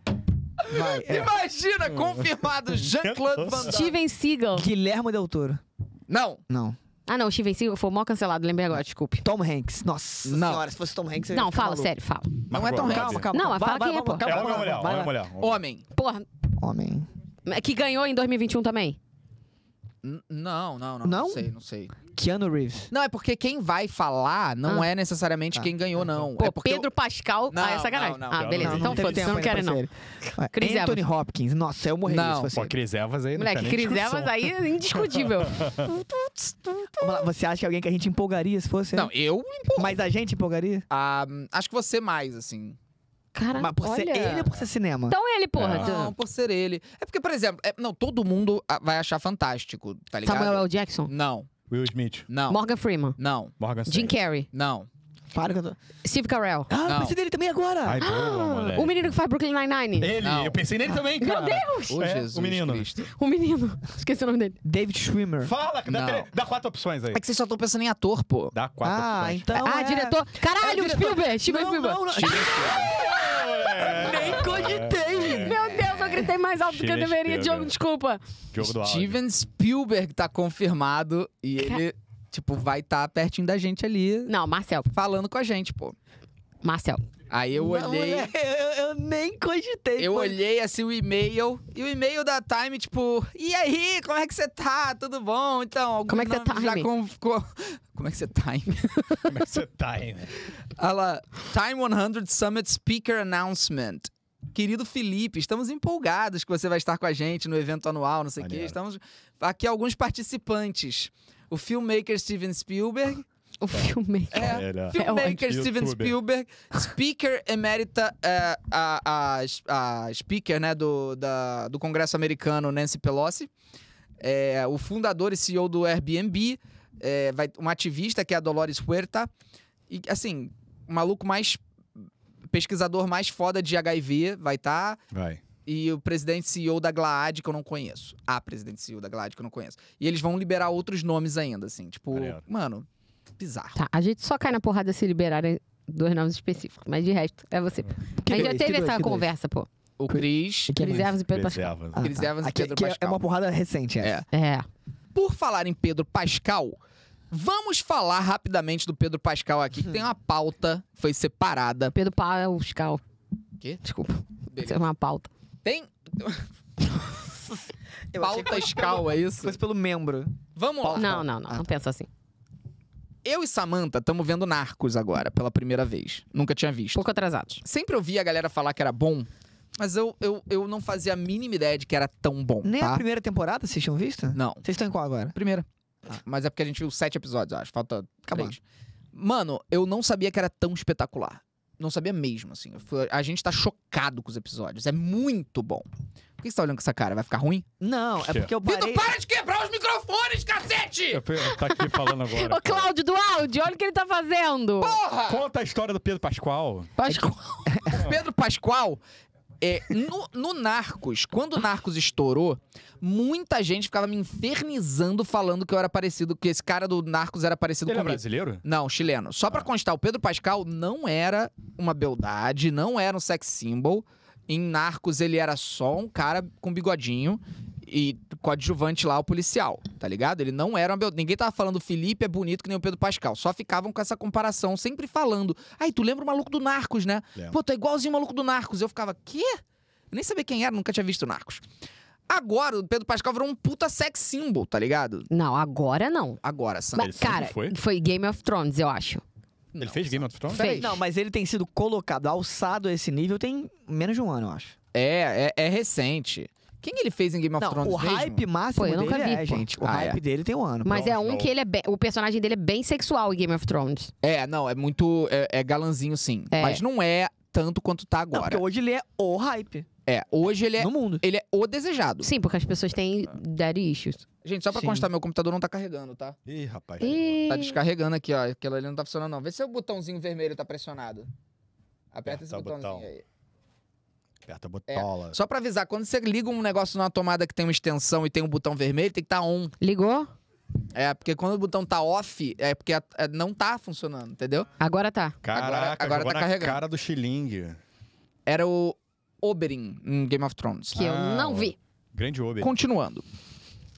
S3: Vai, é.
S1: Imagina, confirmado, Jean-Claude Van Damme.
S4: Steven Seagal.
S3: Guilherme Del Toro.
S1: Não,
S3: Não.
S4: Ah, não, Steven Seagal foi mal cancelado, lembrei agora, desculpe.
S3: Tom Hanks. Nossa
S1: Não.
S3: senhora, se fosse Tom Hanks... eu ia
S4: Não,
S3: ficar
S4: fala,
S3: maluco.
S4: sério, fala.
S1: não é tão
S2: Margot
S1: calma,
S2: Robbie.
S1: calma.
S4: Não,
S3: vai,
S4: fala
S3: vai,
S4: quem é,
S3: vamos lá,
S4: pô.
S2: É
S3: calma,
S2: homem ou
S3: vai lá,
S2: mulher? Homem ou
S3: vai lá.
S2: mulher?
S1: Homem.
S4: Porra,
S3: Homem.
S4: que ganhou em 2021 também.
S1: N- Não, não, não.
S3: Não?
S1: Não sei, não sei.
S3: Keanu Reeves.
S1: Não, é porque quem vai falar não
S4: Ah.
S1: é necessariamente
S3: Ah.
S1: quem ganhou, não.
S4: Pô,
S1: é porque eu-
S4: Pedro Pascal,
S1: Não,
S4: ah, é sacanagem.
S1: não, não,
S4: ah,
S2: não,
S4: beleza,
S2: não,
S4: então
S2: não
S3: teve
S4: foda-se, eu
S3: tempo
S4: não quero
S3: pra
S4: não.
S3: série. Vai,
S4: Chris Evans.
S3: Anthony Hopkins. Nossa, eu morreria
S1: Não.
S3: se fosse
S2: Pô,
S3: ele.
S2: Cris Evans aí, não
S4: Moleque,
S2: tem nem
S4: Chris
S2: discussão.
S4: Evans aí é indiscutível.
S3: Vamos lá, Você acha que alguém que a gente empolgaria se fosse?
S1: Não, eu.
S3: Mas a gente empolgaria?
S1: ah, acho que você mais, assim.
S4: Caraca,
S3: Mas por ser
S4: Ah, olha.
S3: ele ou por ser cinema?
S4: Então ele, porra.
S2: Ah.
S4: tu-
S1: Não, por ser ele. É porque, por exemplo, é- não, todo mundo ah, vai achar fantástico, tá ligado?
S4: Samuel L. Jackson,
S1: Não,
S2: Will Smith.
S1: não,
S4: Morgan Freeman,
S1: não,
S2: Morgan
S4: Jim
S2: Stanley.
S4: Carrey,
S1: não.
S3: Para que eu tô...
S4: Steve Carell. Ah,
S3: Ah, eu
S1: Não.
S3: pensei dele também agora.
S2: Ai, boa, moleque.
S4: o menino que faz Brooklyn Nine-Nine.
S2: Ele,
S1: Não.
S2: eu pensei nele também,
S4: Meu
S2: cara.
S4: Deus!
S1: Ô,
S2: É,
S1: Jesus
S2: o menino.
S1: Cristo. É
S4: O menino. Esqueci o nome dele.
S3: David Schwimmer.
S2: Fala, dá,
S1: Não.
S2: tre- dá quatro opções aí.
S1: É que vocês só estão pensando em ator, pô.
S2: Dá quatro
S3: Ah,
S2: opções.
S3: então
S4: ah,
S3: é-
S4: diretor. Caralho,
S3: É o diretor.
S4: Spielberg. Steven
S3: Não,
S4: Spielberg.
S3: não, não.
S2: É,
S3: Nem cogitei.
S4: Meu Deus, eu gritei mais alto do que eu
S2: Steven Spielberg.
S4: deveria, Diogo, desculpa.
S2: Jogo do áudio.
S1: Steven Spielberg tá confirmado e
S4: Ca-
S1: ele, tipo, vai estar pertinho da gente ali,
S4: Não, Marcel.
S1: falando com a gente, pô.
S4: Marcel.
S1: Aí eu
S3: Não,
S1: olhei,
S3: moleque, eu, eu nem cogitei.
S1: eu
S3: pô.
S1: olhei assim o e-mail, e o e-mail da Time, tipo, e aí, como é que você tá? Tudo bom? Então,
S4: Como é que você
S1: alguns nomes
S4: tá,
S1: já com- com- Como é que você time?
S2: Como é que você tá aí, né?
S1: Olha lá, Time 100 Summit Speaker Announcement. Querido Felipe, estamos empolgados que você vai estar com a gente no evento anual, não sei o quê.
S2: Maneiro.
S1: Estamos aqui alguns participantes. O filmmaker Steven Spielberg,
S4: O filme.
S1: É.
S2: Ele, ó.
S1: Filmmaker
S2: É o
S1: Steven
S2: youtuber.
S1: Spielberg, speaker emerita, é, a, a, a speaker né, do, da- do Congresso americano, Nancy Pelosi, é, o fundador e CEO do Airbnb, é, vai- uma ativista que é a Dolores Huerta, e assim, o maluco mais. pesquisador mais foda de HIV vai estar
S2: Vai.
S1: e o presidente CEO da Glaad, que eu não conheço. A presidente CEO da Glaad, que eu não conheço. E eles vão liberar outros nomes ainda, assim. Tipo,
S2: Maneiro.
S1: mano, bizarro.
S4: Tá, a gente só cai na porrada se liberarem dois nomes específicos, mas de resto, é você.
S3: Que
S4: a gente já
S3: dois,
S4: teve
S3: que dois,
S4: essa
S3: que dois.
S4: conversa, pô.
S1: O Cris.
S3: Que
S4: Chris
S3: mais?
S4: Evans e Pedro Pascal.
S2: Reservas.
S3: Ah,
S1: Chris
S3: tá.
S1: Evans e
S3: Aqui-
S1: Pedro
S3: aqui é-
S1: Pascal.
S3: É uma porrada recente, essa.
S1: É.
S4: É.
S1: Por falar em Pedro Pascal, vamos falar rapidamente do Pedro Pascal aqui, que tem uma pauta, que foi separada.
S4: Pedro Pascal.
S1: Quê?
S4: Desculpa. Isso é
S1: Beleza.
S4: uma pauta.
S1: Tem
S3: Eu achei que
S1: pauta Pascal, é
S3: se
S1: isso?
S3: fosse pelo membro.
S1: Vamos lá.
S4: Não, não,
S3: Ah,
S4: não.
S3: tá.
S4: Não pensa assim.
S1: Eu e Samantha estamos vendo Narcos agora, pela primeira vez. Nunca tinha visto.
S4: Pouco atrasados.
S1: Sempre ouvi a galera falar que era bom, Mas eu, eu, eu não fazia a mínima ideia de que era tão bom,
S3: Nem a
S1: tá?
S3: primeira temporada vocês tinham visto?
S1: Não.
S3: Vocês estão em qual agora?
S1: Primeira. Mas é porque a gente viu sete episódios, eu acho. Falta
S3: Acabou.
S1: três. Mano, eu não sabia que era tão espetacular. Não sabia mesmo, assim. Eu fui- A gente tá chocado com os episódios. É muito bom. Por que você tá olhando com essa cara? Vai ficar ruim?
S3: Não, é
S2: Que?
S3: porque eu parei.
S1: para de quebrar os microfones, cacete!
S2: Eu pe- eu Tá aqui falando agora.
S4: Ô,
S2: cara.
S4: Cláudio do áudio, olha o que ele tá fazendo.
S1: Porra! É
S2: Conta a história do Pedro Pascoal.
S4: Pascoal.
S1: Pedro Pascoal, é, no, no Narcos, quando o Narcos estourou, muita gente ficava me infernizando falando que eu era parecido, que esse cara do Narcos era parecido
S2: Ele é
S1: comigo.
S2: brasileiro?
S1: Não, chileno. Só pra constar, o Pedro Pascal não era uma beldade, não era um sex symbol. Em Narcos, ele era só um cara com bigodinho e coadjuvante lá, o policial, tá ligado? Ele não era uma beldade. Ninguém tava falando Felipe é bonito que nem o Pedro Pascal. Só ficavam com essa comparação, sempre falando. Aí, tu lembra o maluco do Narcos, né?
S2: Lembro.
S1: Pô, tu é igualzinho o maluco do Narcos. Eu ficava, quê? Eu nem sabia quem era, nunca tinha visto Narcos. Agora, o Pedro Pascal virou um puta sex symbol, tá ligado?
S4: Não, agora não.
S1: Agora, Sandra.
S4: Mas,
S2: sempre
S4: cara,
S2: foi?
S4: foi Game of Thrones, eu acho.
S2: Ele fez Game of Thrones?
S1: Fez.
S4: Fez.
S3: Não, mas ele tem sido colocado, alçado a esse nível tem menos de um ano, eu acho.
S1: É, é, é recente. Quem ele fez em Game of
S3: Não,
S1: Thrones
S3: o
S1: mesmo?
S3: hype máximo
S4: Pô, eu nunca
S3: dele
S4: vi,
S3: é,
S4: pô.
S3: gente. O
S1: Ah,
S3: hype dele tem um ano.
S4: Mas
S2: Não,
S4: é um
S2: não.
S4: que ele é bem. O personagem dele é bem sexual em Game of Thrones.
S1: É, não, é muito... É, é galanzinho, sim.
S4: É.
S1: Mas não é tanto quanto tá
S3: Não, porque
S1: agora.
S3: hoje ele é o hype
S1: É, hoje ele é...
S3: no mundo.
S1: Ele é o desejado.
S4: Sim, porque as pessoas têm daddy issues.
S1: Gente, só pra
S3: Sim.
S1: constar, meu computador não tá carregando, tá?
S2: Ih, rapaz.
S4: E...
S1: Tá descarregando aqui, ó. Aquilo ali não tá funcionando, não. Vê se o botãozinho vermelho tá pressionado. Aperta
S2: Aperta
S1: esse
S2: Ah, tá o
S1: botãozinho
S2: botão.
S1: aí.
S2: Aperta a botola.
S1: Só pra avisar, quando você liga um negócio numa tomada que tem uma extensão e tem um botão vermelho, tem que tá on.
S4: Ligou?
S1: É, porque quando o botão tá off, é porque a- é, não tá funcionando, entendeu?
S4: Agora tá.
S1: agora-
S2: Caraca,
S1: agora
S2: jogou
S1: tá
S2: na
S1: carregando.
S2: cara do xilingue.
S1: Era o Oberyn em Game of Thrones.
S4: Que eu
S2: Ah,
S4: não vi.
S2: Grande Ober.
S1: Continuando.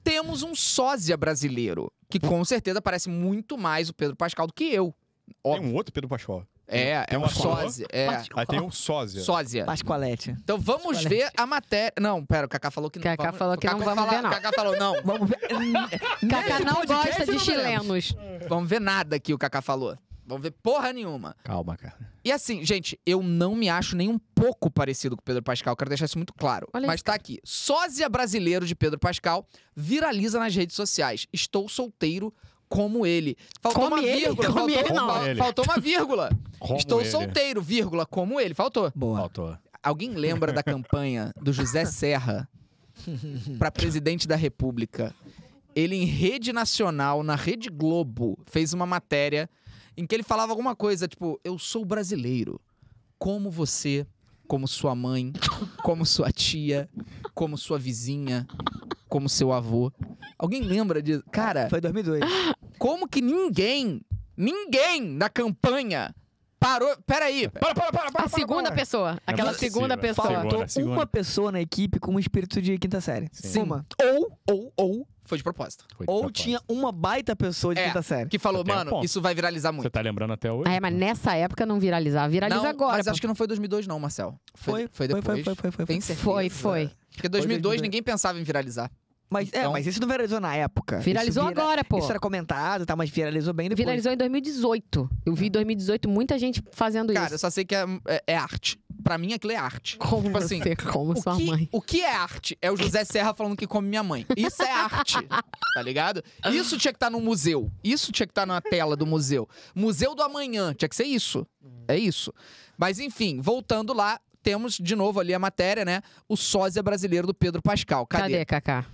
S1: Temos um sósia brasileiro, que
S2: Hum.
S1: com certeza parece muito mais o Pedro Pascal do que eu.
S2: Tem
S1: Óbvio.
S2: um outro Pedro Pascoal.
S1: É, é
S2: tem um
S1: um
S2: ator?
S1: sósia. É,
S2: Aí tem um sósia.
S1: sósia.
S3: Pascoalete.
S1: Então vamos ver a matéria. Não, pera, o Kaká falou que não.
S4: Kaká
S1: vamos-
S4: falou que
S1: o Kaká
S4: não vamos
S1: falar-
S4: ver, não.
S1: O Kaká falou, não,
S3: Vamos ver.
S4: Kaká
S3: Nesse
S4: não
S3: podcast
S4: gosta de
S3: não veremos.
S4: chilenos.
S1: vamos ver nada aqui, o Kaká falou. Vamos ver porra nenhuma.
S2: Calma, cara.
S1: E assim, gente, eu não me acho nem um pouco parecido com o Pedro Pascal, quero deixar isso muito claro.
S4: Olha
S1: Mas
S4: isso,
S1: tá aqui. Sósia brasileiro de Pedro Pascal viraliza nas redes sociais. Estou solteiro como ele. Faltou
S4: Come
S1: uma
S4: ele?
S1: vírgula.
S4: Come
S1: faltou,
S4: ele, não.
S1: fal-
S2: Ele.
S1: faltou uma vírgula.
S2: Como
S1: Estou
S2: ele.
S1: solteiro, vírgula, como ele. Faltou.
S3: Boa.
S2: Faltou.
S1: Alguém lembra da campanha do José Serra para presidente da República? Ele, em rede nacional, na Rede Globo, fez uma matéria em que ele falava alguma coisa, tipo, eu sou brasileiro, como você, como sua mãe, como sua tia, como sua vizinha, como seu avô. Alguém lembra disso? Cara,
S3: Foi 2002.
S1: como que ninguém, ninguém na campanha parou... Peraí,
S2: Para, para, para, para.
S4: A segunda pessoa. Aquela
S2: possível,
S4: segunda
S2: é
S4: pessoa.
S2: possível.
S3: Faltou
S2: Segunda, segunda.
S3: uma pessoa na equipe com um espírito de quinta série.
S1: Sim.
S3: Uma.
S1: ou, ou, ou, foi de propósito.
S3: Ou tinha uma baita pessoa de
S1: É.
S3: quinta série.
S1: que falou,
S2: Você tem um
S1: mano,
S2: ponto.
S1: isso vai viralizar
S2: Você
S1: muito.
S2: tá lembrando até hoje?
S4: Ah, é, mas nessa época não viralizava. Viraliza
S1: não,
S4: agora.
S1: mas
S4: pô.
S1: acho que não foi 2002 não, Marcel.
S3: Foi,
S1: foi depois.
S3: Foi, foi, foi, foi.
S1: Tem
S3: foi.
S1: certeza.
S4: Foi, foi.
S1: Porque 2002
S3: 2002.
S1: ninguém pensava em viralizar.
S3: Mas, é,
S1: Então-
S3: mas isso não viralizou na época. Isso
S4: Viralizou
S3: vira-
S4: agora, pô.
S3: Isso era comentado, tá? Mas viralizou bem depois.
S4: Viralizou em 2018. Eu vi em 2018 muita gente fazendo
S1: É. Cara,
S4: isso.
S1: eu só sei que é, é- é arte. Pra mim aquilo é arte.
S4: Como
S1: tipo
S4: você,
S1: assim,
S4: como
S1: O
S4: sua
S1: que,
S4: mãe.
S1: o que é arte? É o José Serra falando que come minha mãe. Isso é arte, tá ligado? Isso tinha que estar num museu. Isso tinha que estar na tela do museu. Museu do amanhã, tinha que ser isso. É isso. Mas enfim, voltando lá, temos de novo ali a matéria, né? O sósia brasileiro do Pedro Pascal. Cadê? É.
S4: Cadê, Kaká?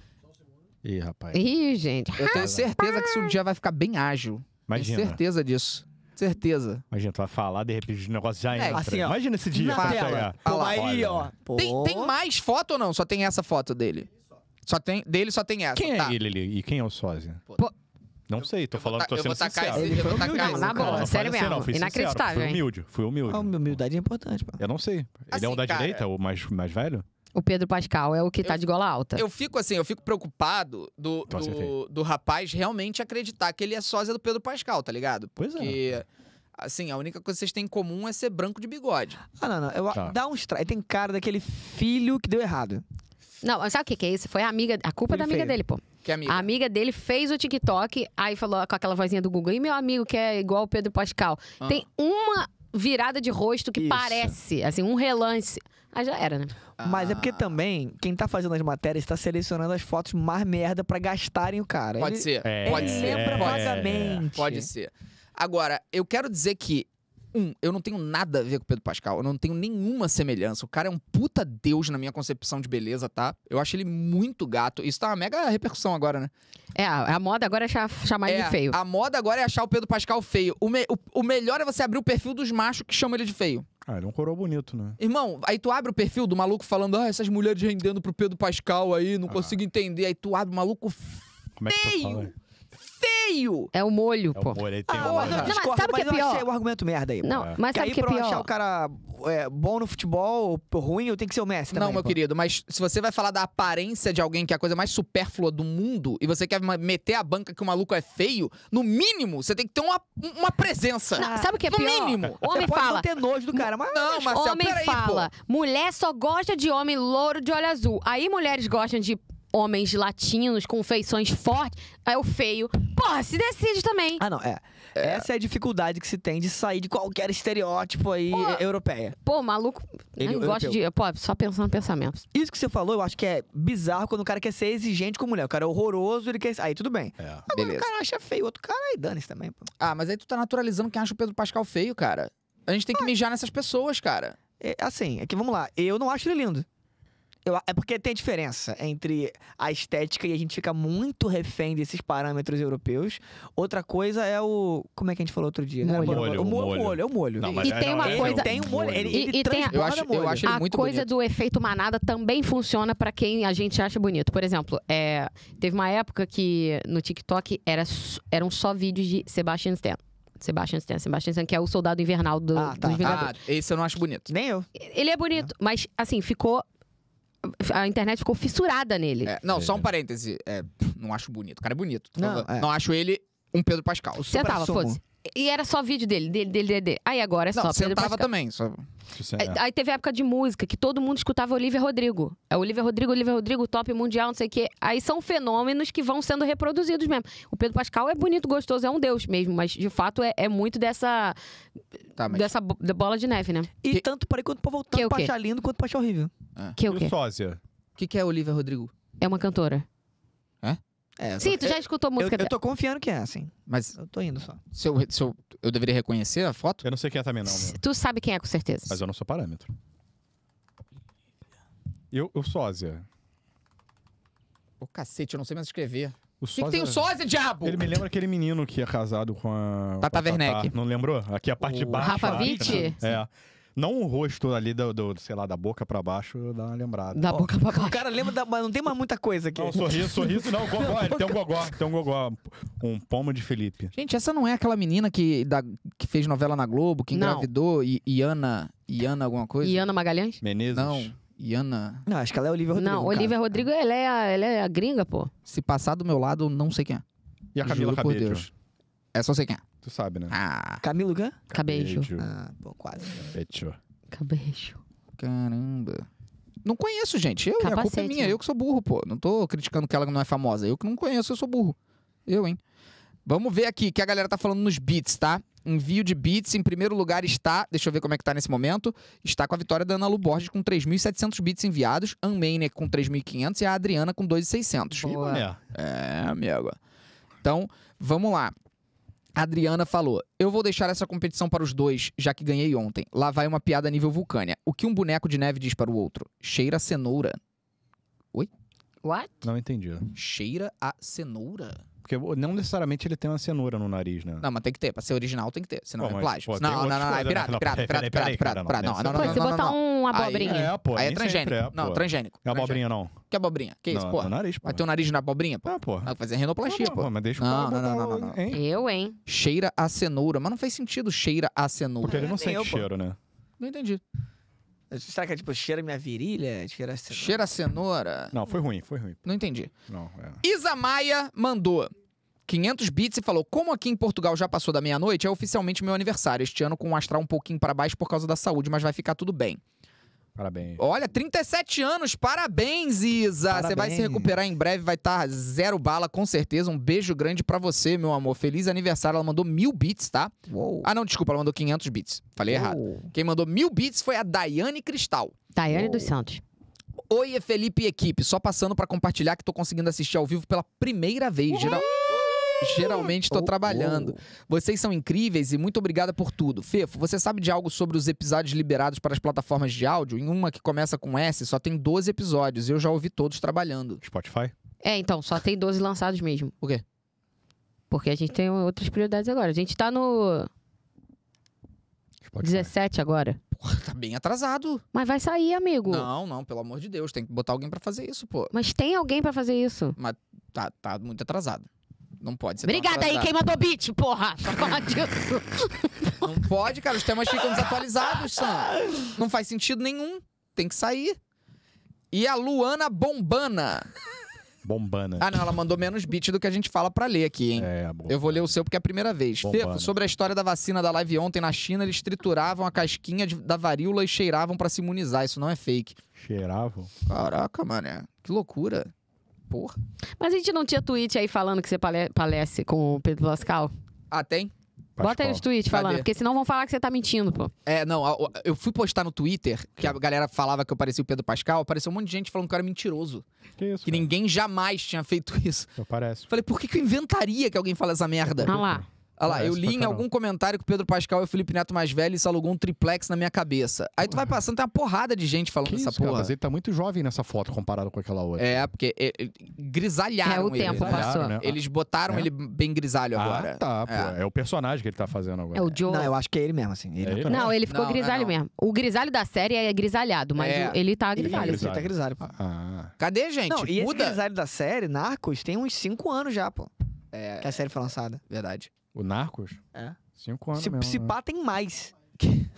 S2: Ih, rapaz.
S4: Ih, gente.
S1: Eu tenho certeza que isso um dia vai ficar bem ágil. Tenho
S2: Imagina.
S1: certeza disso. Certeza.
S2: Imagina, tu vai falar, de repente o negócio já entra.
S3: assim, ó.
S2: Imagina esse dia
S3: Na
S2: quando
S3: tela.
S2: chegar.
S3: Pô,
S1: Ah lá,
S3: aí,
S2: olha.
S3: ó. Pô.
S1: Tem, tem mais foto ou não? Só tem essa foto dele? Só tem, dele só tem essa.
S2: Quem
S1: tá.
S2: é ele ali? E quem é o sósia?
S4: Pô.
S2: Não sei, tô
S1: Eu vou
S2: falando,
S1: ta-
S2: tô
S1: eu
S2: sendo
S1: vou tacar
S2: sincero.
S1: esse-
S3: Ele
S1: eu
S3: foi
S1: vou tacar
S3: humilde, né,
S1: esse
S4: não, na
S1: cara.
S4: boa.
S2: Não,
S4: sério
S2: fala assim,
S4: mesmo,
S2: Não, fui sincero,
S4: inacreditável,
S2: Fui
S4: hein?
S2: humilde, fui humilde.
S3: A humildade é importante, pô.
S2: Eu não sei. Ele é
S1: Assim,
S2: o da
S1: cara-
S2: direita, o mais, mais velho?
S4: O Pedro Pascal é o que tá
S1: Eu-
S4: de gola alta.
S1: Eu fico assim, eu fico preocupado do,
S2: Com
S1: do,
S2: certeza.
S1: do rapaz realmente acreditar que ele é sósia do Pedro Pascal, tá ligado?
S2: Pois é.
S1: Porque, assim, a única coisa que vocês têm em comum é ser branco de bigode.
S3: Ah, não, não. Eu,
S2: Tá.
S3: Dá uns tra... Ele tem cara daquele filho que deu errado.
S4: Não, mas sabe o que, que é isso? Foi a amiga. A culpa é da
S3: Filho
S4: amiga
S3: feio.
S4: dele, pô.
S1: Que amigo.
S4: A amiga dele fez o TikTok, aí falou com aquela vozinha do Google. E meu amigo, que é igual o Pedro Pascal.
S1: Ah.
S4: Tem uma virada de rosto que
S3: Isso.
S4: parece, assim, um relance. Aí já era, né?
S3: Mas é porque
S1: Ah,
S3: também, quem tá fazendo as matérias tá selecionando as fotos mais merda pra gastarem o cara.
S1: Pode
S3: ele,
S1: ser.
S2: É,
S1: pode
S3: ele
S1: ser.
S3: lembra
S1: pode ser.
S3: vagamente.
S1: Pode ser. Agora, eu quero dizer que, um, eu não tenho nada a ver com o Pedro Pascal. Eu não tenho nenhuma semelhança. O cara é um puta deus na minha concepção de beleza, tá? Eu acho ele muito gato. Isso tá uma mega repercussão agora, né?
S4: É, a, a moda agora é cha- chamar ele
S1: É,
S4: de feio.
S1: A moda agora é achar o Pedro Pascal feio. O, me- o- o melhor é você abrir o perfil dos machos que chamam ele de feio.
S2: Ah, ele é um coroa bonito, né?
S1: Irmão, aí tu abre o perfil do maluco falando, ah, essas mulheres rendendo pro Pedro Pascal aí,
S4: Ah.
S1: não consigo entender. Aí tu abre o maluco
S2: Como é que tu
S1: Feio!
S2: fala?
S1: feio.
S4: É o molho,
S2: É
S4: pô.
S2: o molho, ele tem
S3: Ah,
S2: uma-
S3: mas eu
S4: Não, mas
S3: discordo,
S4: sabe o que é
S3: mas eu
S4: pior?
S3: achei o argumento merda aí.
S4: Não,
S2: É.
S3: Porque
S4: mas sabe o
S3: aí
S4: que é
S3: pra eu
S4: pior?
S3: achar o cara é, bom no futebol, ruim, eu tenho que ser o Messi também.
S1: não, meu
S3: pô.
S1: querido, mas se você vai falar da aparência de alguém que é a coisa mais supérflua do mundo e você quer ma- meter a banca que o maluco é feio, no mínimo você tem que ter uma, uma presença.
S4: Não, sabe o que é
S1: No
S4: pior?
S1: mínimo.
S4: O homem
S3: Você pode
S4: fala.
S3: não ter nojo do cara, mas...
S1: Não, Marcel,
S4: homem
S1: peraí,
S4: fala,
S1: pô.
S4: mulher só gosta de homem louro de olho azul. Aí mulheres gostam de homens latinos com feições fortes. Aí o feio. Porra, se decide também.
S3: Ah, não, é. Essa é a dificuldade que se tem de sair de qualquer estereótipo aí
S4: Pô.
S3: europeia.
S4: Pô, maluco.
S3: Ele-
S4: Ai, gosta de. Pô, só pensando em pensamentos.
S3: Isso que você falou, eu acho que é bizarro quando o cara quer ser exigente com mulher. O cara é horroroso, ele quer... Aí tudo bem.
S2: É.
S3: Agora
S1: Ah, Beleza.
S3: o cara acha feio, outro cara aí dane-se também, pô.
S1: Ah, mas aí tu tá naturalizando quem acha o Pedro Pascal feio, cara. A gente tem que mijar nessas pessoas, cara.
S3: É, assim, é que vamos lá. Eu não acho ele lindo. Eu a- é porque tem a diferença entre a estética e a gente fica muito refém desses parâmetros europeus. Outra coisa é o. Como é que a gente falou outro dia?
S4: Molho.
S3: É o
S2: Molho, molho.
S3: O molho, o molho, é o molho.
S2: Não, mas é
S4: E
S2: aí
S4: tem
S2: não,
S4: uma
S2: aí
S3: ele
S2: não,
S4: coisa-
S3: tem um molho, ele,
S4: E-
S3: ele
S4: e tem a-
S3: transborda
S1: Eu acho- eu
S3: molho.
S1: acho- Achei ele
S4: a
S1: muito
S4: coisa
S1: bonito.
S4: do efeito manada também funciona pra quem a gente acha bonito. Por exemplo, é, teve uma época que no TikTok era, s- eram só vídeos de Sebastian Stan. Sebastian Stan, Sebastian Stan, que é o soldado invernal do,
S3: Ah, tá.
S4: dos Vingadores.
S1: Ah, esse eu não acho bonito.
S3: Nem eu.
S4: Ele é bonito, mas assim, ficou. A internet ficou fissurada nele.
S1: É, não,
S2: É.
S1: só um parêntese. É, pff, não acho bonito. O cara é bonito.
S3: Não,
S1: Não,
S3: é.
S1: não acho ele um Pedro Pascal.
S4: Sentava,
S3: supra-sumo.
S4: foda-se. E era só vídeo dele, dele, dele, dele. dele. Aí agora é só
S1: Não,
S4: Pedro
S1: sentava
S4: Pascal.
S1: também. Só...
S2: Isso é-
S4: Aí- Aí teve época de música que todo mundo escutava Olivia Rodrigo. É Olivia Rodrigo, Olivia Rodrigo, top mundial, não sei o quê. Aí são fenômenos que vão sendo reproduzidos mesmo. O Pedro Pascal é bonito, gostoso, é um deus mesmo, mas de fato é, é muito dessa,
S1: Tá, mas...
S4: dessa bo- da bola de neve, né?
S3: E
S1: Que-
S3: tanto para quanto pra voltar,
S4: Que
S3: tanto
S4: o
S3: pra
S4: quê?
S3: achar lindo quanto pra achar horrível.
S4: Que é
S2: E
S4: o
S2: o
S4: quê?
S2: sósia?
S1: O que, que é Olivia Rodrigo?
S4: É uma cantora.
S3: É,
S4: Sim, tu já escutou
S3: eu,
S4: música
S3: eu
S4: dela.
S3: tô confiando que é assim.
S1: Mas
S3: Eu tô indo só.
S1: se eu, se eu, eu deveria reconhecer a foto?
S2: Eu não sei quem é também, não. meu.
S4: S- Tu sabe quem é, com certeza.
S2: Mas eu não sou parâmetro. E o, o sósia?
S1: Ô, cacete, eu não sei mais escrever.
S2: O
S1: O que, que tem um o sósia, diabo?
S2: Ele me lembra aquele menino que é casado com a.
S1: Tata
S2: com a
S1: Werneck.
S2: Não lembrou? Aqui a parte de
S1: O
S2: baixo.
S4: Rafa
S2: a-
S4: Witt?
S2: É. Não o rosto ali, do, do, sei lá, da boca pra baixo, dá uma lembrada.
S4: Da boca pra
S3: O
S4: baixo.
S3: cara lembra, da, mas não tem mais muita coisa aqui.
S2: Não, um sorriso, sorriso, não, gogó, ele tem um gogó, tem um gogó, um pomo de Felipe.
S1: Gente, essa não é aquela menina que, da- que fez novela na Globo, que
S4: Não.
S1: engravidou, I- Iana. Iana alguma coisa?
S4: E Ana Magalhães?
S2: Menezes.
S1: Não, Iana.
S3: Não, acho que ela é Olivia Rodrigo.
S4: não,
S3: cara.
S4: Olivia Rodrigo, ela é, a, ela é a gringa, pô.
S1: Se passar do meu lado, eu não sei quem é.
S2: E a Camila
S1: Juro por
S2: Cabello.
S1: Deus. É só sei quem é.
S2: Tu sabe, né?
S1: Ah,
S3: Camilo Gan?
S4: Cabejo.
S3: Ah, pô, quase.
S2: Beijo.
S4: Cabejo.
S1: caramba. Não conheço, gente. Eu, a culpa é
S4: Capacete,
S1: minha.
S4: né?
S1: Eu que sou burro, pô. Não tô criticando que ela não é famosa. Eu que não conheço, eu sou burro. Eu, hein? Vamos ver aqui o que a galera tá falando nos beats, tá? Envio de beats, em primeiro lugar está, deixa eu ver como é que tá nesse momento, está com a vitória da Ana Lu Borges com 3.700 beats enviados, Anmaniac com 3.500 e a Adriana com 2.600.
S4: Boa.
S2: É.
S1: É, amigo. Então, vamos lá. A Adriana falou: Eu vou deixar essa competição para os dois, já que ganhei ontem. Lá vai uma piada nível vulcânia. O que um boneco de neve diz para o outro? Cheira a cenoura.
S4: What?
S2: Não entendi.
S1: Cheira a cenoura?
S2: Porque não necessariamente ele tem uma cenoura no nariz, né?
S1: Não, mas tem que ter. Pra ser original tem que ter, senão
S2: Pô,
S1: é
S2: mas,
S1: plágio.
S2: pô, tem
S1: não, não, não,
S2: outras
S1: não, é
S2: coisas,
S1: pirata,
S2: né?
S1: pirata,
S2: Peraí,
S1: pirata,
S2: peraí,
S1: pirata, pirata,
S2: peraí, cara,
S1: pirata. Não,
S2: não,
S1: não,
S4: Pô,
S1: não,
S4: se
S1: não, não,
S4: botar
S1: não.
S4: um
S1: Aí-
S4: abobrinha.
S2: É, pô.
S1: Aí é
S2: nem sempre
S1: transgênico.
S2: É,
S1: Não,
S2: pô.
S1: transgênico.
S2: É
S1: transgênico.
S2: abobrinha, não.
S1: Que abobrinha? Que isso,
S2: não,
S1: porra?
S2: No nariz, pô.
S1: Vai ter o nariz na abobrinha, pô?
S2: Ah, pô.
S1: Não, vai fazer renoplastia,
S2: Não,
S1: pô.
S2: Mas deixa o
S1: Não,
S2: cara
S1: não,
S2: botar
S1: não, não,
S2: o-
S1: não, não.
S2: hein?
S4: Eu, hein?
S1: Cheira a cenoura. Mas não faz sentido cheira a cenoura.
S2: Porque ele não
S3: Nem
S2: sente
S3: eu, pô.
S2: cheiro, né?
S1: Não entendi.
S3: Será que é tipo, cheira minha virilha? Cheira cenoura?
S1: Cheira a cenoura?
S2: Não, foi ruim, foi ruim.
S1: Não entendi.
S2: Não, é.
S1: Isa Maia mandou 500 bits e falou: Como aqui em Portugal já passou da meia-noite, é oficialmente meu aniversário. Este ano com um astral um pouquinho para baixo por causa da saúde, mas vai ficar tudo bem.
S2: Parabéns.
S1: Olha, 37 anos, parabéns, Isa. Você vai se
S3: Parabéns.
S1: recuperar em breve, vai estar zero bala, com certeza. Um beijo grande pra você, meu amor. Feliz aniversário. Ela mandou mil bits, tá?
S3: Uou.
S1: Ah, não, desculpa, ela mandou 500 bits. Falei errado.
S3: Uou.
S1: Quem mandou mil bits foi a Daiane Cristal.
S4: Tayane dos Santos.
S1: Oi, Felipe e equipe. Só passando pra compartilhar que tô conseguindo assistir ao vivo pela primeira vez. Geral- Geralmente tô
S3: Uou.
S1: trabalhando. Vocês são incríveis e muito obrigada por tudo. Fefo, você sabe de algo sobre os episódios liberados para as plataformas de áudio? Em uma que começa com S, só tem 12 episódios. Eu já ouvi todos trabalhando.
S2: Spotify?
S4: É, então, só tem 12 lançados mesmo.
S1: O quê?
S4: Porque a gente tem outras prioridades agora. A gente tá no
S2: Spotify.
S4: 17 agora.
S1: Porra, tá bem atrasado.
S4: Mas vai sair, amigo.
S1: Não, não, pelo amor de Deus. Tem que botar alguém pra fazer isso, pô.
S4: Mas tem alguém pra fazer isso.
S1: Tá, tá muito atrasado. Não pode ser tão
S4: Obrigada aí,
S1: tá atrasado.
S4: quem mandou beat, porra! Só falar disso.
S1: Não pode, cara. Os temas ficam desatualizados, Sam. Não faz sentido nenhum. Tem que sair. E a Luana Bombana.
S2: Bombana.
S1: Ah, não, ela mandou menos beat do que a gente fala pra ler aqui, hein?
S2: É, boa.
S1: Eu vou ler o seu porque é a primeira vez.
S2: Bombana.
S1: Fefo, sobre a história da vacina da live ontem na China, eles trituravam a casquinha de- da varíola e cheiravam pra se imunizar. Isso não é fake.
S2: Cheirava.
S1: Caraca, mané. Que loucura. Porra.
S4: Mas a gente não tinha tweet aí falando que você pale- palece com o Pedro Pascal?
S1: Ah, tem?
S4: Bota aí os tweets
S1: Cadê?
S4: falando, porque senão vão falar que você tá mentindo, pô.
S1: É, não, a- a- eu fui postar no Twitter que a galera falava que eu parecia o Pedro Pascal, apareceu um monte de gente falando que eu era mentiroso.
S2: Que isso?
S1: Que ninguém jamais tinha feito isso.
S2: Eu pareço.
S1: Falei, por que, que eu inventaria que alguém fala essa merda?
S4: Ah lá.
S1: Olha lá,
S2: Parece
S1: eu li
S2: pra
S1: em
S2: caramba.
S1: algum comentário que o Pedro Pascal é o Felipe Neto mais velho e isso alugou um triplex na minha cabeça. Aí tu vai passando, tem uma porrada de gente falando
S2: Que
S1: essa
S2: isso, cara?
S1: porra.
S2: Mas ele tá muito jovem nessa foto comparado com aquela outra.
S1: É, porque é, é, grisalharam
S4: É, o
S1: ele,
S4: tempo
S1: né?
S4: passou.
S2: Olharam, né?
S1: Eles botaram
S2: É?
S1: ele bem grisalho agora.
S2: Ah, tá, pô.
S1: É.
S2: É. o personagem que ele tá fazendo agora.
S4: É o Joe.
S3: Não, eu acho que é ele mesmo, assim. Ele
S2: É ele?
S3: natural.
S4: Não, ele ficou
S1: Não, não é
S4: grisalho
S1: não.
S4: mesmo. O grisalho da série é grisalhado, mas
S1: É.
S4: o- ele tá
S3: Ele tá
S4: grisalho.
S2: grisalho.
S3: tá grisalho, pô.
S2: Ah,
S1: Cadê, gente?
S3: Não, e esse
S1: Muda.
S3: grisalho da série, Narcos, tem uns 5 anos já, pô.
S1: É,
S3: Que a série foi lançada.
S1: verdade.
S2: o Narcos?
S3: É.
S2: Cinco anos
S3: Se,
S2: mesmo.
S3: se
S2: né?
S3: pá, tem mais.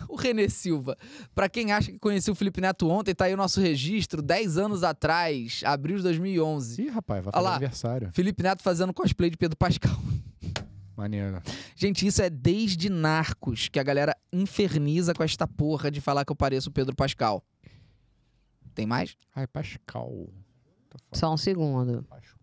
S1: O Renê Silva. Pra quem acha que conheceu o Felipe Neto ontem, tá aí o nosso registro, 10 anos atrás, abril de 2011.
S2: Ih, rapaz, vai
S1: Olha
S2: fazer
S1: lá.
S2: aniversário.
S1: Felipe Neto fazendo cosplay de Pedro Pascal.
S2: Maneiro.
S1: Gente, isso é desde Narcos que a galera inferniza com esta porra de falar que eu pareço o Pedro Pascal. Tem mais?
S2: Ai, Pascal. Tá
S4: Só um segundo.
S2: Pascal.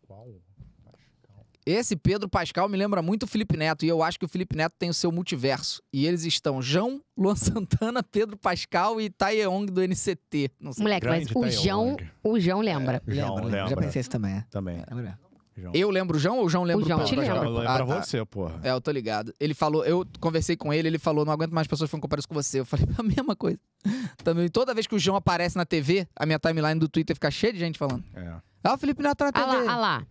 S2: Pascal.
S1: Esse Pedro Pascal me lembra muito o Felipe Neto e eu acho que o Felipe Neto tem o seu multiverso. E eles estão João, Luan Santana, Pedro Pascal e Taeyong do NCT. Não sei.
S4: Moleque, mas
S2: Grande
S4: o
S2: Taeyong.
S4: João, o João lembra.
S2: João, lembra.
S3: Lembra, lembra. Já pensei isso também, é.
S2: Também.
S3: Lembra mesmo.
S2: João.
S1: Eu lembro o João ou o João lembra o,
S4: O João
S1: Pedro
S4: te
S1: Pascal?
S4: lembra.
S2: Eu lembro
S1: Ah, tá.
S2: você, porra.
S1: É, eu tô ligado. Ele falou, eu conversei com ele, ele falou, não aguento mais pessoas falando que eu pareço com você. Eu falei, a mesma coisa. Também, toda vez que o João aparece na TV, a minha timeline do Twitter fica cheia de gente falando.
S2: É.
S1: Ah, o Felipe Neto tá na
S4: Ah
S1: TV.
S4: lá, ah lá.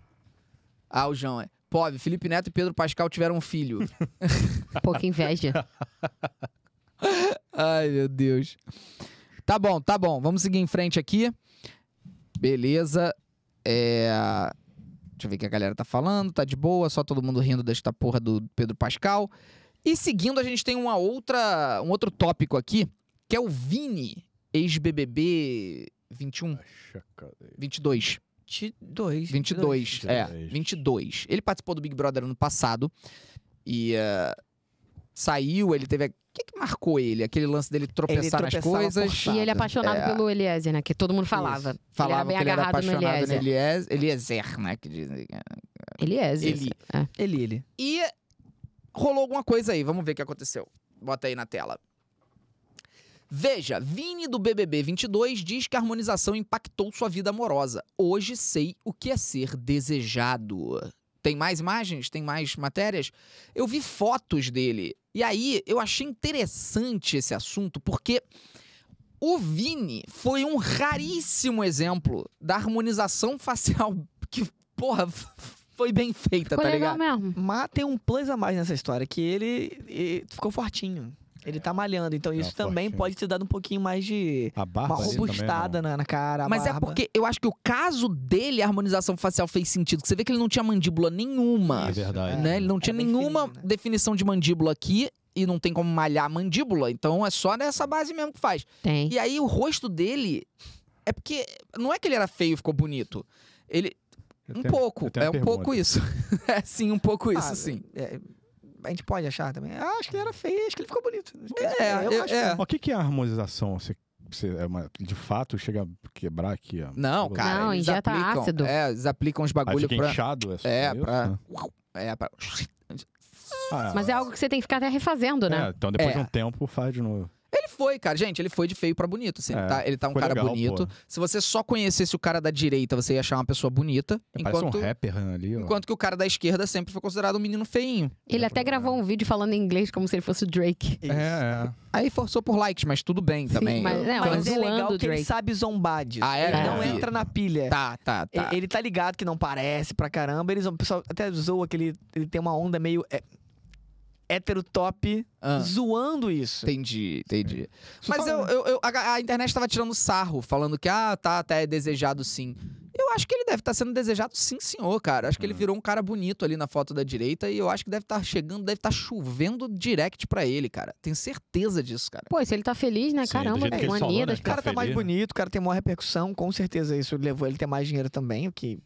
S1: Ah, o João, é. Pobre, Felipe Neto e Pedro Pascal tiveram um filho.
S4: Pouca inveja.
S1: Ai, meu Deus. Tá bom, tá bom. Vamos seguir em frente aqui. Beleza. É... Deixa eu ver o que a galera tá falando. Tá de boa, só todo mundo rindo desta porra do Pedro Pascal. E seguindo, a gente tem uma outra, um outro tópico aqui, que é o Vini, ex-BBB 21,
S2: Poxa, cadê?
S1: 22.
S3: 22.
S1: 22, é.
S2: 22.
S1: 22. Ele participou do Big Brother ano passado e eh, saiu, ele teve... a- O que, que marcou ele? Aquele lance dele tropeçar nas
S3: tropeçava
S1: coisas.
S3: forçado.
S4: E ele é apaixonado
S1: É.
S4: pelo Eliezer, né? Que todo mundo falava. Ele
S1: Falava que
S4: era
S1: ele
S4: bem
S1: era
S4: agarrado no
S1: apaixonado no
S4: Eliezer.
S1: Eliezer, Eliezer né? Que dizem.
S4: Eliezer.
S1: Eli.
S4: é.
S3: Ele, ele.
S1: E rolou alguma coisa aí, vamos ver o que aconteceu. Bota aí na tela. Veja, Vini do BBB 22 diz que a harmonização impactou sua vida amorosa. Hoje sei o que é ser desejado. Tem mais imagens? Tem mais matérias? Eu vi fotos dele. E aí, eu achei interessante esse assunto, porque o Vini foi um raríssimo exemplo da harmonização facial que, porra, foi bem feita,
S4: Ficou
S1: tá ligado?
S4: legal mesmo.
S3: Mas tem um plus a mais nessa história, que ele, e- ficou fortinho. Ele tá malhando, então
S2: Tá
S3: isso também
S2: fortinho.
S3: pode ter dado um pouquinho mais de...
S2: A barba
S3: Uma
S2: ali também, é
S3: robustada na, na cara, a
S1: Mas é
S3: Tá barba.
S1: porque eu acho que o caso dele, a harmonização facial fez sentido. que Você vê que ele não tinha mandíbula nenhuma.
S2: É verdade.
S1: Né? Ele não tinha
S3: bem
S1: nenhuma
S3: fininho, né?
S1: definição de mandíbula aqui. E não tem como malhar a mandíbula. Então é só nessa base mesmo que faz.
S4: Tem.
S1: E aí o rosto dele. É porque. Não é que ele era feio e ficou bonito. Ele.
S2: Eu
S1: Um
S2: tenho-
S1: pouco.
S2: eu tenho
S1: É
S2: uma
S1: um
S2: pergunta.
S1: pouco isso. é sim, um pouco isso,
S3: Ah,
S1: sim.
S3: É, a gente pode achar também. Ah, acho que ele era feio, acho que ele ficou bonito.
S1: É,
S3: eu
S1: eu-
S3: acho.
S1: é.
S2: Ó, O que, que é a harmonização? Você pra você. É uma, de fato, chega a quebrar aqui, ó. Tipo,
S1: Não, cara.
S4: Não,
S1: eles
S4: injeta
S1: aplicam,
S4: ácido.
S1: É, eles aplicam uns
S2: Aí
S1: bagulho
S2: fica
S1: pra.
S2: inchado. É, só
S1: É,
S2: isso?
S1: pra. É, pra.
S2: Ah,
S4: Mas é algo que você tem que ficar até refazendo, né?
S2: é, então depois de
S1: É.
S2: um tempo faz de novo.
S1: Ele foi, cara. Gente, ele foi de feio pra bonito. assim,
S2: É,
S1: ele, tá, ele tá um
S2: ficou
S1: cara
S2: legal,
S1: bonito.
S2: pô.
S1: Se você só conhecesse o cara da direita, você ia achar uma pessoa bonita.
S2: Parece
S1: enquanto,
S2: um rapper ali, ó.
S1: enquanto que o cara da esquerda sempre foi considerado um menino feinho.
S4: Ele até gravou um vídeo falando em inglês como se ele fosse o Drake.
S2: É, é.
S1: Aí forçou por likes, mas tudo bem também.
S4: mas-
S1: Eu-
S4: né,
S1: mas-
S3: Mas é
S4: zoando
S3: legal
S4: o
S3: que ele
S4: Drake.
S3: sabe zombar disso.
S1: Ah, é?
S3: Ele
S4: É.
S3: não entra na pilha.
S1: Tá, tá, tá.
S3: E- Ele tá ligado que não parece pra caramba. Eles, o pessoal até zoa que ele, ele tem uma onda meio é, hétero top
S1: Ah,
S3: zoando isso.
S1: entendi, entendi.
S2: Só
S1: Mas eu,
S2: falando-
S1: eu, eu- a, a internet tava tirando sarro, falando que, ah, tá, até é desejado sim. Eu acho que ele deve estar sendo desejado sim, senhor, cara. Acho que
S2: Hum.
S1: ele virou um cara bonito ali na foto da direita e eu acho que deve estar chegando, deve estar chovendo direct pra ele, cara. Tenho certeza disso, cara.
S4: Pô, e se ele tá feliz, né?
S2: Sim, do
S4: Caramba,
S2: jeito que ele
S4: mania
S2: falou, né?
S4: das
S3: O cara tá
S2: Tá
S3: mais
S2: feliz, né?
S3: bonito, o cara tem maior repercussão, com certeza isso levou ele a ter mais dinheiro também, o que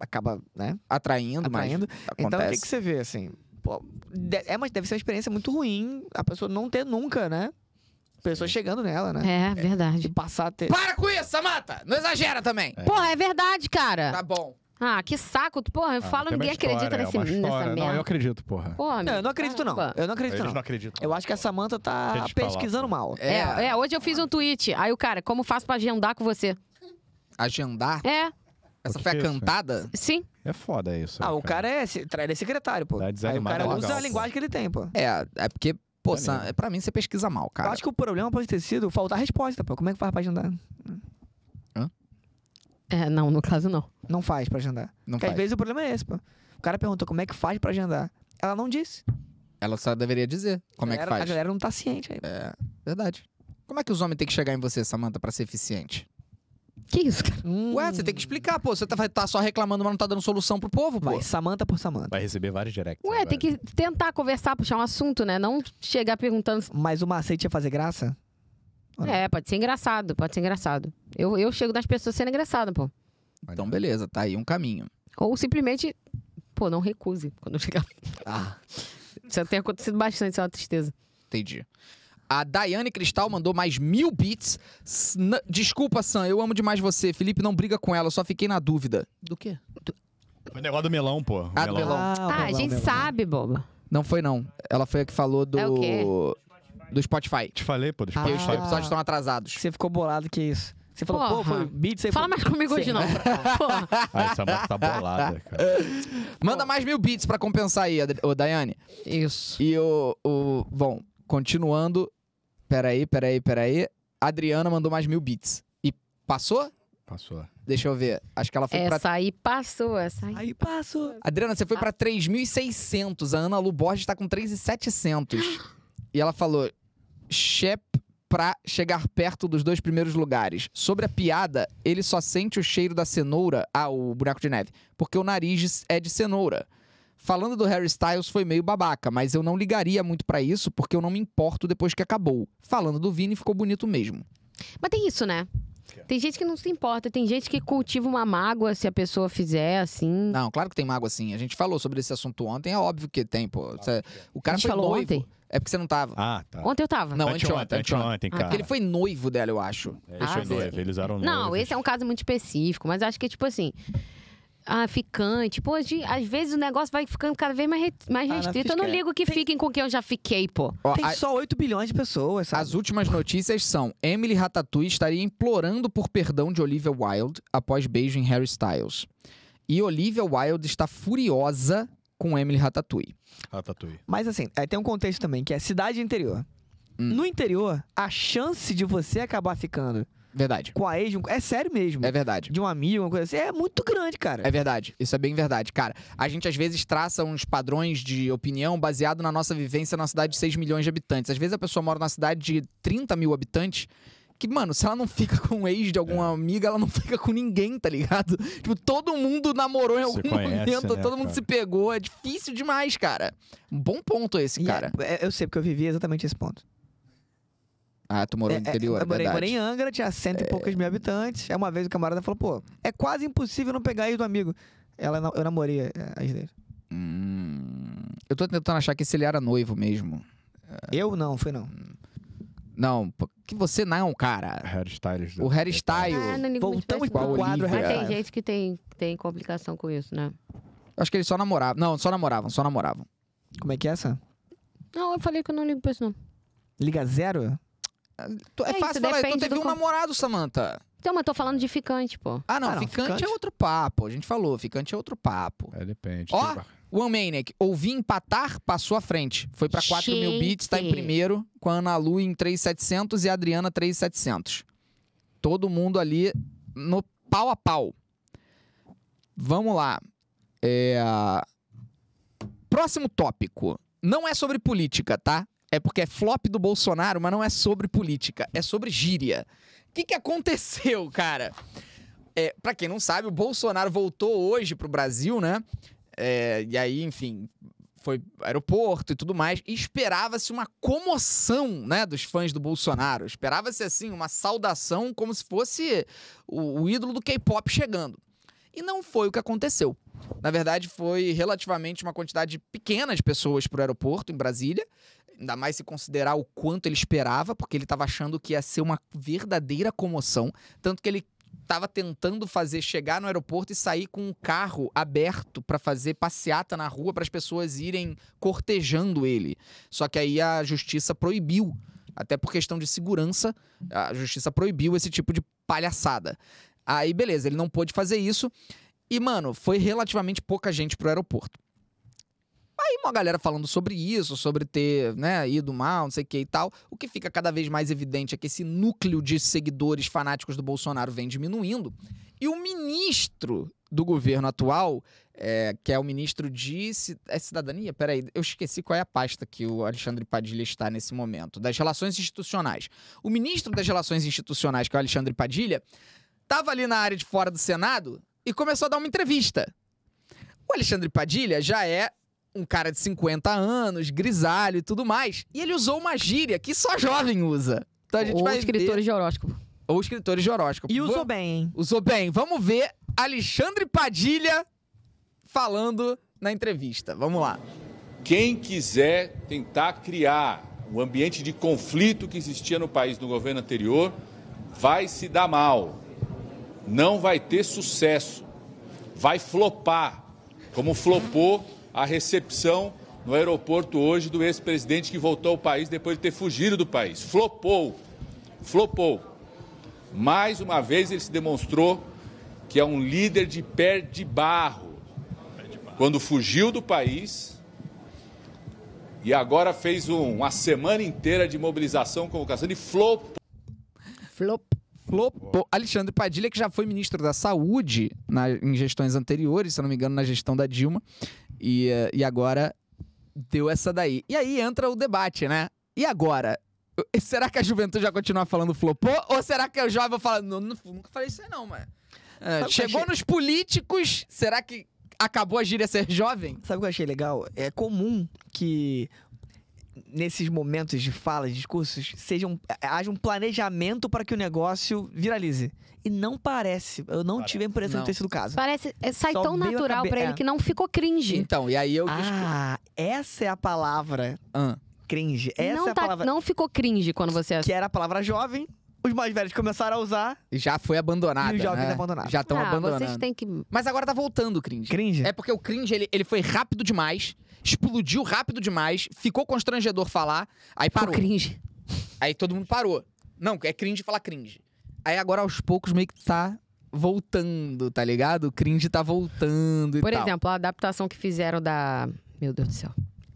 S3: acaba, né,
S1: Atraindo, mas
S3: atraindo. Então o que,
S1: acontece.
S3: que você vê, assim? Pô, de- é, mas deve ser uma experiência muito ruim a pessoa não ter nunca, né? Pessoa chegando nela, né?
S4: É,
S3: De
S4: verdade.
S3: passar a ter.
S1: Para com isso, Samata! Não exagera também!
S2: É.
S4: Porra, é verdade, cara.
S1: Tá bom.
S4: Ah, que saco. Porra, eu
S2: Ah,
S4: falo,
S2: tem uma
S4: ninguém
S2: história,
S4: acredita
S2: é
S4: nesse,
S2: uma
S4: nessa
S2: história. Não, eu
S4: merda.
S2: acredito, porra.
S4: Porra,
S3: Não, eu não
S4: amigo,
S3: acredito, não.
S4: caramba.
S3: Eu não acredito,
S2: Eles
S3: não.
S2: não acreditam.
S3: Eu acho que a Samanta
S2: Deixa
S3: tá
S2: eu te falar,
S3: pesquisando
S2: pô.
S3: mal.
S1: É,
S4: É, é, hoje eu fiz um tweet. Aí o cara, como faço pra agendar com você?
S1: agendar.
S4: É,
S1: Essa
S2: que
S1: foi a
S2: que é isso,
S1: cantada?
S4: sim.
S2: É foda isso.
S3: Ah,
S2: né,
S3: o cara é, se- tra- ele é secretário, pô.
S2: Dá
S3: Aí o
S2: desanimada
S3: cara
S2: Tá legal,
S3: usa a
S2: pô.
S3: linguagem que ele tem, pô.
S1: É, é porque, pô,
S2: Maneiro.
S1: Sam, pra mim você pesquisa mal, cara.
S3: Eu acho que o problema pode ter sido faltar resposta, pô. Como é que faz pra agendar?
S4: É, não, no caso não.
S3: Não faz pra agendar.
S1: Não
S3: Porque às
S1: faz.
S3: vezes o problema é esse, pô. O cara perguntou como é que faz pra agendar. Ela não disse.
S1: Ela só deveria dizer como é que
S3: Galera-
S1: faz.
S3: A galera não tá ciente aí.
S1: Verdade. Como é que os homens têm que chegar em você, Samanta, pra ser eficiente?
S4: Que isso, cara?
S3: Hum,
S1: Ué, você tem que explicar, pô. Você tá, vai tá só reclamando, mas não tá dando solução pro povo, pô.
S3: Vai, Samanta por Samanta.
S2: Vai receber vários directs.
S4: Ué,
S2: agora.
S4: tem que tentar conversar, puxar um assunto, né? Não chegar perguntando.
S3: Mas o macete é fazer graça?
S1: Ah,
S3: Olha.
S4: É, pode ser engraçado, pode ser engraçado. Eu, eu chego nas pessoas sendo engraçado, pô.
S1: Então, beleza, tá aí um caminho.
S4: Ou simplesmente, pô, não recuse quando eu chegar.
S3: Ah.
S4: Isso tem acontecido bastante, isso é uma tristeza.
S1: Entendi. A Daiane Cristal mandou mais mil bits. S- n- Desculpa, Sam, eu amo demais você. Felipe, não briga com ela, eu só fiquei na dúvida. Do quê?
S2: Foi o negócio do melão, pô.
S1: Ah, do melão.
S4: Ah, a gente sabe, boba.
S1: Não foi, não. Ela foi a que falou do.
S4: É o quê?
S1: Do Spotify.
S2: Te falei, pô. Deixa
S1: Porque
S2: eu
S1: os
S3: Ah.
S1: episódios estão atrasados.
S3: Você ficou bolado que isso. Você falou, pô,
S4: Porra.
S3: foi beats aí.
S4: Fala
S3: foi-
S4: mais comigo hoje,
S3: Sim.
S4: não. Porra.
S2: Ah, essa moto tá bolada, cara.
S1: Manda mais mil bits pra compensar aí, Ad- ô, Daiane.
S4: Isso.
S1: E o, o. Bom, continuando. Peraí, peraí, peraí. A Adriana mandou mais mil bits. E passou?
S2: Passou.
S1: Deixa eu ver. Acho que ela foi pra.
S4: Essa aí passou, essa aí.
S3: Aí passou.
S1: Adriana, você
S4: Ah.
S1: foi pra 3.600. A Ana Lu Borges tá com 3.700. e ela falou: Shep pra chegar perto dos dois primeiros lugares. Sobre a piada, ele só sente o cheiro da cenoura. Ah, o buraco de neve. Porque o nariz é de cenoura. Falando do Harry Styles foi meio babaca, mas eu não ligaria muito pra isso porque eu não me importo depois que acabou. Falando do Vini ficou bonito mesmo.
S4: Mas tem isso, né? Tem gente que não se importa, tem gente que cultiva uma mágoa se a pessoa fizer assim.
S1: Não, claro que tem mágoa assim. A gente falou sobre esse assunto ontem, é óbvio que tem, pô. Cê- O cara
S4: a gente
S1: foi
S4: falou
S1: noivo.
S4: ontem?
S1: É porque você não tava.
S2: Ah, tá.
S4: Ontem eu tava.
S1: Não, anteontem,
S2: anteontem, anteontem,
S4: Ah,
S2: cara.
S1: Porque ele foi noivo dela, eu acho.
S2: É,
S4: Ah,
S2: Eles,
S4: sim.
S2: foram noivos, eles eram noivos.
S4: Não, esse é um caso muito específico, mas acho que, tipo assim. Ah, ficante. Pô, de- às vezes o negócio vai ficando cada vez mais, re-
S3: Ah,
S4: mais
S3: na
S4: restrito. Eu não
S3: fisca-
S4: ligo que
S3: tem-
S4: fiquem com quem eu já fiquei, pô.
S1: Ó,
S3: Tem
S1: a-
S3: só 8 bilhões de pessoas, sabe?
S1: as últimas notícias são: Emily Ratatouille estaria implorando por perdão de Olivia Wilde após beijo em Harry Styles. E Olivia Wilde está furiosa com Emily Ratatouille.
S2: Ah, tatuí.
S3: Mas assim, aí tem um contexto também, que é cidade interior.
S1: Hum.
S3: No interior, a chance de você acabar ficando
S1: Verdade.
S3: com a ex, de um- é sério mesmo,
S1: É verdade.
S3: de um amigo, uma coisa assim, é muito grande, cara.
S1: É verdade, isso é bem verdade. Cara, a gente às vezes traça uns padrões de opinião baseado na nossa vivência na cidade de 6 milhões de habitantes. Às vezes a pessoa mora numa cidade de 30 mil habitantes. Que, mano, se ela não fica com o ex de
S2: É.
S1: alguma amiga, ela não fica com ninguém, tá ligado? Tipo, todo mundo namorou em
S2: Se
S1: algum
S2: conhece,
S1: momento,
S2: né,
S1: todo mundo
S2: cara?
S1: se pegou. É difícil demais, cara. Um bom ponto esse,
S3: E é-
S1: cara.
S3: é- eu sei, porque eu vivi exatamente esse ponto.
S1: Ah, tu morou
S3: É-
S1: no
S3: é-
S1: interior, é,
S3: eu morei,
S1: verdade. É.
S3: morei em Angra, tinha cento e poucas mil habitantes. Aí uma vez o camarada falou, pô, é quase impossível não pegar a ex do amigo. Ela, na- eu namorei é, a ex dele.
S1: Hum, eu tô tentando achar que se ele era noivo mesmo.
S3: Eu não, fui não.
S1: Não, pô, que você não, cara.
S2: Hairstylist.
S1: O Harry Styles.
S4: Ah, não ligo muito pra
S3: Voltamos
S4: isso,
S3: pro
S4: não.
S1: Qual
S3: quadro
S1: nível?
S4: Mas tem
S3: Hairstyle.
S4: gente que tem, tem complicação com isso, né?
S1: Acho que eles só namoravam. Não, só namoravam, só namoravam.
S3: Como é que é essa?
S4: Não, eu falei que eu não ligo pra isso, não.
S3: Liga zero?
S1: Tu-
S4: É
S1: É,
S4: isso,
S1: fácil falar, tu
S4: depende
S1: teve
S4: do
S1: um
S4: con-
S1: namorado, Samantha.
S4: Então, mas eu tô falando de ficante, pô.
S1: Ah, não,
S3: Ah, não,
S1: ficante,
S3: ficante.
S1: é outro papo. A gente falou, ficante é outro papo.
S2: É, depende.
S1: Ó!
S2: Tem-
S1: One Maniac, ouvi empatar, passou à frente. Foi pra 4 mil
S4: Gente.
S1: bits, tá em primeiro, com a Ana Lu em 3,700 e a Adriana 3,700. Todo mundo ali no pau a pau. Vamos lá. É... Próximo tópico. Não é sobre política, tá? É porque é flop do Bolsonaro, mas não é sobre política. É sobre gíria. O que, que aconteceu, cara? É, para quem não sabe, o Bolsonaro voltou hoje pro Brasil, né? É, e aí, enfim, foi aeroporto e tudo mais. E esperava-se uma comoção, né, dos fãs do Bolsonaro. Esperava-se, assim, uma saudação como se fosse o, o ídolo do K-pop chegando. E não foi o que aconteceu. Na verdade, foi relativamente uma quantidade pequena de pessoas pro aeroporto em Brasília. Ainda mais se considerar o quanto ele esperava, porque ele estava achando que ia ser uma verdadeira comoção. Tanto que ele tava tentando fazer chegar no aeroporto e sair com um carro aberto pra fazer passeata na rua para as pessoas irem cortejando ele. Só que aí a justiça proibiu, até por questão de segurança, a justiça proibiu esse tipo de palhaçada. Aí beleza, ele não pôde fazer isso. E mano, foi relativamente pouca gente pro aeroporto. Aí uma galera falando sobre isso, sobre ter, né, ido mal, não sei o que e tal. O que fica cada vez mais evidente é que esse núcleo de seguidores fanáticos do Bolsonaro vem diminuindo. E o ministro do governo atual, é, que é o ministro de ci- é cidadania, peraí, eu esqueci qual é a pasta que o Alexandre Padilha está nesse momento, das relações institucionais. O ministro das relações institucionais, que é o Alexandre Padilha, estava ali na área de fora do Senado e começou a dar uma entrevista. O Alexandre Padilha já é um cara de 50 anos, grisalho e tudo mais. E ele usou uma gíria que só jovem usa. Então a gente
S4: Ou
S1: vai ver...
S4: escritores de horóscopo.
S1: Ou escritores de horóscopo.
S3: E usou
S1: Vam-
S3: bem, hein?
S1: Usou bem. Vamos ver Alexandre Padilha falando na entrevista. Vamos lá.
S6: Quem quiser tentar criar um ambiente de conflito que existia no país no governo anterior vai se dar mal, não vai ter sucesso, vai flopar, como flopou a recepção no aeroporto hoje do ex-presidente que voltou ao país depois de ter fugido do país. Flopou, flopou. Mais uma vez ele se demonstrou que é um líder de pé de barro. Quando fugiu do país, e agora fez um- uma semana inteira de mobilização, convocação de flopou.
S4: Flop.
S1: Flopou. Alexandre Padilha, que já foi ministro da Saúde na- em gestões anteriores, se eu não me engano, na gestão da Dilma. E, eh, e agora deu essa daí. E aí entra o debate, né? E agora? Eu- Será que a juventude vai continuar falando flopou? Ou será que o jovem vai falar, "Não, não- nunca falei isso aí não, mas... É,
S3: Sabe o que eu
S1: chegou
S3: achei?
S1: nos políticos, será que acabou a gíria ser jovem?
S3: Sabe o que eu achei legal? É comum que nesses momentos de falas, discursos, sejam, haja um planejamento para que o negócio viralize. E não parece. Eu não tive a impressão
S1: Não.
S3: de ter sido o caso.
S4: Parece, é, sai
S3: Só
S4: tão
S3: veio a
S4: natural
S3: cabe-
S4: pra ele
S3: é.
S4: que não ficou cringe.
S1: Então, e aí eu...
S3: Ah, essa é a palavra
S1: Ah.
S3: cringe. Essa é
S4: não,
S3: a
S4: tá-
S3: palavra
S4: não ficou cringe quando você
S3: que era a palavra jovem. Os mais velhos começaram a usar
S1: já foi abandonada.
S3: E os jovens
S1: né?
S3: abandonaram.
S1: Já estão
S4: ah,
S1: abandonando.
S4: vocês têm que.
S1: Mas agora tá voltando o cringe.
S3: cringe.
S1: É porque o cringe ele, ele foi rápido demais, explodiu rápido demais, ficou constrangedor falar, aí
S4: Ficou
S1: parou.
S4: cringe.
S1: Aí todo mundo parou. Não, é cringe falar cringe. Aí agora aos poucos meio que tá voltando, tá ligado? O cringe tá voltando e
S4: Por
S1: tal.
S4: exemplo, a adaptação que fizeram da. Meu Deus do céu.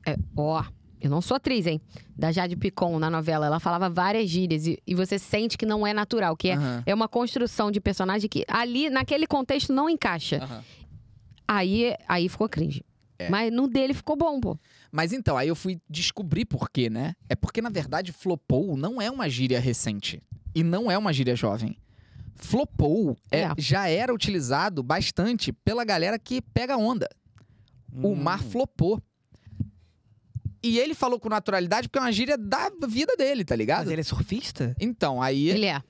S4: É, ó, eu não sou atriz, hein? Da Jade Picon na novela. Ela falava várias gírias e, e você sente que não é natural, que é,
S1: Aham,
S4: é uma construção de personagem que ali, naquele contexto, não encaixa.
S1: aham.
S4: Aí, aí ficou cringe.
S1: É.
S4: Mas no dele ficou bom, pô.
S1: Mas então, aí eu fui descobrir por quê, né? É porque, na verdade, flopou não é uma gíria recente. E não é uma gíria jovem. Flopou é-
S4: É.
S1: já era utilizado bastante pela galera que pega onda. O mar flopou. E ele falou com naturalidade porque é uma gíria da vida dele, tá ligado?
S3: Mas ele é surfista?
S1: Então, aí.
S4: Ele é.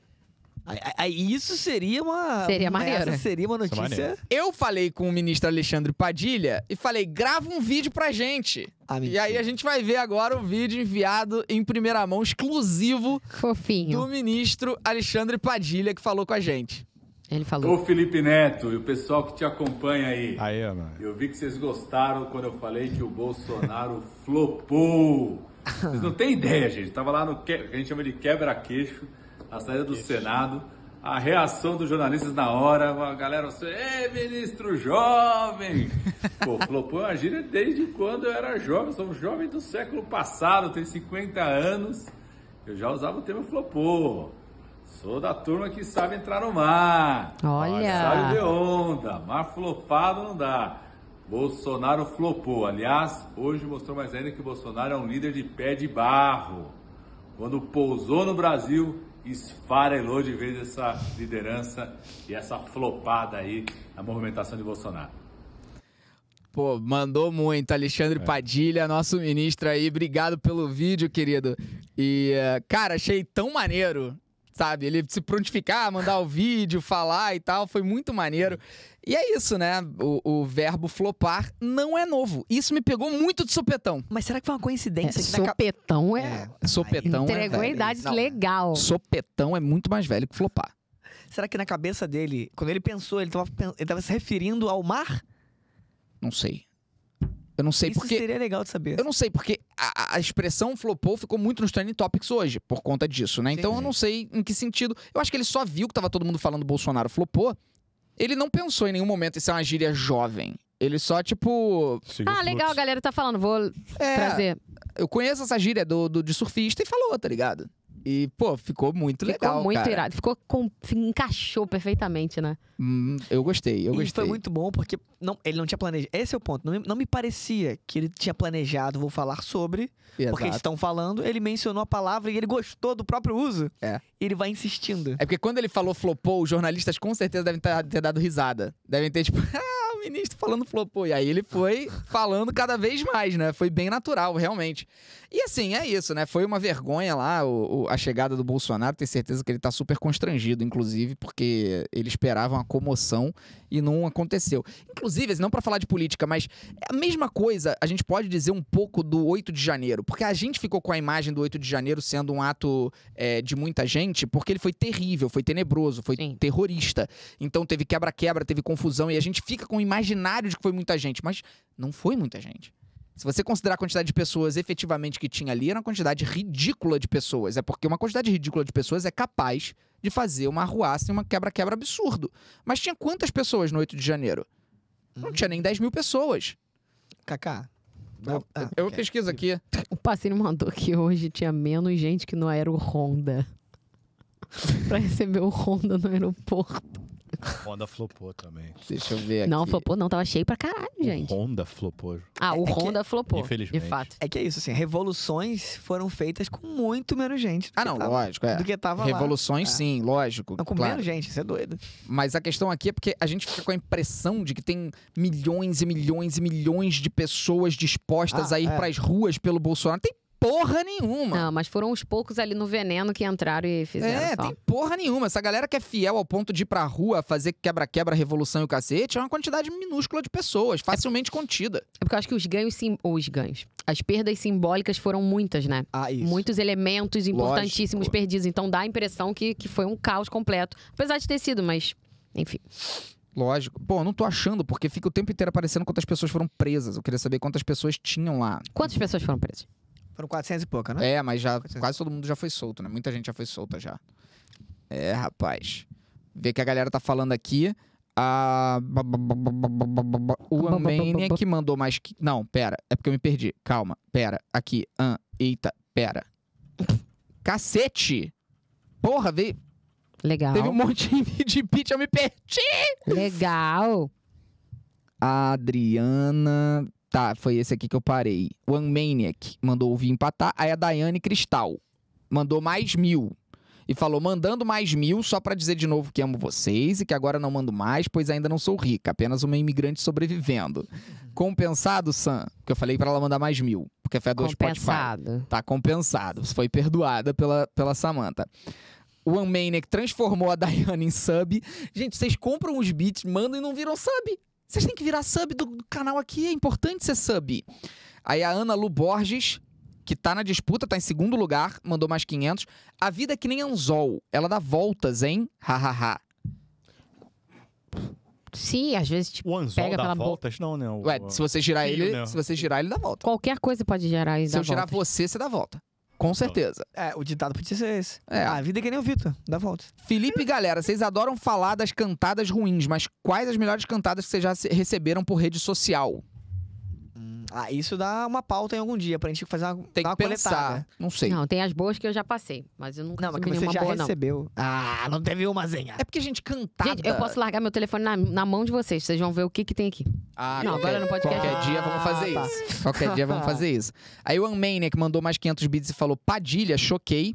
S3: Aí- aí Isso seria uma.
S4: Seria
S3: uma-
S4: maneiro.
S3: Essa seria uma
S2: Isso é
S3: notícia.
S2: maneiro.
S1: Eu falei com o ministro Alexandre Padilha e falei: grava um vídeo pra gente.
S3: Ah,
S1: E aí a
S3: mentira.
S1: gente vai ver agora o vídeo enviado em primeira mão, exclusivo,
S4: Fofinho.
S1: do ministro Alexandre Padilha, que falou com a gente.
S4: Ele falou.
S7: Ô Felipe Neto e o pessoal que te acompanha aí.
S2: Aí, mano.
S7: Eu vi que vocês gostaram quando eu falei que o Bolsonaro flopou. Vocês não têm ideia, gente. Tava lá no que que a gente chama de quebra-queixo, na saída do Senado. A reação dos jornalistas na hora, a galera, assim, ei, ministro jovem! Pô, flopou é uma gíria desde quando eu era jovem, sou um jovem do século passado, tenho 50 anos. Eu já usava o termo flopou. Sou da turma que sabe entrar no mar. Sabe de
S4: Olha.
S7: onda, mas flopado não dá. Bolsonaro flopou. Aliás, hoje mostrou mais ainda que o Bolsonaro é um líder de pé de barro. Quando pousou no Brasil, esfarelou de vez essa liderança e essa flopada aí na movimentação de Bolsonaro.
S1: Pô, mandou muito, Alexandre
S4: É.
S1: Padilha, nosso ministro aí. Obrigado pelo vídeo, querido. E, eh, cara, achei tão maneiro, sabe? Ele se prontificar, mandar o vídeo, falar e tal, foi muito maneiro. E é isso, né? O, o verbo flopar não é novo. Isso me pegou muito de sopetão.
S3: Mas será que foi uma
S4: É,
S3: coincidência? que na cap-
S4: sopetão é.
S1: Sopetão é
S4: Entregou a
S1: velho.
S4: idade
S3: Não.
S4: legal.
S1: Sopetão é muito mais velho que flopar.
S3: Será que na cabeça dele, quando ele pensou, ele tava, pen- ele tava se referindo ao mar?
S1: Não sei. Eu não sei
S3: Isso
S1: porque.
S3: seria legal de saber.
S1: Eu não sei, porque a, a- a expressão flopou ficou muito nos trending topics hoje, por conta disso, né? Então eu não sei em que sentido. Eu acho que ele só viu que tava todo mundo falando Bolsonaro flopou. Ele não pensou em nenhum momento isso é uma gíria jovem. Ele só, tipo.
S2: Siga o
S4: Ah,
S2: fluxo.
S4: legal, a galera tá falando. Vou
S1: É,
S4: trazer.
S1: eu conheço essa gíria do, do- de surfista e falou, tá ligado? E, pô, ficou muito legal.
S4: Ficou muito
S1: cara.
S4: irado. Ficou com... encaixou perfeitamente, né?
S1: Hum, eu gostei, eu
S3: e
S1: gostei.
S3: foi muito bom porque não, ele não tinha planejado. Esse é o ponto. Não, me- não me parecia que ele tinha planejado, vou falar sobre, porque eles
S1: Exato.
S3: estão falando. Ele mencionou a palavra e ele gostou do próprio uso.
S1: É.
S3: E ele vai insistindo.
S1: É porque quando ele falou flopou, os jornalistas com certeza devem tá- ter dado risada. Devem ter, tipo, ah, o ministro falando flopou. E aí ele foi falando cada vez mais, né? Foi bem natural, realmente. E assim, é isso, né? Foi uma vergonha lá o- o- a chegada do Bolsonaro. Tenho certeza que ele tá super constrangido, inclusive, porque ele esperava uma comoção e não aconteceu. Inclusive, assim, não pra falar de política, mas é a mesma coisa, a gente pode dizer um pouco do 8 de janeiro, porque a gente ficou com a imagem do 8 de janeiro sendo um ato é, de muita gente, porque ele foi terrível, foi tenebroso, foi
S4: Sim.
S1: terrorista. Então teve quebra-quebra, teve confusão, e a gente fica com o imaginário de que foi muita gente, mas não foi muita gente. Se você considerar a quantidade de pessoas efetivamente que tinha ali, era uma quantidade ridícula de pessoas. É porque uma quantidade ridícula de pessoas é capaz de fazer uma arruaça e uma quebra-quebra absurdo. Mas tinha quantas pessoas no 8 de janeiro?
S3: Hum.
S1: Não tinha nem 10 mil pessoas.
S3: Kaká.
S1: Eu-
S3: Ah,
S1: eu
S3: ok.
S1: pesquiso aqui.
S4: O Passinho mandou que hoje tinha menos gente que não era o Honda. pra receber o Honda no aeroporto.
S2: Honda flopou também.
S1: Deixa eu ver aqui.
S4: Não, flopou não. Tava cheio pra caralho, gente.
S2: Honda flopou.
S4: Ah, o
S3: É que-
S4: Honda flopou.
S2: Infelizmente.
S4: De fato.
S3: É que é isso, assim, revoluções foram feitas com muito menos gente. do
S1: Ah,
S3: que
S1: não,
S3: tava-
S1: lógico, é.
S3: Do que tava lá.
S1: Revoluções,
S3: É.
S1: sim, lógico.
S3: Não, com
S1: claro.
S3: menos gente, isso é doido.
S1: Mas a questão aqui é porque a gente fica com a impressão de que tem milhões e milhões e milhões de pessoas dispostas
S3: Ah,
S1: a ir
S3: é.
S1: pras ruas pelo Bolsonaro. Tem porra nenhuma.
S4: Não, mas foram os poucos ali no veneno que entraram e fizeram
S1: É,
S4: só.
S1: tem porra nenhuma. Essa galera que é fiel ao ponto de ir pra rua fazer quebra-quebra, revolução e o cacete é uma quantidade minúscula de pessoas, facilmente contida.
S4: É porque eu acho que os ganhos, sim, os ganhos. As perdas simbólicas foram muitas, né?
S3: Ah, isso.
S4: Muitos elementos importantíssimos
S1: Lógico.
S4: perdidos. Então dá a impressão que, que foi um caos completo. Apesar de ter sido, mas. Enfim.
S1: Lógico. Pô, eu não tô achando, porque fica o tempo inteiro aparecendo quantas pessoas foram presas. Eu queria saber quantas pessoas tinham lá.
S4: Quantas pessoas foram presas?
S3: Foram 400 e pouca, né?
S1: É, mas já
S3: Pois é.
S1: quase todo mundo já foi solto, né? Muita gente já foi solta já. É, rapaz. Vê que a galera tá falando aqui. A... O Ambania que mandou mais. que- Não, pera. É porque eu me perdi. Calma. Pera. Aqui. Ahn. eita. Pera. Cacete! Porra, veio...
S4: Legal.
S1: teve um monte de pitch. Eu me perdi!
S4: Legal.
S1: A Adriana. Tá, foi esse aqui que eu parei. One Maniac mandou ouvir empatar. Aí a Daiane Cristal mandou mais mil. E falou, mandando mais mil, só pra dizer de novo que amo vocês e que agora não mando mais, pois ainda não sou rica, apenas uma imigrante sobrevivendo. Compensado, Sam, que eu falei pra ela mandar mais mil, porque foi a do Spotify.
S4: Compensado.
S1: Tá compensado. Foi perdoada pela, pela Samanta. O o One Maniac transformou a Dayane em sub. Gente, vocês compram os beats, mandam e não viram sub. Vocês têm que virar sub do do canal aqui, é importante ser sub. Aí a Ana Lu Borges, que tá na disputa, tá em segundo lugar, mandou mais 500. A vida é que nem anzol, ela dá voltas, hein? Hahaha.
S4: Sim, às vezes, tipo,
S8: O anzol
S4: Pega
S8: dá
S4: pela
S8: voltas? Não,
S2: né?
S8: não.
S1: Ué, se você girar
S8: Fio,
S1: ele,
S8: né?
S1: se você girar ele dá volta.
S4: qualquer coisa pode gerar isso.
S1: Se eu girar você, você dá volta. Então, Com certeza.
S3: É, o ditado podia ser esse.
S1: É.
S3: A vida é que nem o Vitor, dá volta.
S1: Felipe, e galera, vocês adoram falar das cantadas ruins, mas quais as melhores cantadas que vocês já se- receberam por rede social?
S3: Ah, isso dá uma pauta em algum dia pra gente fazer uma,
S1: Tem
S3: dar
S1: que
S3: uma
S1: pensar.
S3: coletada.
S1: Não sei.
S4: Não, tem as boas que eu já passei, mas eu
S3: Não,
S4: não
S3: mas que você
S4: consegui nenhuma
S3: já
S4: boa, não.
S3: recebeu. Ah, não teve umazinha.
S1: É porque a gente cantada.
S4: Gente, eu posso largar meu telefone na, na mão de vocês, vocês vão ver o que, que tem aqui.
S1: Ah,
S4: Não,
S1: qualquer-
S4: agora não pode
S1: Qualquer
S4: querer.
S1: dia vamos fazer
S3: Ah, tá.
S1: isso. Qualquer dia vamos fazer isso. Aí o Unmaniac mandou mais 500 bits e falou Padilha, choquei.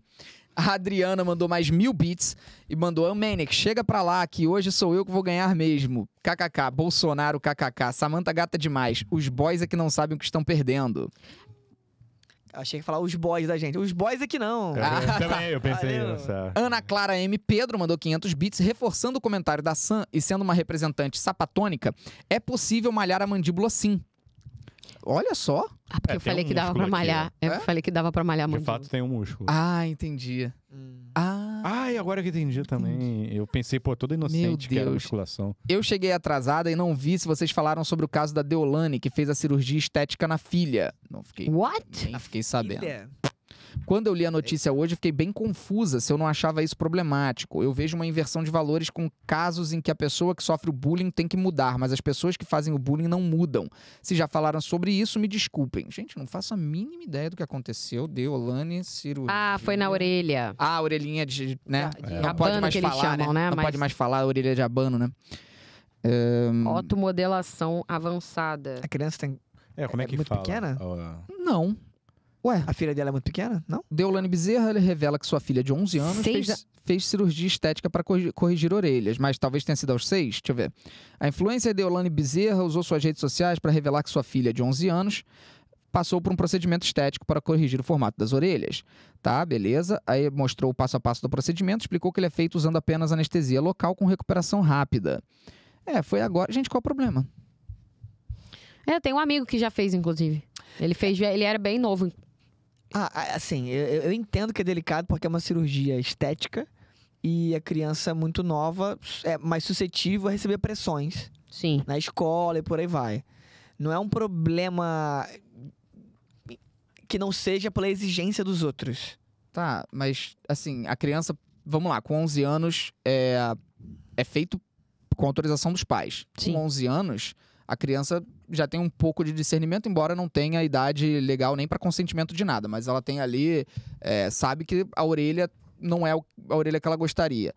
S1: A Adriana mandou mais mil bits e mandou Unmaniac, chega pra lá que hoje sou eu que vou ganhar mesmo. KKK, Bolsonaro, KKK, Samanta gata demais. Os boys é que não sabem o que estão perdendo.
S3: Achei que ia falar os boys da gente. Os boys aqui não.
S8: Eu também, eu pensei
S3: Valeu.
S8: nessa.
S1: Ana Clara M. Pedro mandou 500 bits, reforçando o comentário da Sam e sendo uma representante sapatônica, é possível malhar a mandíbula sim. Olha só.
S4: Ah, porque
S8: É,
S4: eu
S8: tem
S4: falei
S8: um
S4: que dava pra
S8: músculo aqui,
S4: malhar.
S1: ó.
S4: Eu
S1: É?
S4: falei que dava pra malhar
S8: De
S4: muito.
S8: fato, tem um músculo.
S1: Ah, entendi.
S3: Hum.
S1: Ah.
S8: Ai, agora que entendi também. Eu pensei,
S2: é
S8: pô, toda inocente que era
S1: Deus.
S8: musculação.
S1: Eu cheguei atrasada e não vi se vocês falaram sobre o caso da Deolane, que fez a cirurgia estética na filha. Não fiquei,
S4: What?
S1: nem fiquei
S3: Tá
S1: sabendo.
S3: Ilha.
S1: Quando eu li a notícia hoje, eu fiquei bem confusa se eu não achava isso problemático. Eu vejo uma inversão de valores com casos em que a pessoa que sofre o bullying tem que mudar, mas as pessoas que fazem o bullying não mudam. Se já falaram sobre isso, me desculpem. Gente, não faço a mínima ideia do que aconteceu. Deolane, cirurgia.
S4: Ah, foi na orelha. Ah,
S1: Ah, a orelhinha de. Né?
S4: De
S1: Não pode
S4: abano
S1: mais
S4: que eles
S1: falar.
S4: chamam, né?
S1: Não
S4: Mas-
S1: pode mais falar a orelha de abano, né?
S4: Otomodelação avançada.
S3: A criança tem.
S8: É, como é,
S3: É
S8: que
S3: muito
S8: fala?
S3: pequena?
S8: Ó,
S1: Não. Ué,
S3: A filha dela é muito pequena? Não?
S1: Deolane Bezerra ele revela que sua filha de 11 anos
S4: Seis
S1: fez, fez cirurgia estética para corrigir, corrigir orelhas, mas talvez tenha sido aos seis. Deixa eu ver. A influencer Deolane Bezerra usou suas redes sociais para revelar que sua filha de 11 anos passou por um procedimento estético para corrigir o formato das orelhas. Tá, beleza. Aí mostrou o passo a passo do procedimento, explicou que ele é feito usando apenas anestesia local com recuperação rápida. É, foi agora. Gente, qual é o problema?
S4: É, eu tenho um amigo que já fez, inclusive. Ele fez, ele era bem novo.
S3: Ah, ah, assim, eu, eu- eu entendo que é delicado porque é uma cirurgia estética e a criança muito nova é mais suscetível a receber pressões
S4: Sim.
S3: na escola e por aí vai. Não é um problema que não seja pela exigência dos outros.
S1: Tá, mas assim, a criança, vamos lá, com 11 anos é, é feito com autorização dos pais.
S4: Sim.
S1: Com 11 anos, a criança já tem um pouco de discernimento, embora não tenha idade legal nem para consentimento de nada, mas ela tem ali, é, sabe que a orelha não é o- a orelha que ela gostaria.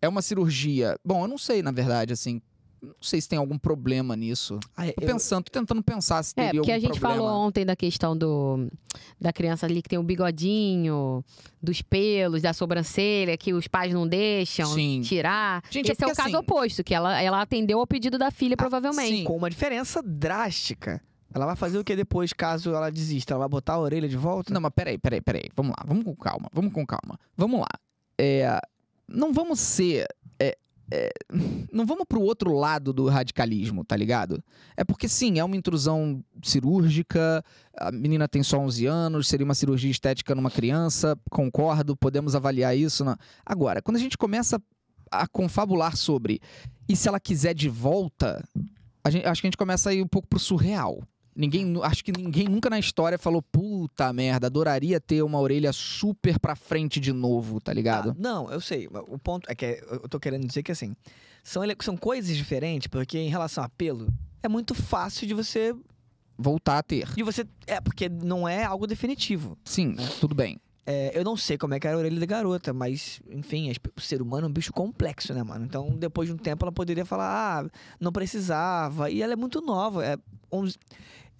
S1: É uma cirurgia. Bom, eu não sei, na verdade, assim, não sei se tem algum problema nisso.
S3: Ah,
S1: Tô
S3: eu-
S1: pensando, tô tentando pensar se teria
S4: É, porque a
S1: algum
S4: gente
S1: problema.
S4: falou ontem da questão do da criança ali que tem o bigodinho, dos pelos, da sobrancelha, que os pais não deixam
S1: Sim.
S4: tirar.
S1: Gente, é
S4: Esse é, o
S1: porque,
S4: caso
S1: assim- Ah,
S4: oposto, que ela, ela atendeu ao pedido da filha, provavelmente.
S1: sim.
S3: com uma diferença drástica. Ela vai fazer o que depois, caso ela desista? Ela vai botar a orelha de volta?
S1: Não, mas peraí, peraí, peraí. Vamos lá, vamos com calma, vamos com calma. Vamos lá. É, não vamos ser. é, é, não vamos pro outro lado do radicalismo, tá ligado? É porque sim, é uma intrusão cirúrgica, a menina tem só 11 anos, seria uma cirurgia estética numa criança, concordo, podemos avaliar isso. né? na- Agora, quando a gente começa a confabular sobre e se ela quiser de volta, a gente- acho que a gente começa a ir um pouco pro surreal. Ninguém, nu- acho que ninguém nunca na história falou, puta merda, adoraria ter uma orelha super pra frente de novo, tá ligado?
S3: Ah, não, eu sei. mas O ponto é que eu eu tô querendo dizer que assim, são, ele- são coisas diferentes, porque em relação a pelo, é muito fácil de você.
S1: Voltar a ter.
S3: De você é, porque não é algo definitivo.
S1: Sim, tudo bem.
S3: É, eu não sei como é que era a orelha da garota, mas, enfim, as- o ser humano é um bicho complexo, né, mano? Então, depois de um tempo, ela poderia falar, ah, não precisava. E ela é muito nova. é 11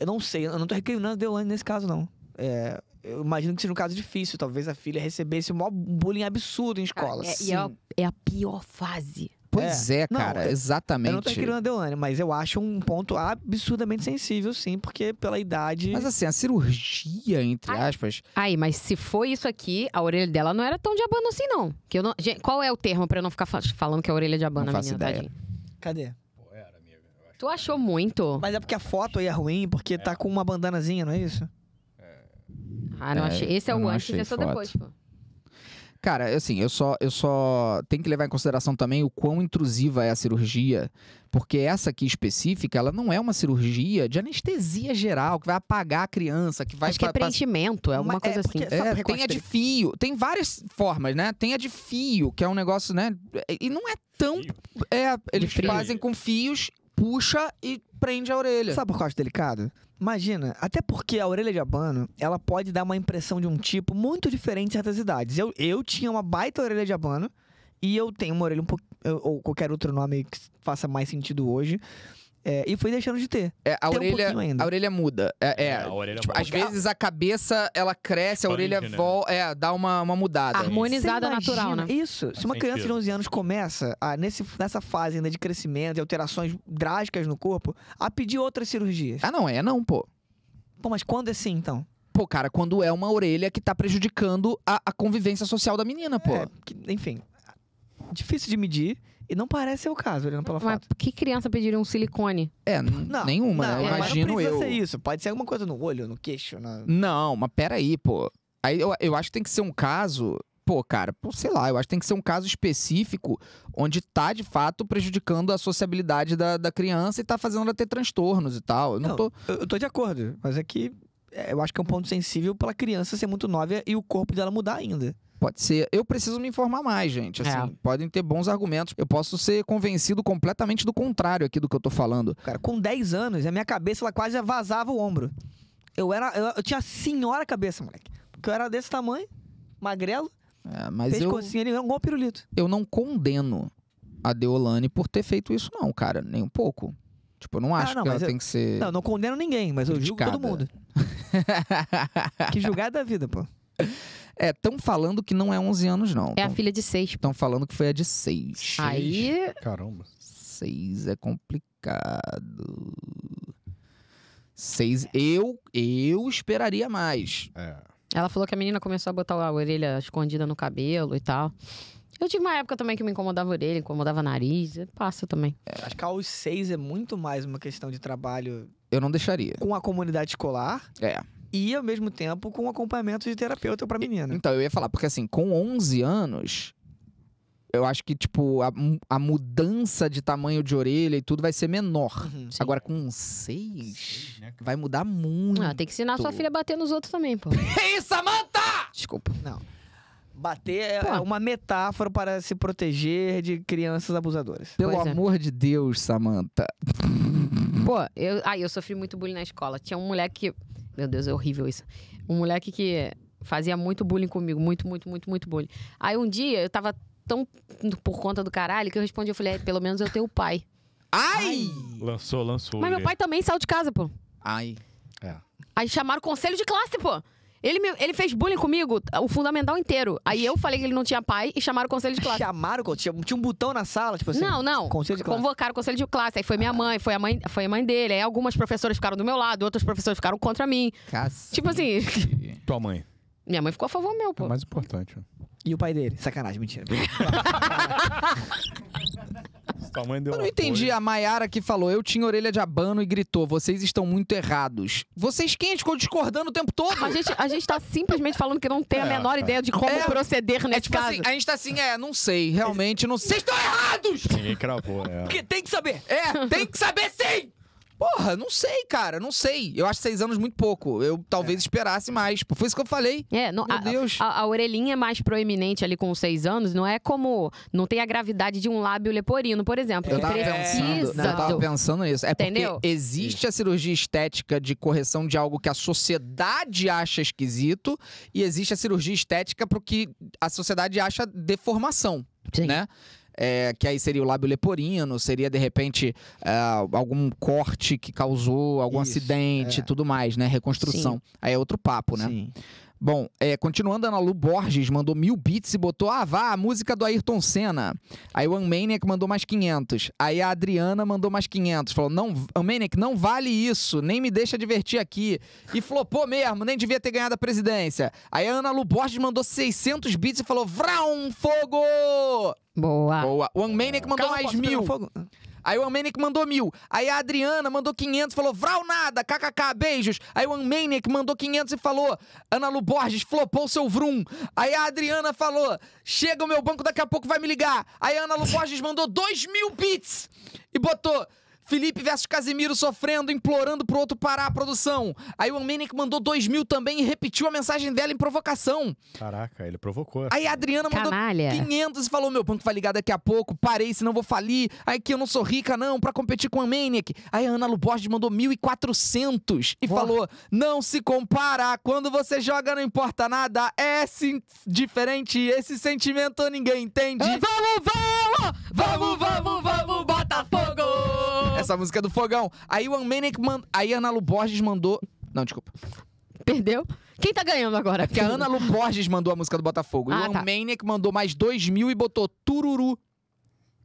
S3: Eu não sei, eu não tô recriminando a Deolane nesse caso, não. É, eu imagino que seja um caso difícil. Talvez a filha recebesse um maior bullying absurdo em escola.
S4: É, e é, a- é a pior fase.
S1: Pois é,
S3: Não,
S1: cara,
S3: eu-
S1: exatamente.
S3: Eu não tô querendo a Deolane, mas eu acho um ponto absurdamente sensível, sim, porque pela idade.
S1: Mas assim, a cirurgia, entre
S4: Ai.
S1: aspas,
S4: Aí, mas se foi isso aqui, a orelha dela não era tão de abano assim, não. Que eu não... Gente, qual é o termo pra eu não ficar fa- falando que é a orelha de abano,
S1: Não faço
S4: menina?
S1: ideia.
S4: tadinha?
S3: Cadê?
S4: Tu achou muito?
S3: Mas é porque a foto aí é ruim, porque tá com uma bandanazinha, não é isso?
S4: Ah, não
S1: É,
S4: achei. Esse é
S1: eu
S4: o
S1: não
S4: antes e
S1: achei
S4: esse é o
S1: foto.
S4: depois, pô.
S1: Cara, assim, eu só, eu só tem que levar em consideração também o quão intrusiva é a cirurgia, porque essa aqui específica, ela não é uma cirurgia de anestesia geral que vai apagar a criança, que vai
S4: Acho que é
S1: pa- pa-
S4: preenchimento, é alguma
S3: Mas-
S4: coisa assim.
S3: porque-
S1: É,
S3: Sabe o
S1: tem
S3: recorte
S1: a de
S3: dele?
S1: fio, tem várias formas, né? Tem a de fio, que é um negócio, né? E não é tão. É, eles
S4: frio.
S1: fazem com fios, puxa e prende a orelha.
S3: Sabe por que eu acho delicado? Imagina, até porque a orelha de abano, ela pode dar uma impressão de um tipo muito diferente em certas idades. Eu, eu tinha uma baita orelha de abano e eu tenho uma orelha um pouco. Ou qualquer outro nome que faça mais sentido hoje. é, e fui deixando de ter.
S1: É, a,
S3: tem um
S1: orelha,
S3: pouquinho ainda.
S1: a orelha muda. É, é,
S9: a orelha
S1: tipo,
S9: boa.
S1: às vezes a cabeça ela cresce, a
S9: Expande,
S1: orelha
S9: né?
S1: volta. É, dá uma, uma mudada.
S4: Harmonizada
S3: Você imagina
S4: natural, né?
S3: Isso. Se uma
S9: Faz
S3: criança de
S9: sentido.
S3: 11 anos começa, a, nesse, nessa fase ainda de crescimento e alterações drásticas no corpo, a pedir outras cirurgias.
S1: Ah, não, é não, pô.
S3: Pô, mas quando é assim, então?
S1: Pô, cara, quando é uma orelha que tá prejudicando a, a convivência social da menina, pô.
S3: É, que- enfim, difícil de medir e não parece ser o caso, olhando pela
S4: Mas
S3: foto.
S4: que criança pediria um silicone?
S1: É, n-
S3: Não,
S1: nenhuma,
S3: não,
S1: né?
S3: mas não
S1: Imagino
S3: precisa
S1: eu.
S3: ser isso. Pode ser alguma coisa no olho, no queixo. Na...
S1: Não, mas peraí, pô. Aí eu, eu acho que tem que ser um caso. Pô, cara, pô, sei lá, eu acho que tem que ser um caso específico onde tá, de fato, prejudicando a sociabilidade da, da criança e tá fazendo ela ter transtornos e tal. Eu não,
S3: Não,
S1: tô.
S3: Eu, eu tô de acordo, mas é que é, eu acho que é um ponto sensível pela criança ser muito nova e o corpo dela mudar ainda.
S1: Pode ser. Eu preciso me informar mais, gente. Assim,
S4: É.
S1: Podem ter bons argumentos. Eu posso ser convencido completamente do contrário aqui do que eu tô falando.
S3: Cara, com 10 anos, a minha cabeça ela quase vazava o ombro. Eu era. Eu, eu tinha senhora cabeça, moleque. Porque eu era desse tamanho, magrelo,
S1: É, mas eu,
S3: pescocinho ali, igual um pirulito.
S1: eu não condeno a Deolane por ter feito isso, não, cara. Nem um pouco. Tipo, eu não acho
S3: Ah, não,
S1: que ela
S3: mas eu-
S1: tem que ser.
S3: Não, não condeno ninguém, mas eu julgo todo
S1: Criticada.
S3: mundo. que julgar é da vida, pô.
S1: É, estão falando que não é 11 anos, não.
S4: É a Ah. filha de seis.
S1: Estão falando que foi a de 6.
S4: Aí,
S2: Caramba.
S1: 6 é complicado. 6, eu, eu esperaria mais.
S2: É.
S4: ela falou que a menina começou a botar a orelha escondida no cabelo e tal. Eu tive uma época também que me incomodava a orelha, incomodava o nariz. Passa também.
S3: Acho que aos seis é muito mais uma questão de trabalho
S1: Eu não deixaria.
S3: com a comunidade escolar
S1: É.
S3: e, ao mesmo tempo, com acompanhamento de terapeuta pra menina.
S1: Então, eu ia falar, porque assim, com 11 anos, eu acho que, tipo, a, mu- a mudança de tamanho de orelha e tudo vai ser menor.
S3: Uhum.
S1: Agora, com 6, vai mudar muito.
S4: Ah, tem que ensinar sua
S1: Muito.
S4: filha a bater nos outros também, pô.
S1: Que isso, Samanta?
S4: Desculpa.
S3: Bater é
S4: Pô.
S3: uma metáfora para se proteger de crianças abusadoras.
S1: Pelo
S4: Pois é.
S1: amor de Deus, Samanta.
S4: Pô, eu, ai, eu sofri muito bullying na escola. Tinha um moleque. Meu Deus, é horrível isso. Um moleque que fazia muito bullying comigo. Muito, muito, muito, muito bullying. Aí um dia eu tava tão por conta do caralho que eu respondi, eu falei, "É, pelo menos eu tenho pai.
S1: Ai!
S9: Lançou, lançou.
S4: Mas meu
S9: ele.
S4: pai também saiu de casa, pô.
S1: Ai.
S2: é.
S4: Aí chamaram o conselho de classe, pô. Ele, me- ele fez bullying comigo o fundamental inteiro. Aí eu falei que ele não tinha pai e chamaram o conselho de classe.
S3: Chamaram, tinha, tinha um botão na sala, tipo assim.
S4: não, não.
S3: Conselho de classe.
S4: Convocaram o conselho de classe. Aí foi
S1: Ah.
S4: minha mãe, foi a mãe, foi a mãe dele. Aí algumas professoras ficaram do meu lado, outras professoras ficaram contra mim.
S1: Cacete.
S4: Tipo assim,
S2: Tua mãe.
S4: minha mãe ficou a favor meu,
S2: É
S4: pô.
S2: o mais importante. ó.
S3: E o pai dele? Sacanagem, mentira.
S2: Tua mãe deu
S1: Eu não
S2: um
S1: entendi. A Maiara que falou, eu tinha orelha de abano e gritou, vocês estão muito errados. Vocês quem? A gente ficou discordando o tempo todo.
S4: A gente, a gente tá simplesmente falando que não tem a menor ideia de como
S1: É.
S4: proceder nesse
S1: É tipo
S4: caso.
S1: assim, a gente tá assim, é, não sei, realmente não sei. Vocês estão errados!
S2: apoio. Ninguém cravou, é.
S3: Porque tem que saber!
S1: É, tem que saber sim! Porra, não sei, cara, não sei. Eu acho seis anos muito pouco. Eu talvez esperasse mais. Pô, Foi isso que eu falei.
S4: É, não,
S1: Meu
S4: a,
S1: Deus.
S4: A, a orelhinha mais proeminente ali com os seis anos não é como. Não tem a gravidade de um lábio leporino, por exemplo.
S1: Eu tava,
S4: É. Precisa
S1: pensando, né? eu tava
S4: do-
S1: pensando nisso. É
S4: Entendeu?
S1: porque existe a cirurgia estética de correção de algo que a sociedade acha esquisito e existe a cirurgia estética pro que a sociedade acha deformação,
S4: Sim.
S1: né? é, que aí seria o lábio leporino, seria de repente é, algum corte que causou algum
S3: Isso,
S1: acidente e
S3: é.
S1: tudo mais, né? Reconstrução. Aí é outro papo, né?
S3: Sim.
S1: Bom, é, continuando, a Ana Lu Borges mandou mil bits e botou, ah, vá, a música do Ayrton Senna. Aí o Unmaniac mandou mais 500. Aí a Adriana mandou mais 500. Falou, não, Unmaniac, não vale isso, nem me deixa divertir aqui. E flopou mesmo, nem devia ter ganhado a presidência. Aí a Ana Lu Borges mandou 600 bits e falou, vrão, fogo!
S4: Boa.
S1: Boa. O Unmaniac mandou
S3: Ah.
S1: mais
S3: Calma, posso pegar
S1: mil.
S3: um fogo?
S1: Aí o Unmaniac mandou mil. Aí a Adriana mandou 500 falou, Vral nada, kkk, beijos. Aí o Unmaniac mandou 500 e falou, Ana Lu Borges flopou seu vrum. Aí a Adriana falou, chega o meu banco, daqui a pouco vai me ligar. Aí a Ana Lu Borges mandou 2 mil bits e botou... Felipe versus Casimiro sofrendo, implorando pro outro parar a produção. Aí o Unmaniac mandou 2 mil também e repetiu a mensagem dela em provocação.
S2: Caraca, ele provocou.
S1: Aí a Adriana mandou
S4: Canalha.
S1: 500 e falou: meu banco vai ligar daqui a pouco, parei, senão vou falir. Aí que eu não sou rica, não, pra competir com a Maniac. Aí a Ana Lu Borges mandou 1.400 e falou: não se compara, quando você joga não importa nada, é sim- diferente, esse sentimento ninguém entende.
S4: Vamos, É, vamos! Vamos, vamos, vamos, Botafogo!
S1: Essa música é do fogão. Aí o Maniac mandou. Aí a Ana Lu Borges mandou. Não, desculpa.
S4: Perdeu? Quem tá ganhando agora?
S1: Porque a Ana Lu Borges mandou a música do Botafogo.
S4: Ah,
S1: e o
S4: tá.
S1: Maniac mandou mais 2 mil e botou tururu.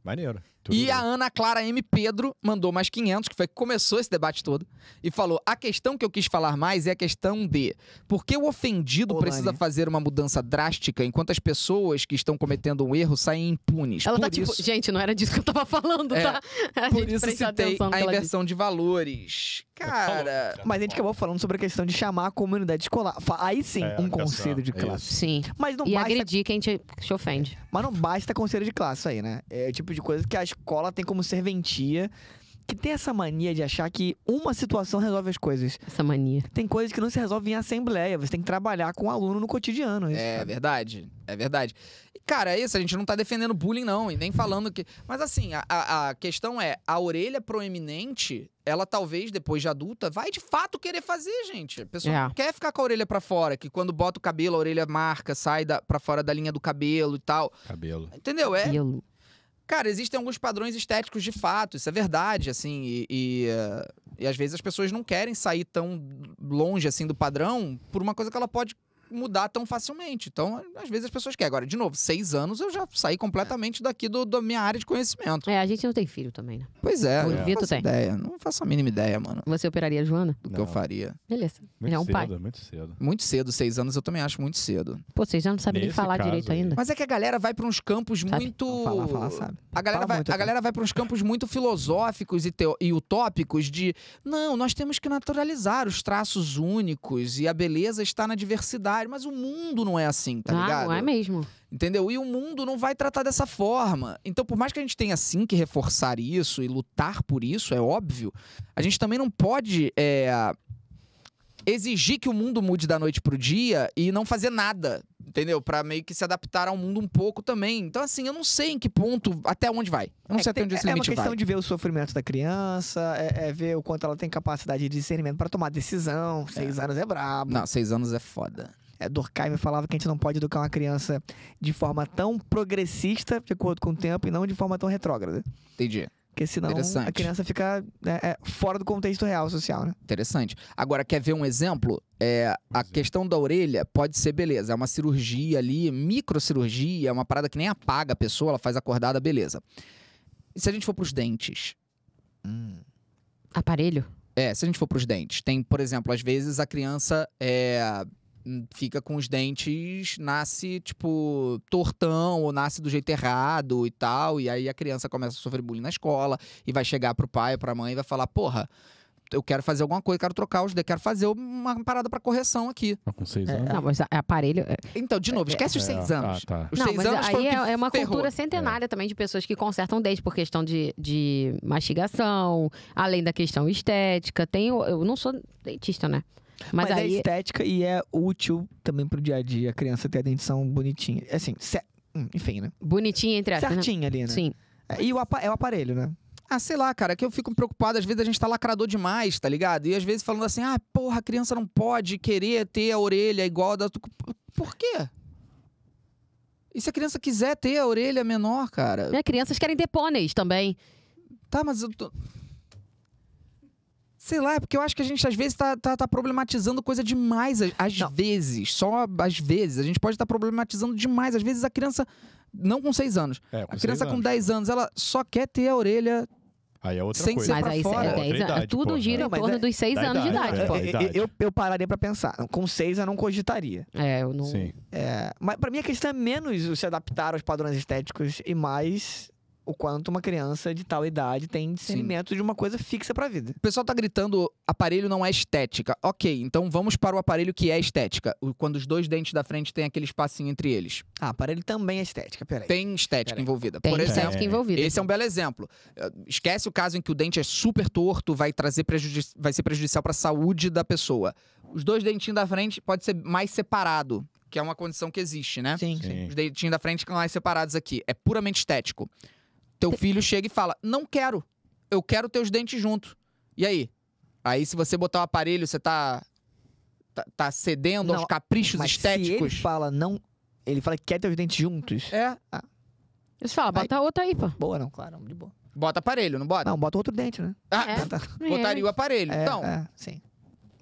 S2: Maneiro.
S1: E a Ana Clara M. Pedro mandou mais 500, que foi que começou esse debate todo, e falou: a questão que eu quis falar mais é a questão de por que o ofendido
S3: Olane.
S1: precisa fazer uma mudança drástica enquanto as pessoas que estão cometendo um erro saem impunes.
S4: Ela
S1: por
S4: tá tipo,
S1: isso,
S4: gente, não era disso que eu tava falando,
S1: É,
S4: tá? A
S1: por
S4: gente
S1: isso
S4: prestou
S1: citei
S4: atenção no
S1: a
S4: que ela disse.
S1: inversão de valores.
S6: Tá
S1: Cara,
S3: Mas a gente acabou falando sobre a questão de chamar a comunidade escolar. Fa- Aí sim,
S2: É,
S3: um
S2: a
S3: conselho
S2: questão,
S3: de
S2: é
S3: classe.
S4: Sim.
S3: Mas não,
S4: E
S3: basta,
S4: agredir quem te, te ofende.
S3: mas não basta conselho de classe aí, né? É o tipo de coisa que a escola tem como serventia, que tem essa mania de achar que uma situação resolve as coisas.
S4: Essa mania.
S3: Tem coisas que não se resolvem em assembleia, você tem que trabalhar com o aluno no cotidiano. Isso,
S1: É
S3: sabe?
S1: verdade, é verdade. E, cara, é isso, a gente não tá defendendo bullying, não, e nem falando que. Mas assim, a, a- a questão é: a orelha proeminente, ela talvez, depois de adulta, vai de fato querer fazer, gente. A pessoa
S4: É.
S1: não quer ficar com a orelha pra fora, que quando bota o cabelo, a orelha marca, sai da, pra fora da linha do cabelo e tal.
S2: Cabelo.
S1: Entendeu? É,
S4: Pelo.
S1: Cara, existem alguns padrões estéticos de fato, isso é verdade, assim, e, e, eh, e às vezes as pessoas não querem sair tão longe, assim, do padrão por uma coisa que ela pode mudar tão facilmente. Então, às vezes as pessoas querem. Agora, de novo, seis anos eu já saí completamente daqui do- da minha área de conhecimento.
S4: É, a gente não tem filho também, né?
S1: Pois é,
S4: O
S1: eu não
S4: Vitor
S1: faço
S4: tem.
S1: ideia, não faço a mínima ideia, mano,
S4: Você operaria a Joana?
S1: do que
S2: Não.
S1: eu faria.
S4: Beleza.
S2: Muito
S4: Ele é um
S2: cedo,
S4: pai.
S2: muito cedo.
S1: Muito cedo, seis anos eu também acho muito cedo.
S4: Pô, vocês já não sabem nem
S2: Nesse
S4: falar
S2: caso
S4: direito
S2: aí.
S4: ainda.
S1: Mas é que a galera vai pra uns campos
S4: Sabe?
S1: muito.
S3: Falar, falar, sabe?
S1: A galera,
S3: Fala
S1: vai,
S3: muito
S1: a
S3: aqui.
S1: galera vai para uns campos muito filosóficos e, teo- e utópicos de não, nós temos que naturalizar os traços únicos e a beleza está na diversidade, mas o mundo não é assim, tá
S4: ah,
S1: ligado?
S4: não é mesmo.
S1: Entendeu? E o mundo não vai tratar dessa forma. Então, por mais que a gente tenha sim que reforçar isso e lutar por isso, é óbvio, a gente também não pode é, exigir que o mundo mude da noite pro dia e não fazer nada, entendeu? Pra meio que se adaptar ao mundo um pouco também. Então, assim, eu não sei em que ponto, até onde vai. Eu não
S3: É
S1: sei
S3: que
S1: até
S3: tem-
S1: onde esse
S3: é uma
S1: limite
S3: questão
S1: vai.
S3: de ver o sofrimento da criança, é, é ver o quanto ela tem capacidade de discernimento pra tomar decisão. Seis anos é brabo.
S1: Não, seis anos é foda.
S3: É, Durkheim falava que a gente não pode educar uma criança de forma tão progressista, de acordo com o tempo, e não de forma tão retrógrada.
S1: Entendi.
S3: Porque senão
S1: Interessante.
S3: a criança fica né, é, fora do contexto real social, né?
S1: Interessante. Agora, quer ver um exemplo? É, a
S2: Pois é.
S1: questão da orelha pode ser, beleza, é uma cirurgia ali, microcirurgia, é uma parada que nem apaga a pessoa, ela faz acordada, beleza. E se a gente for pros dentes?
S4: Aparelho?
S1: É, se a gente for pros dentes, tem, por exemplo, às vezes a criança é, hum, fica com os dentes, nasce, tipo, tortão, ou nasce do jeito errado e tal, e aí a criança começa a sofrer bullying na escola, e vai chegar pro pai, pra mãe, e vai falar, porra, eu quero fazer alguma coisa, quero trocar os dentes, quero fazer uma parada pra correção aqui.
S2: Mas Tá Com seis anos.
S4: Não, mas a- aparelho. é-
S1: Então, de novo, esquece os
S2: É,
S1: seis
S2: ah,
S1: anos.
S2: tá.
S1: Os
S4: não,
S1: seis
S4: mas
S1: anos foi o
S4: aí
S1: que
S4: é, é uma
S1: ferrou.
S4: cultura centenária também de pessoas que consertam dente por questão de, de mastigação, além da questão estética. Tem, o- eu não sou dentista, né? Mas,
S3: é
S4: aí.
S3: estética e é útil também pro dia a dia, a criança ter a dentição bonitinha. Assim, ce- hum, enfim, né?
S4: Bonitinha entre aspas. né?
S3: Certinha ali, né?
S4: Sim.
S3: É, E o apa- é o aparelho, né?
S1: Ah, sei lá, cara, que eu fico preocupado. Às vezes a gente tá lacrador demais, tá ligado? E às vezes falando assim, ah, porra, a criança não pode querer ter a orelha igual a da. Por quê? E se a criança quiser ter a orelha menor, cara?
S4: Né? Crianças querem ter pôneis também.
S1: Tá, mas eu tô... Sei lá, é porque eu acho que a gente às vezes tá, tá, tá problematizando coisa demais. a- Às vezes, só às vezes. A gente pode estar problematizando demais. Às vezes a criança, não com seis anos,
S2: É,
S1: a criança com
S2: anos.
S1: 10 anos, ela só quer ter a orelha.
S2: Aí é outra
S1: sem
S2: coisa.
S1: ser
S4: Mas
S1: pra
S4: aí
S1: fora.
S4: é 10
S2: Outra
S4: anos.
S2: idade,
S4: Tudo
S2: porra.
S4: gira
S3: Não,
S4: em
S3: mas
S4: torno
S3: é-
S4: dos 6
S2: da
S4: anos de
S2: idade,
S4: idade.
S2: é.
S4: pô.
S2: Pô,
S3: Eu-
S2: idade.
S3: Eu, eu pararia pra pensar. Com seis eu não cogitaria.
S4: É, eu não.
S2: né? Sim.
S3: É, mas pra mim a questão é menos o se adaptar aos padrões estéticos e mais o quanto uma criança de tal idade tem discernimento de uma coisa fixa pra vida.
S1: O pessoal tá gritando, aparelho não é estética. Ok, então vamos para o aparelho que é estética. o- Quando os dois dentes da frente têm aquele espacinho entre eles.
S3: Ah, aparelho também é estética, peraí.
S1: Tem estética
S3: Peraí.
S1: envolvida.
S4: Tem
S1: Por exemplo,
S4: estética envolvida.
S1: Esse é um belo exemplo. Eh, Esquece o caso em que o dente é super torto, vai trazer prejudici- vai ser prejudicial para a saúde da pessoa. Os dois dentinhos da frente pode ser mais separado, que é uma condição que existe, né?
S3: Sim, sim.
S2: Sim.
S1: Os dentinhos da frente ficam mais separados aqui. É puramente estético. Teu filho chega e fala: "Não quero. Eu quero teus dentes juntos". E aí? Aí se você botar o aparelho, você tá tá, tá cedendo
S3: Não,
S1: aos caprichos
S3: Mas se ele
S1: estéticos.
S3: fala não... Ele fala que quer ter os dentes juntos.
S1: É,
S4: Você fala, bota outra aí, pô.
S3: Boa não, claro, de boa.
S1: bota aparelho, não bota?
S3: Não, bota outro dente, né?
S1: Ah,
S4: É.
S3: Tá.
S1: Botaria o aparelho.
S3: É,
S1: então,
S3: é, sim.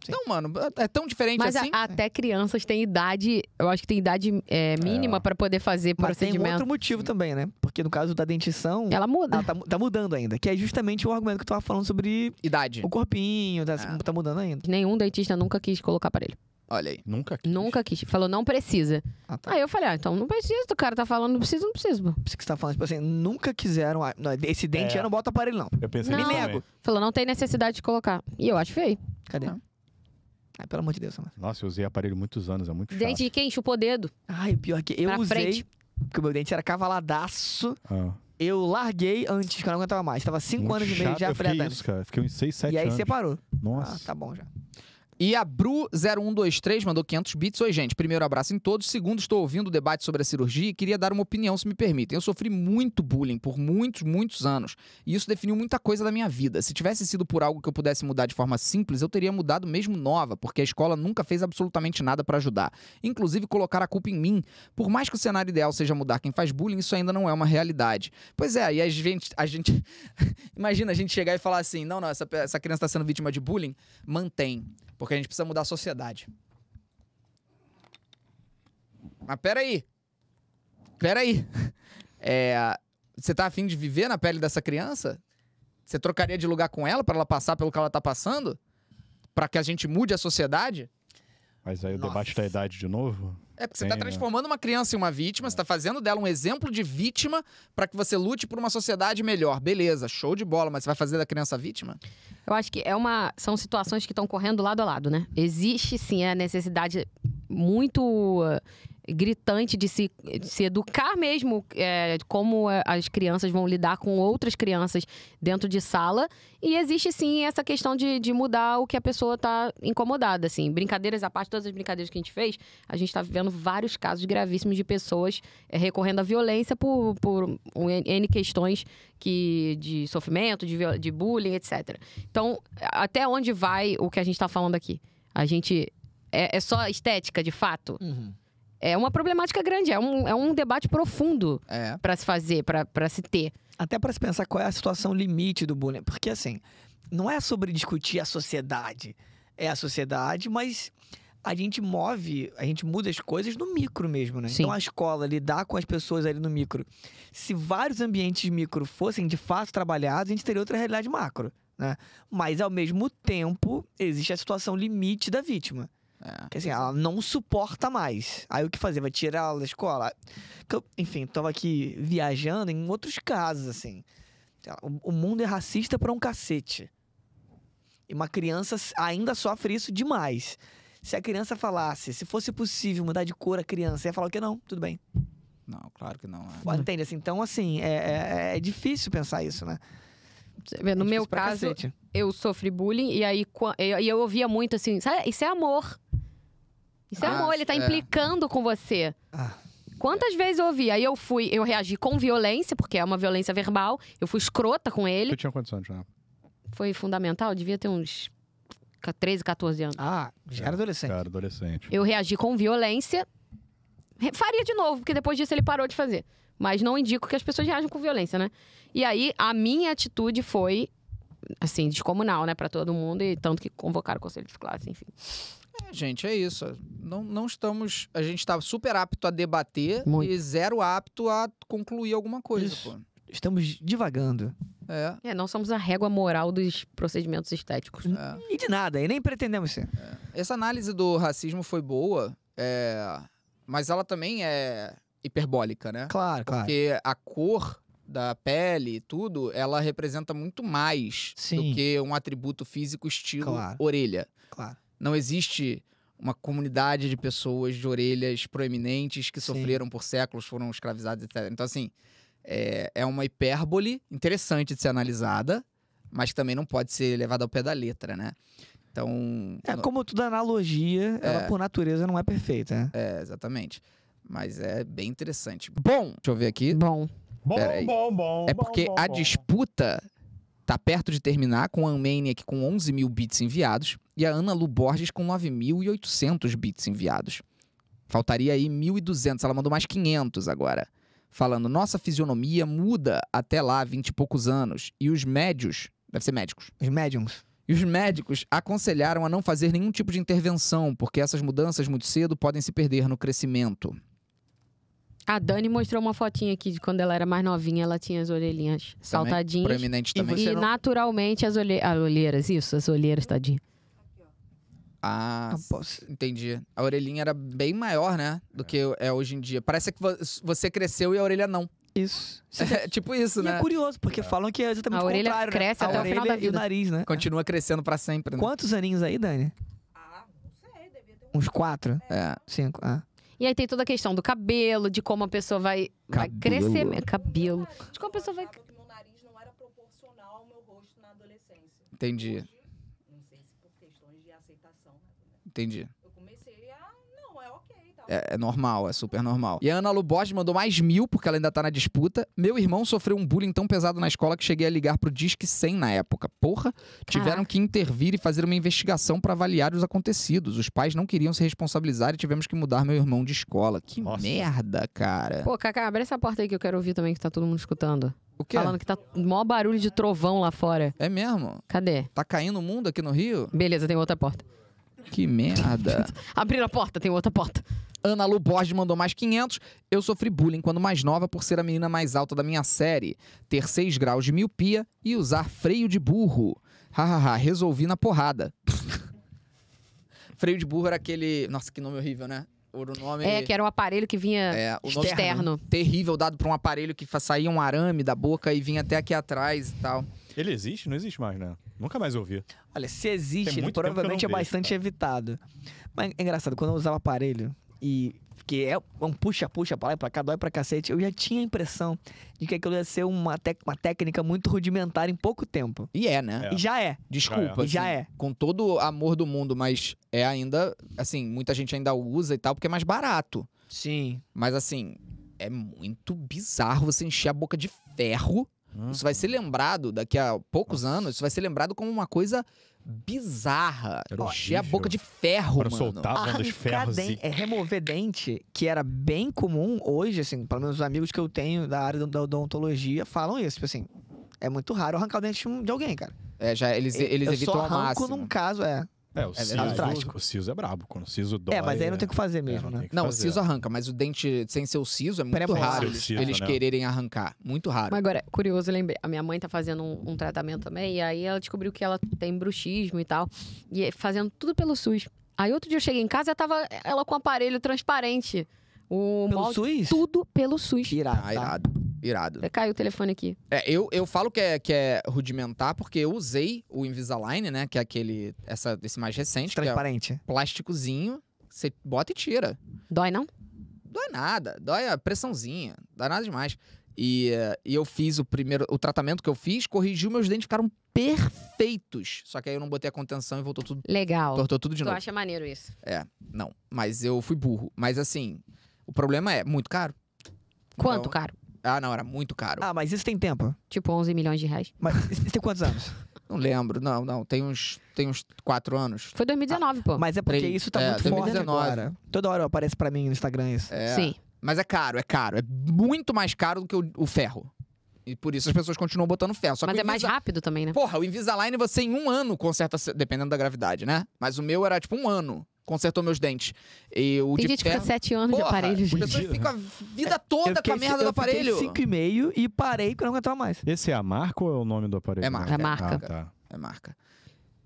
S1: Então, mano, é tão diferente
S4: Mas a-
S1: assim.
S4: até crianças têm idade, eu acho que tem idade é,
S1: Ah.
S4: mínima pra poder fazer
S3: Mas tem um
S4: procedimento. É.
S3: outro motivo também, né? Porque no caso da dentição,
S4: Ela muda.
S3: ela tá, mu- tá mudando ainda. Que é justamente o argumento que eu tava falando sobre
S1: Idade.
S3: o corpinho, tá,
S1: Ah.
S3: tá mudando ainda.
S4: Nenhum dentista nunca quis colocar aparelho.
S1: Olha aí.
S2: Nunca quis.
S4: Nunca quis. Falou, não precisa.
S3: Ah, tá.
S4: Aí eu falei, ah, então não precisa. O cara tá falando, não precisa, não precisa. pô.
S3: Por isso que você tá falando, tipo assim, nunca quiseram. ah, não, esse dente
S2: É.
S3: eu não boto aparelho, não.
S2: Eu pensei
S4: Não.
S2: nisso
S4: Me
S2: também.
S3: nego.
S4: Falou, não tem necessidade de colocar. E eu acho feio.
S3: Cadê? Ai, pelo amor de Deus, Samara.
S2: Nossa, eu usei aparelho muitos anos, é muito chato.
S4: Dente de quem? Chupou o dedo.
S3: Ai, pior que eu
S4: Pra
S3: usei.
S4: frente.
S3: Porque o meu dente era cavaladaço.
S2: Ah,
S3: Eu larguei antes, que eu não aguentava mais. Tava 5
S2: muito
S3: anos e meio
S2: chato.
S3: já
S2: eu
S3: falei,
S2: fiquei
S3: "Ah, dane-se."
S2: isso, cara. Fiquei uns 6, 7
S3: E aí
S2: anos.
S3: você parou. Ah,
S2: Nossa.
S3: tá bom já.
S1: E a Bru0123 mandou 500 bits. Oi, gente. Primeiro abraço em todos. Segundo, estou ouvindo o debate sobre a cirurgia e queria dar uma opinião, se me permitem. Eu sofri muito bullying por muitos, muitos anos. E isso definiu muita coisa da minha vida. Se tivesse sido por algo que eu pudesse mudar de forma simples, eu teria mudado mesmo nova, porque a escola nunca fez absolutamente nada para ajudar. Inclusive, colocar a culpa em mim. Por mais que o cenário ideal seja mudar quem faz bullying, isso ainda não é uma realidade. Pois é, e a gente. A gente imagina a gente chegar e falar assim: não, não, essa, pe- essa criança está sendo vítima de bullying. Mantém. Porque a gente precisa mudar a sociedade. Mas peraí. Peraí. É, você tá afim de viver na pele dessa criança? Você trocaria de lugar com ela pra ela passar pelo que ela tá passando? Pra que a gente mude a sociedade?
S2: Mas aí o
S3: Nossa.
S2: debate da idade de novo?
S1: É porque você tá
S2: Sim, né?
S1: transformando uma criança em uma vítima, você tá fazendo dela um exemplo de vítima pra que você lute por uma sociedade melhor. Beleza, show de bola, mas você vai fazer da criança vítima?
S4: Eu acho que é uma. São situações que estão correndo lado a lado, né? Existe sim a necessidade muito eh, gritante de se, de se educar mesmo eh, como eh, as crianças vão lidar com outras crianças dentro de sala. E existe sim essa questão de, de mudar o que a pessoa tá incomodada, assim. Brincadeiras à parte, todas as brincadeiras que a gente fez, a gente tá vivendo vários casos gravíssimos de pessoas eh, recorrendo à violência por, por um N- N questões que, de sofrimento, de, viol- de bullying, etc. Então, até onde vai o que a gente está falando aqui? A gente. É, é só estética, de fato?
S2: Uhum.
S4: É uma problemática grande, é um, é um debate profundo
S1: É.
S4: para se fazer, para se ter.
S3: Até pra se pensar qual é a situação limite do bullying. Porque, assim, não é sobre discutir a sociedade. É a sociedade, mas a gente move, a gente muda as coisas no micro mesmo, né?
S4: Sim.
S3: Então a escola lidar com as pessoas ali no micro. Se vários ambientes micro fossem de fato trabalhados, a gente teria outra realidade macro, né? Mas ao mesmo tempo, existe a situação limite da vítima.
S1: É.
S3: Que assim, ela não suporta mais. Aí o que fazer? Vai tirar ela da escola? Que eu- enfim, tava aqui viajando em outros casos, assim. Sei lá, O, o mundo é racista pra um cacete. E uma criança s- ainda sofre isso demais. Se a criança falasse, se fosse possível mudar de cor a criança, ia falar o que não, tudo bem.
S1: Não, claro que não. é.
S4: Uhum.
S3: Pô, Entende? Assim, então, assim, é, é- é difícil pensar isso, né?
S4: Você vê, No
S3: É
S4: meu
S3: difícil pra
S4: caso,
S3: cacete.
S4: eu sofri bullying e aí qua- e eu, e eu ouvia muito assim: "Sabe, isso é amor. Isso é
S1: Ah,
S4: amor, ele tá
S1: é.
S4: implicando com você.
S3: Ah,
S4: Quantas vezes eu ouvi? Aí eu fui, eu reagi com violência, porque é uma violência verbal, eu fui escrota com ele.
S2: Eu tinha quantos anos já?
S4: Foi fundamental, devia ter uns 13, 14 anos.
S3: ah, já era adolescente.
S2: Cara, adolescente.
S4: Eu reagi com violência, re- faria de novo, porque depois disso ele parou de fazer. Mas não indico que as pessoas reajam com violência, né? E aí, a minha atitude foi, assim, descomunal, né, pra todo mundo, e tanto que convocaram o conselho de classe, enfim.
S1: É, gente, é isso. Não, não estamos. A gente tá super apto a debater
S4: Muito.
S1: e zero apto a concluir alguma coisa,
S3: Isso.
S1: pô.
S3: Estamos divagando.
S1: É.
S4: É, não somos a régua moral dos procedimentos estéticos.
S3: E de nada, e nem pretendemos ser.
S1: é. Essa análise do racismo foi boa, é, mas ela também é hiperbólica, né?
S3: Claro, claro.
S1: Porque a cor da pele e tudo, ela representa muito mais
S3: Sim.
S1: do que um atributo físico estilo
S3: Claro.
S1: orelha.
S3: Claro.
S1: Não existe uma comunidade de pessoas de orelhas proeminentes que
S3: Sim.
S1: sofreram por séculos, foram escravizadas, etc. Então, assim, é, é uma hipérbole interessante de ser analisada, mas que também não pode ser levada ao pé da letra, né? Então.
S3: É, como tudo analogia, ela por natureza não é perfeita, né?
S1: É, exatamente. Mas é bem interessante. Bom, deixa eu ver aqui.
S4: Bom,
S8: Bom,
S1: Peraí.
S8: bom, bom.
S1: É
S8: bom,
S1: porque
S8: bom,
S1: a
S8: bom.
S1: disputa tá perto de terminar com a Unmaniac com 11 mil bits enviados e a Ana Lu Borges com 9.800 bits enviados. Faltaria aí 1.200, ela mandou mais 500 agora. Falando, nossa fisionomia muda até lá 20 e poucos anos. E os médios, deve ser médicos,
S3: Os médiums.
S1: e os médicos aconselharam a não fazer nenhum tipo de intervenção, porque essas mudanças muito cedo podem se perder no crescimento.
S4: a Dani mostrou uma fotinha aqui de quando ela era mais novinha, ela tinha as orelhinhas saltadinhas.
S1: Proeminente
S3: E
S1: também.
S4: E
S3: Você não-
S4: naturalmente as olhe... ah, olheiras, isso, as olheiras, tadinha.
S1: Ah,
S3: Não posso.
S1: Entendi. A orelhinha era bem maior, né? Do que é hoje em dia. Parece que vo- você cresceu e a orelha não.
S3: Isso.
S1: É tipo isso,
S3: E é
S1: né?
S3: curioso, porque falam que é exatamente
S4: A
S3: o
S4: orelha
S3: contrário, né?
S4: cresce
S3: A
S4: até o final
S3: orelha
S4: da
S3: e o
S4: vida.
S3: nariz, né?
S1: Continua crescendo pra sempre, né?
S3: Quantos aninhos aí, Dani? Uns quatro?
S1: É.
S3: Cinco? Ah.
S4: E aí tem toda a questão do cabelo, de como a pessoa vai, vai
S1: Cabelo.
S4: crescer. me- Cabelo. De como a pessoa vai.
S9: achava que meu nariz não era proporcional ao meu rosto na adolescência.
S1: Entendi,
S9: Não sei se por questões de aceitação, né?
S1: entendi.
S9: Eu comecei a. Não, é ok, tá?
S1: É, é normal, é super normal. E a Ana Lu Borges mandou mais mil, porque ela ainda tá na disputa. Meu irmão sofreu um bullying tão pesado na escola que cheguei a ligar pro Disque 100 na época. Porra,
S9: Ah.
S1: tiveram que intervir e fazer uma investigação pra avaliar os acontecidos. Os pais não queriam se responsabilizar e tivemos que mudar meu irmão de escola. Que
S8: Nossa.
S1: merda, cara.
S4: Pô, Cacá, abre essa porta aí que eu quero ouvir também, que tá todo mundo escutando.
S1: O que?
S4: Falando que tá mó barulho de trovão lá fora.
S1: É mesmo?
S4: Cadê?
S1: Tá caindo o mundo aqui no Rio?
S4: Beleza, tem outra porta.
S1: Que merda.
S4: Abriram a porta, tem outra porta.
S1: Ana Lu Borges mandou mais 500. Eu sofri bullying quando mais nova por ser a menina mais alta da minha série, ter 6 graus de miopia e usar freio de burro. Hahaha, resolvi na porrada. freio de burro era aquele. Nossa, que nome horrível, né? Era o nome.
S4: É, que era um aparelho que vinha
S1: É, o nome
S4: externo.
S1: terrível dado pra um aparelho que fa- saía um arame da boca e vinha até aqui atrás e tal.
S8: Ele existe? Não existe mais, né? Nunca mais ouvi.
S3: Olha, se existe,
S8: Tem
S3: ele
S8: muito tempo que eu não
S3: provavelmente é
S8: vejo,
S3: bastante
S8: cara.
S3: evitado. Mas é engraçado, quando eu usava aparelho e que é um puxa-puxa pra lá e pra cá, dói pra cacete, eu já tinha a impressão de que aquilo ia ser uma, tec- uma técnica muito rudimentar em pouco tempo.
S1: E é, né?
S3: E já é.
S1: Desculpa.
S3: E já
S1: assim,
S3: é.
S1: Com todo o amor do mundo, mas é ainda. Assim, muita gente ainda usa e tal, porque é mais barato.
S3: Sim.
S1: Mas assim, é muito bizarro você encher a boca de ferro. Isso vai ser lembrado daqui a poucos anos, isso vai ser lembrado como uma coisa bizarra.
S8: Era
S1: encher a
S8: horrível.
S1: boca de ferro,
S8: Para
S1: mano.
S8: soltar os dos
S3: Arrancar
S8: ferros
S3: dente,
S8: e...
S3: é, remover dente, que era bem comum hoje, assim, pelo menos os amigos que eu tenho da área da odontologia falam isso, tipo assim, é muito raro arrancar o dente de um- de alguém, cara.
S1: É, já eles, eles
S3: eu
S1: evitam
S3: só
S1: ao
S3: arranco
S1: máximo.
S3: num caso, é.
S8: É, o
S1: verdade.
S8: siso... O siso é brabo. Quando o siso dói...
S3: é, mas aí não tem o que fazer mesmo, né?
S1: Não, o siso arranca, mas o dente sem ser o siso é muito
S3: Pré-molar.
S1: raro
S8: Sem o
S1: eles,
S8: siso,
S1: eles
S8: né?
S1: quererem arrancar. Muito raro.
S4: Mas agora, curioso, eu lembrei. A minha mãe tá fazendo um, um tratamento também, e aí ela descobriu que ela tem bruxismo e tal. E é fazendo tudo pelo SUS. Aí outro dia eu cheguei em casa e tava ela com um aparelho transparente. O
S3: Pelo
S4: molde,
S3: SUS?
S4: tudo pelo SUS.
S3: Irado,
S1: Ah,
S3: tá?
S1: irado. Irado.
S4: Caiu o telefone aqui.
S1: É, eu, eu falo que é, que é rudimentar porque eu usei o Invisalign, né? Que é aquele, essa, esse mais recente, que é um
S3: Transparente.
S1: plásticozinho. Você bota e tira.
S4: Dói, não?
S1: Dói nada, dói a pressãozinha, dói nada demais. E, eh, e eu fiz o primeiro, o tratamento que eu fiz, corrigiu, meus dentes ficaram perfeitos. Só que aí eu não botei a contenção e voltou tudo,
S4: Legal.
S1: tortou tudo de
S4: Tu
S1: novo.
S4: acha maneiro isso?
S1: Não, mas eu fui burro. Mas assim, o problema é muito caro.
S4: Quanto,
S1: Então-
S4: caro?
S1: Ah, não, era muito caro.
S3: Ah, mas isso tem tempo.
S4: Tipo 11 milhões de reais.
S3: Mas isso tem quantos anos?
S1: Não lembro, não, não. Tem uns, tem uns quatro anos.
S4: Foi 2019, pô.
S3: Mas é porque
S1: Três.
S3: isso tá
S1: É,
S3: muito forte
S1: 2019.
S3: agora. Toda hora aparece pra mim no Instagram isso.
S1: É.
S4: Sim.
S1: Mas é caro, é caro. É muito mais caro do que o, o ferro. E por isso as pessoas continuam botando ferro. Só que
S4: Mas
S1: o
S4: é mais
S1: Invisa-
S4: rápido também, né?
S1: Porra, o Invisalign você em um ano conserta, se- dependendo da gravidade, né? Mas o meu era tipo um ano. Consertou meus dentes. E o
S4: Tem
S1: de
S4: gente que fica
S1: ferro-
S4: sete anos de
S1: Porra,
S4: aparelho,
S1: As
S4: gente.
S1: pessoas ficam a vida toda com a merda do
S3: eu É, fiquei
S1: aparelho.
S3: cinco e meio e parei porque eu não aguentava mais.
S2: Esse é a marca ou é o nome do aparelho?
S1: É marca.
S4: É marca.
S2: Ah, tá.
S1: É marca.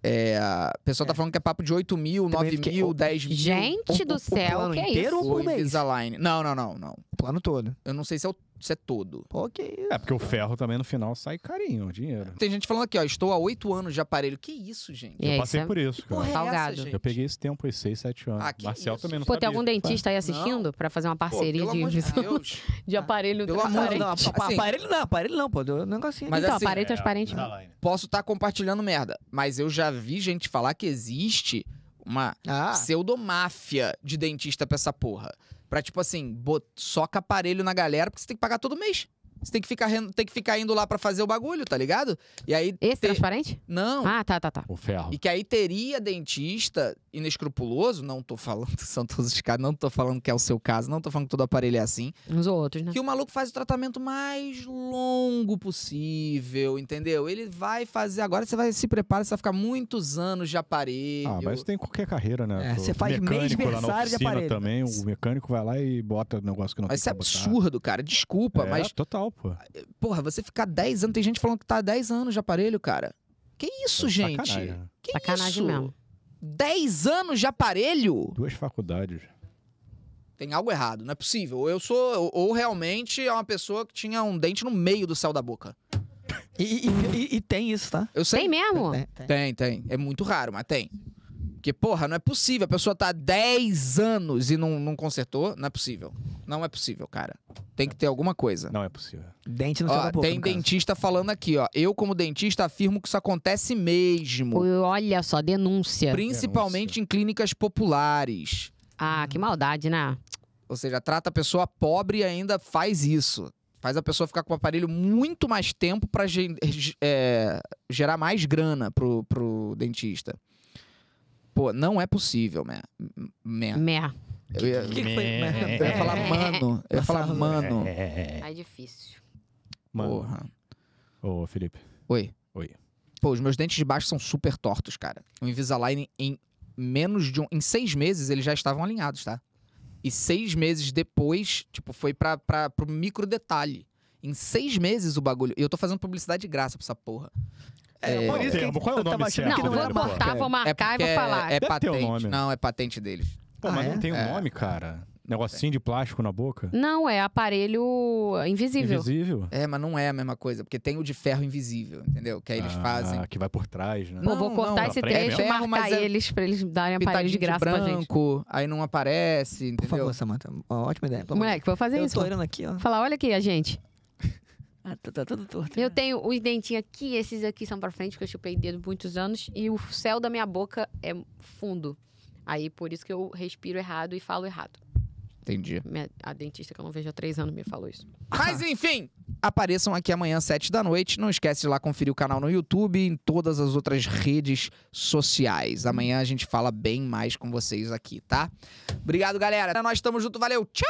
S1: É, o pessoal tá falando que é papo de 8 mil,
S3: Também
S1: 9
S3: fiquei-
S1: mil,
S3: o-
S1: 10 mil.
S4: Gente
S3: o-
S4: do
S3: o
S4: céu,
S3: plano
S4: que é
S3: inteiro
S4: isso?
S3: ou
S1: O
S3: por mês?
S1: Invisalign. Não, não, não, não.
S3: O plano todo.
S1: Eu não sei se é, o- se é todo.
S3: Pô, que isso.
S2: É, porque o ferro também no final sai carinho, o dinheiro.
S1: Tem gente falando aqui, ó, estou há oito anos de aparelho. Que isso, gente?
S4: E
S2: eu
S4: aí,
S2: passei
S4: você-
S2: por isso,
S1: Porra, é
S2: cara.
S1: essa,
S4: Salgado.
S1: gente?
S2: Eu peguei esse tempo, uns 6, 7 anos.
S1: Ah, que
S2: Marcel
S1: isso.
S2: também não
S4: Pô,
S2: sabia.
S4: tem algum dentista aí assistindo pra fazer uma
S1: Pô,
S4: parceria
S1: pelo
S4: de,
S1: amor de
S4: invisão-
S1: Deus.
S4: de aparelho
S1: Pelo
S4: transparente?
S1: amor de
S3: Não, não,
S1: Assim.
S3: apa- aparelho não, aparelho não, pô. deu Um negocinho.
S1: Mas
S4: então,
S1: assim-
S4: aparelho transparente. não.
S1: Posso estar compartilhando merda, mas eu já vi gente falar que existe uma
S3: Ah,
S1: pseudomáfia de dentista pra essa porra. Pra, tipo assim, bot... soca aparelho na galera, porque você tem que pagar todo mês. Você tem que ficar, ren- tem que ficar indo lá pra fazer o bagulho, tá ligado? E aí.
S4: Esse
S1: te-
S4: transparente?
S1: Não.
S4: Ah, tá, tá, tá.
S2: O ferro.
S1: E que aí teria dentista inescrupuloso, não tô falando, são todos os caras, não tô falando que é o seu caso, não tô falando que todo aparelho é assim,
S4: Uns ou outros, né?
S1: que o maluco faz o tratamento mais longo possível, entendeu? Ele vai fazer, agora você vai se preparar, você vai ficar muitos anos de aparelho.
S2: Ah, mas tem qualquer carreira, né?
S3: É,
S2: Pô,
S3: você faz
S2: mecânico lá na
S3: mês-versário de
S2: oficina
S3: aparelho.
S2: também, o mecânico vai lá e bota o negócio que não
S1: Mas isso é
S2: tem que botar.
S1: absurdo, cara, desculpa,
S2: É,
S1: mas,
S2: total, pô.
S1: porra, você ficar 10 anos, tem gente falando que tá há 10 anos de aparelho, cara. Que isso, gente?
S2: Sacanagem, né?
S1: Que é
S4: Sacanagem
S1: isso?
S4: mesmo.
S1: 10 anos de aparelho?
S2: Duas faculdades.
S1: Tem algo errado, não é possível. Ou eu sou, ou, ou realmente é uma pessoa que tinha um dente no meio do céu da boca.
S3: e, e- e- e- e tem isso, tá?
S1: Eu sei.
S4: Tem mesmo?
S3: Tem, tem.
S1: Tem, tem. É muito raro, mas tem. Porque, porra, não é possível. A pessoa tá há 10 anos e não, não consertou. Não é possível. Não é possível, cara. Tem que ter alguma coisa.
S2: Não é possível.
S3: Dente no
S1: Ó,
S3: céu da
S2: é
S3: boca,
S1: tem
S3: no caso.
S1: dentista falando aqui, ó. Eu, como dentista, afirmo que isso acontece mesmo.
S4: Ui, Olha só, denúncia.
S1: Principalmente em clínicas populares.
S4: Ah, que maldade, né?
S1: Ou seja, trata a pessoa pobre e ainda faz isso. Faz a pessoa ficar com o aparelho muito mais tempo pra gen- é, gerar mais grana pro, pro dentista. Pô, não é possível, man. M- man.
S4: Mé.
S1: Eu ia,
S3: O que, que foi?
S2: É.
S1: eu ia falar mano. Eu ia falar mano.
S2: É.
S4: Aí difícil.
S2: Mano,
S1: Porra.
S2: ô Felipe,
S1: Oi.
S2: Oi.
S1: Pô, os meus dentes de baixo são super tortos, cara. O Invisalign, em menos de um. Em seis meses, eles já estavam alinhados, tá? E seis meses depois, tipo, foi pra, pra, pro micro detalhe. Em seis meses o bagulho. E eu tô fazendo publicidade de graça pra essa porra.
S3: É, por isso que
S2: Tempo, qual é o
S3: eu
S2: nome
S3: tava achando
S2: certo,
S3: que
S4: Não,
S3: não
S4: vou
S2: era, pô.
S4: cortar, vou marcar
S1: É porque
S4: e Ah, vou falar.
S1: É,
S2: Deve ter um
S1: patente.
S2: nome.
S1: Não, é patente deles.
S2: Pô,
S3: Ah,
S2: mas
S3: é?
S2: não tem um
S1: É.
S2: nome, cara. Negocinho de plástico na boca.
S4: Não, é aparelho invisível.
S2: Invisível.
S1: É, mas não é a mesma coisa, porque tem o de ferro invisível, entendeu? Que aí eles fazem.
S2: Ah, que vai por trás, né?
S4: Pô, vou
S1: Não,
S2: não,
S4: cortar esse
S2: pra frente
S4: trecho e
S1: mesmo. Ferro,
S4: marcar
S1: mas é-
S4: eles pra eles darem aparelho
S1: Pitadinho
S4: de graça pra gente.
S1: branco, aí não aparece,
S3: Por
S1: entendeu?
S3: favor, Samanta. Ó, Ótima ideia. pelo amor de
S4: Moleque, vou fazer
S3: Deus.
S4: isso.
S3: Eu
S4: pô.
S3: tô olhando aqui, ó.
S4: Falar, olha aqui, a gente.
S3: Ah, tá, tá tudo torto.
S4: Eu tenho os dentinhos aqui, esses aqui são pra frente, porque eu chupei dedo muitos anos. E o céu da minha boca é fundo. Aí, por isso que eu respiro errado e falo errado.
S1: Entendi.
S4: Minha- a dentista que eu não vejo há três anos me falou isso.
S1: Mas enfim, apareçam aqui amanhã, sete da noite. Não esquece de ir lá conferir o canal no YouTube e em todas as outras redes sociais. Amanhã a gente fala bem mais com vocês aqui, tá? Obrigado, galera. Nós estamos junto. Valeu. Tchau!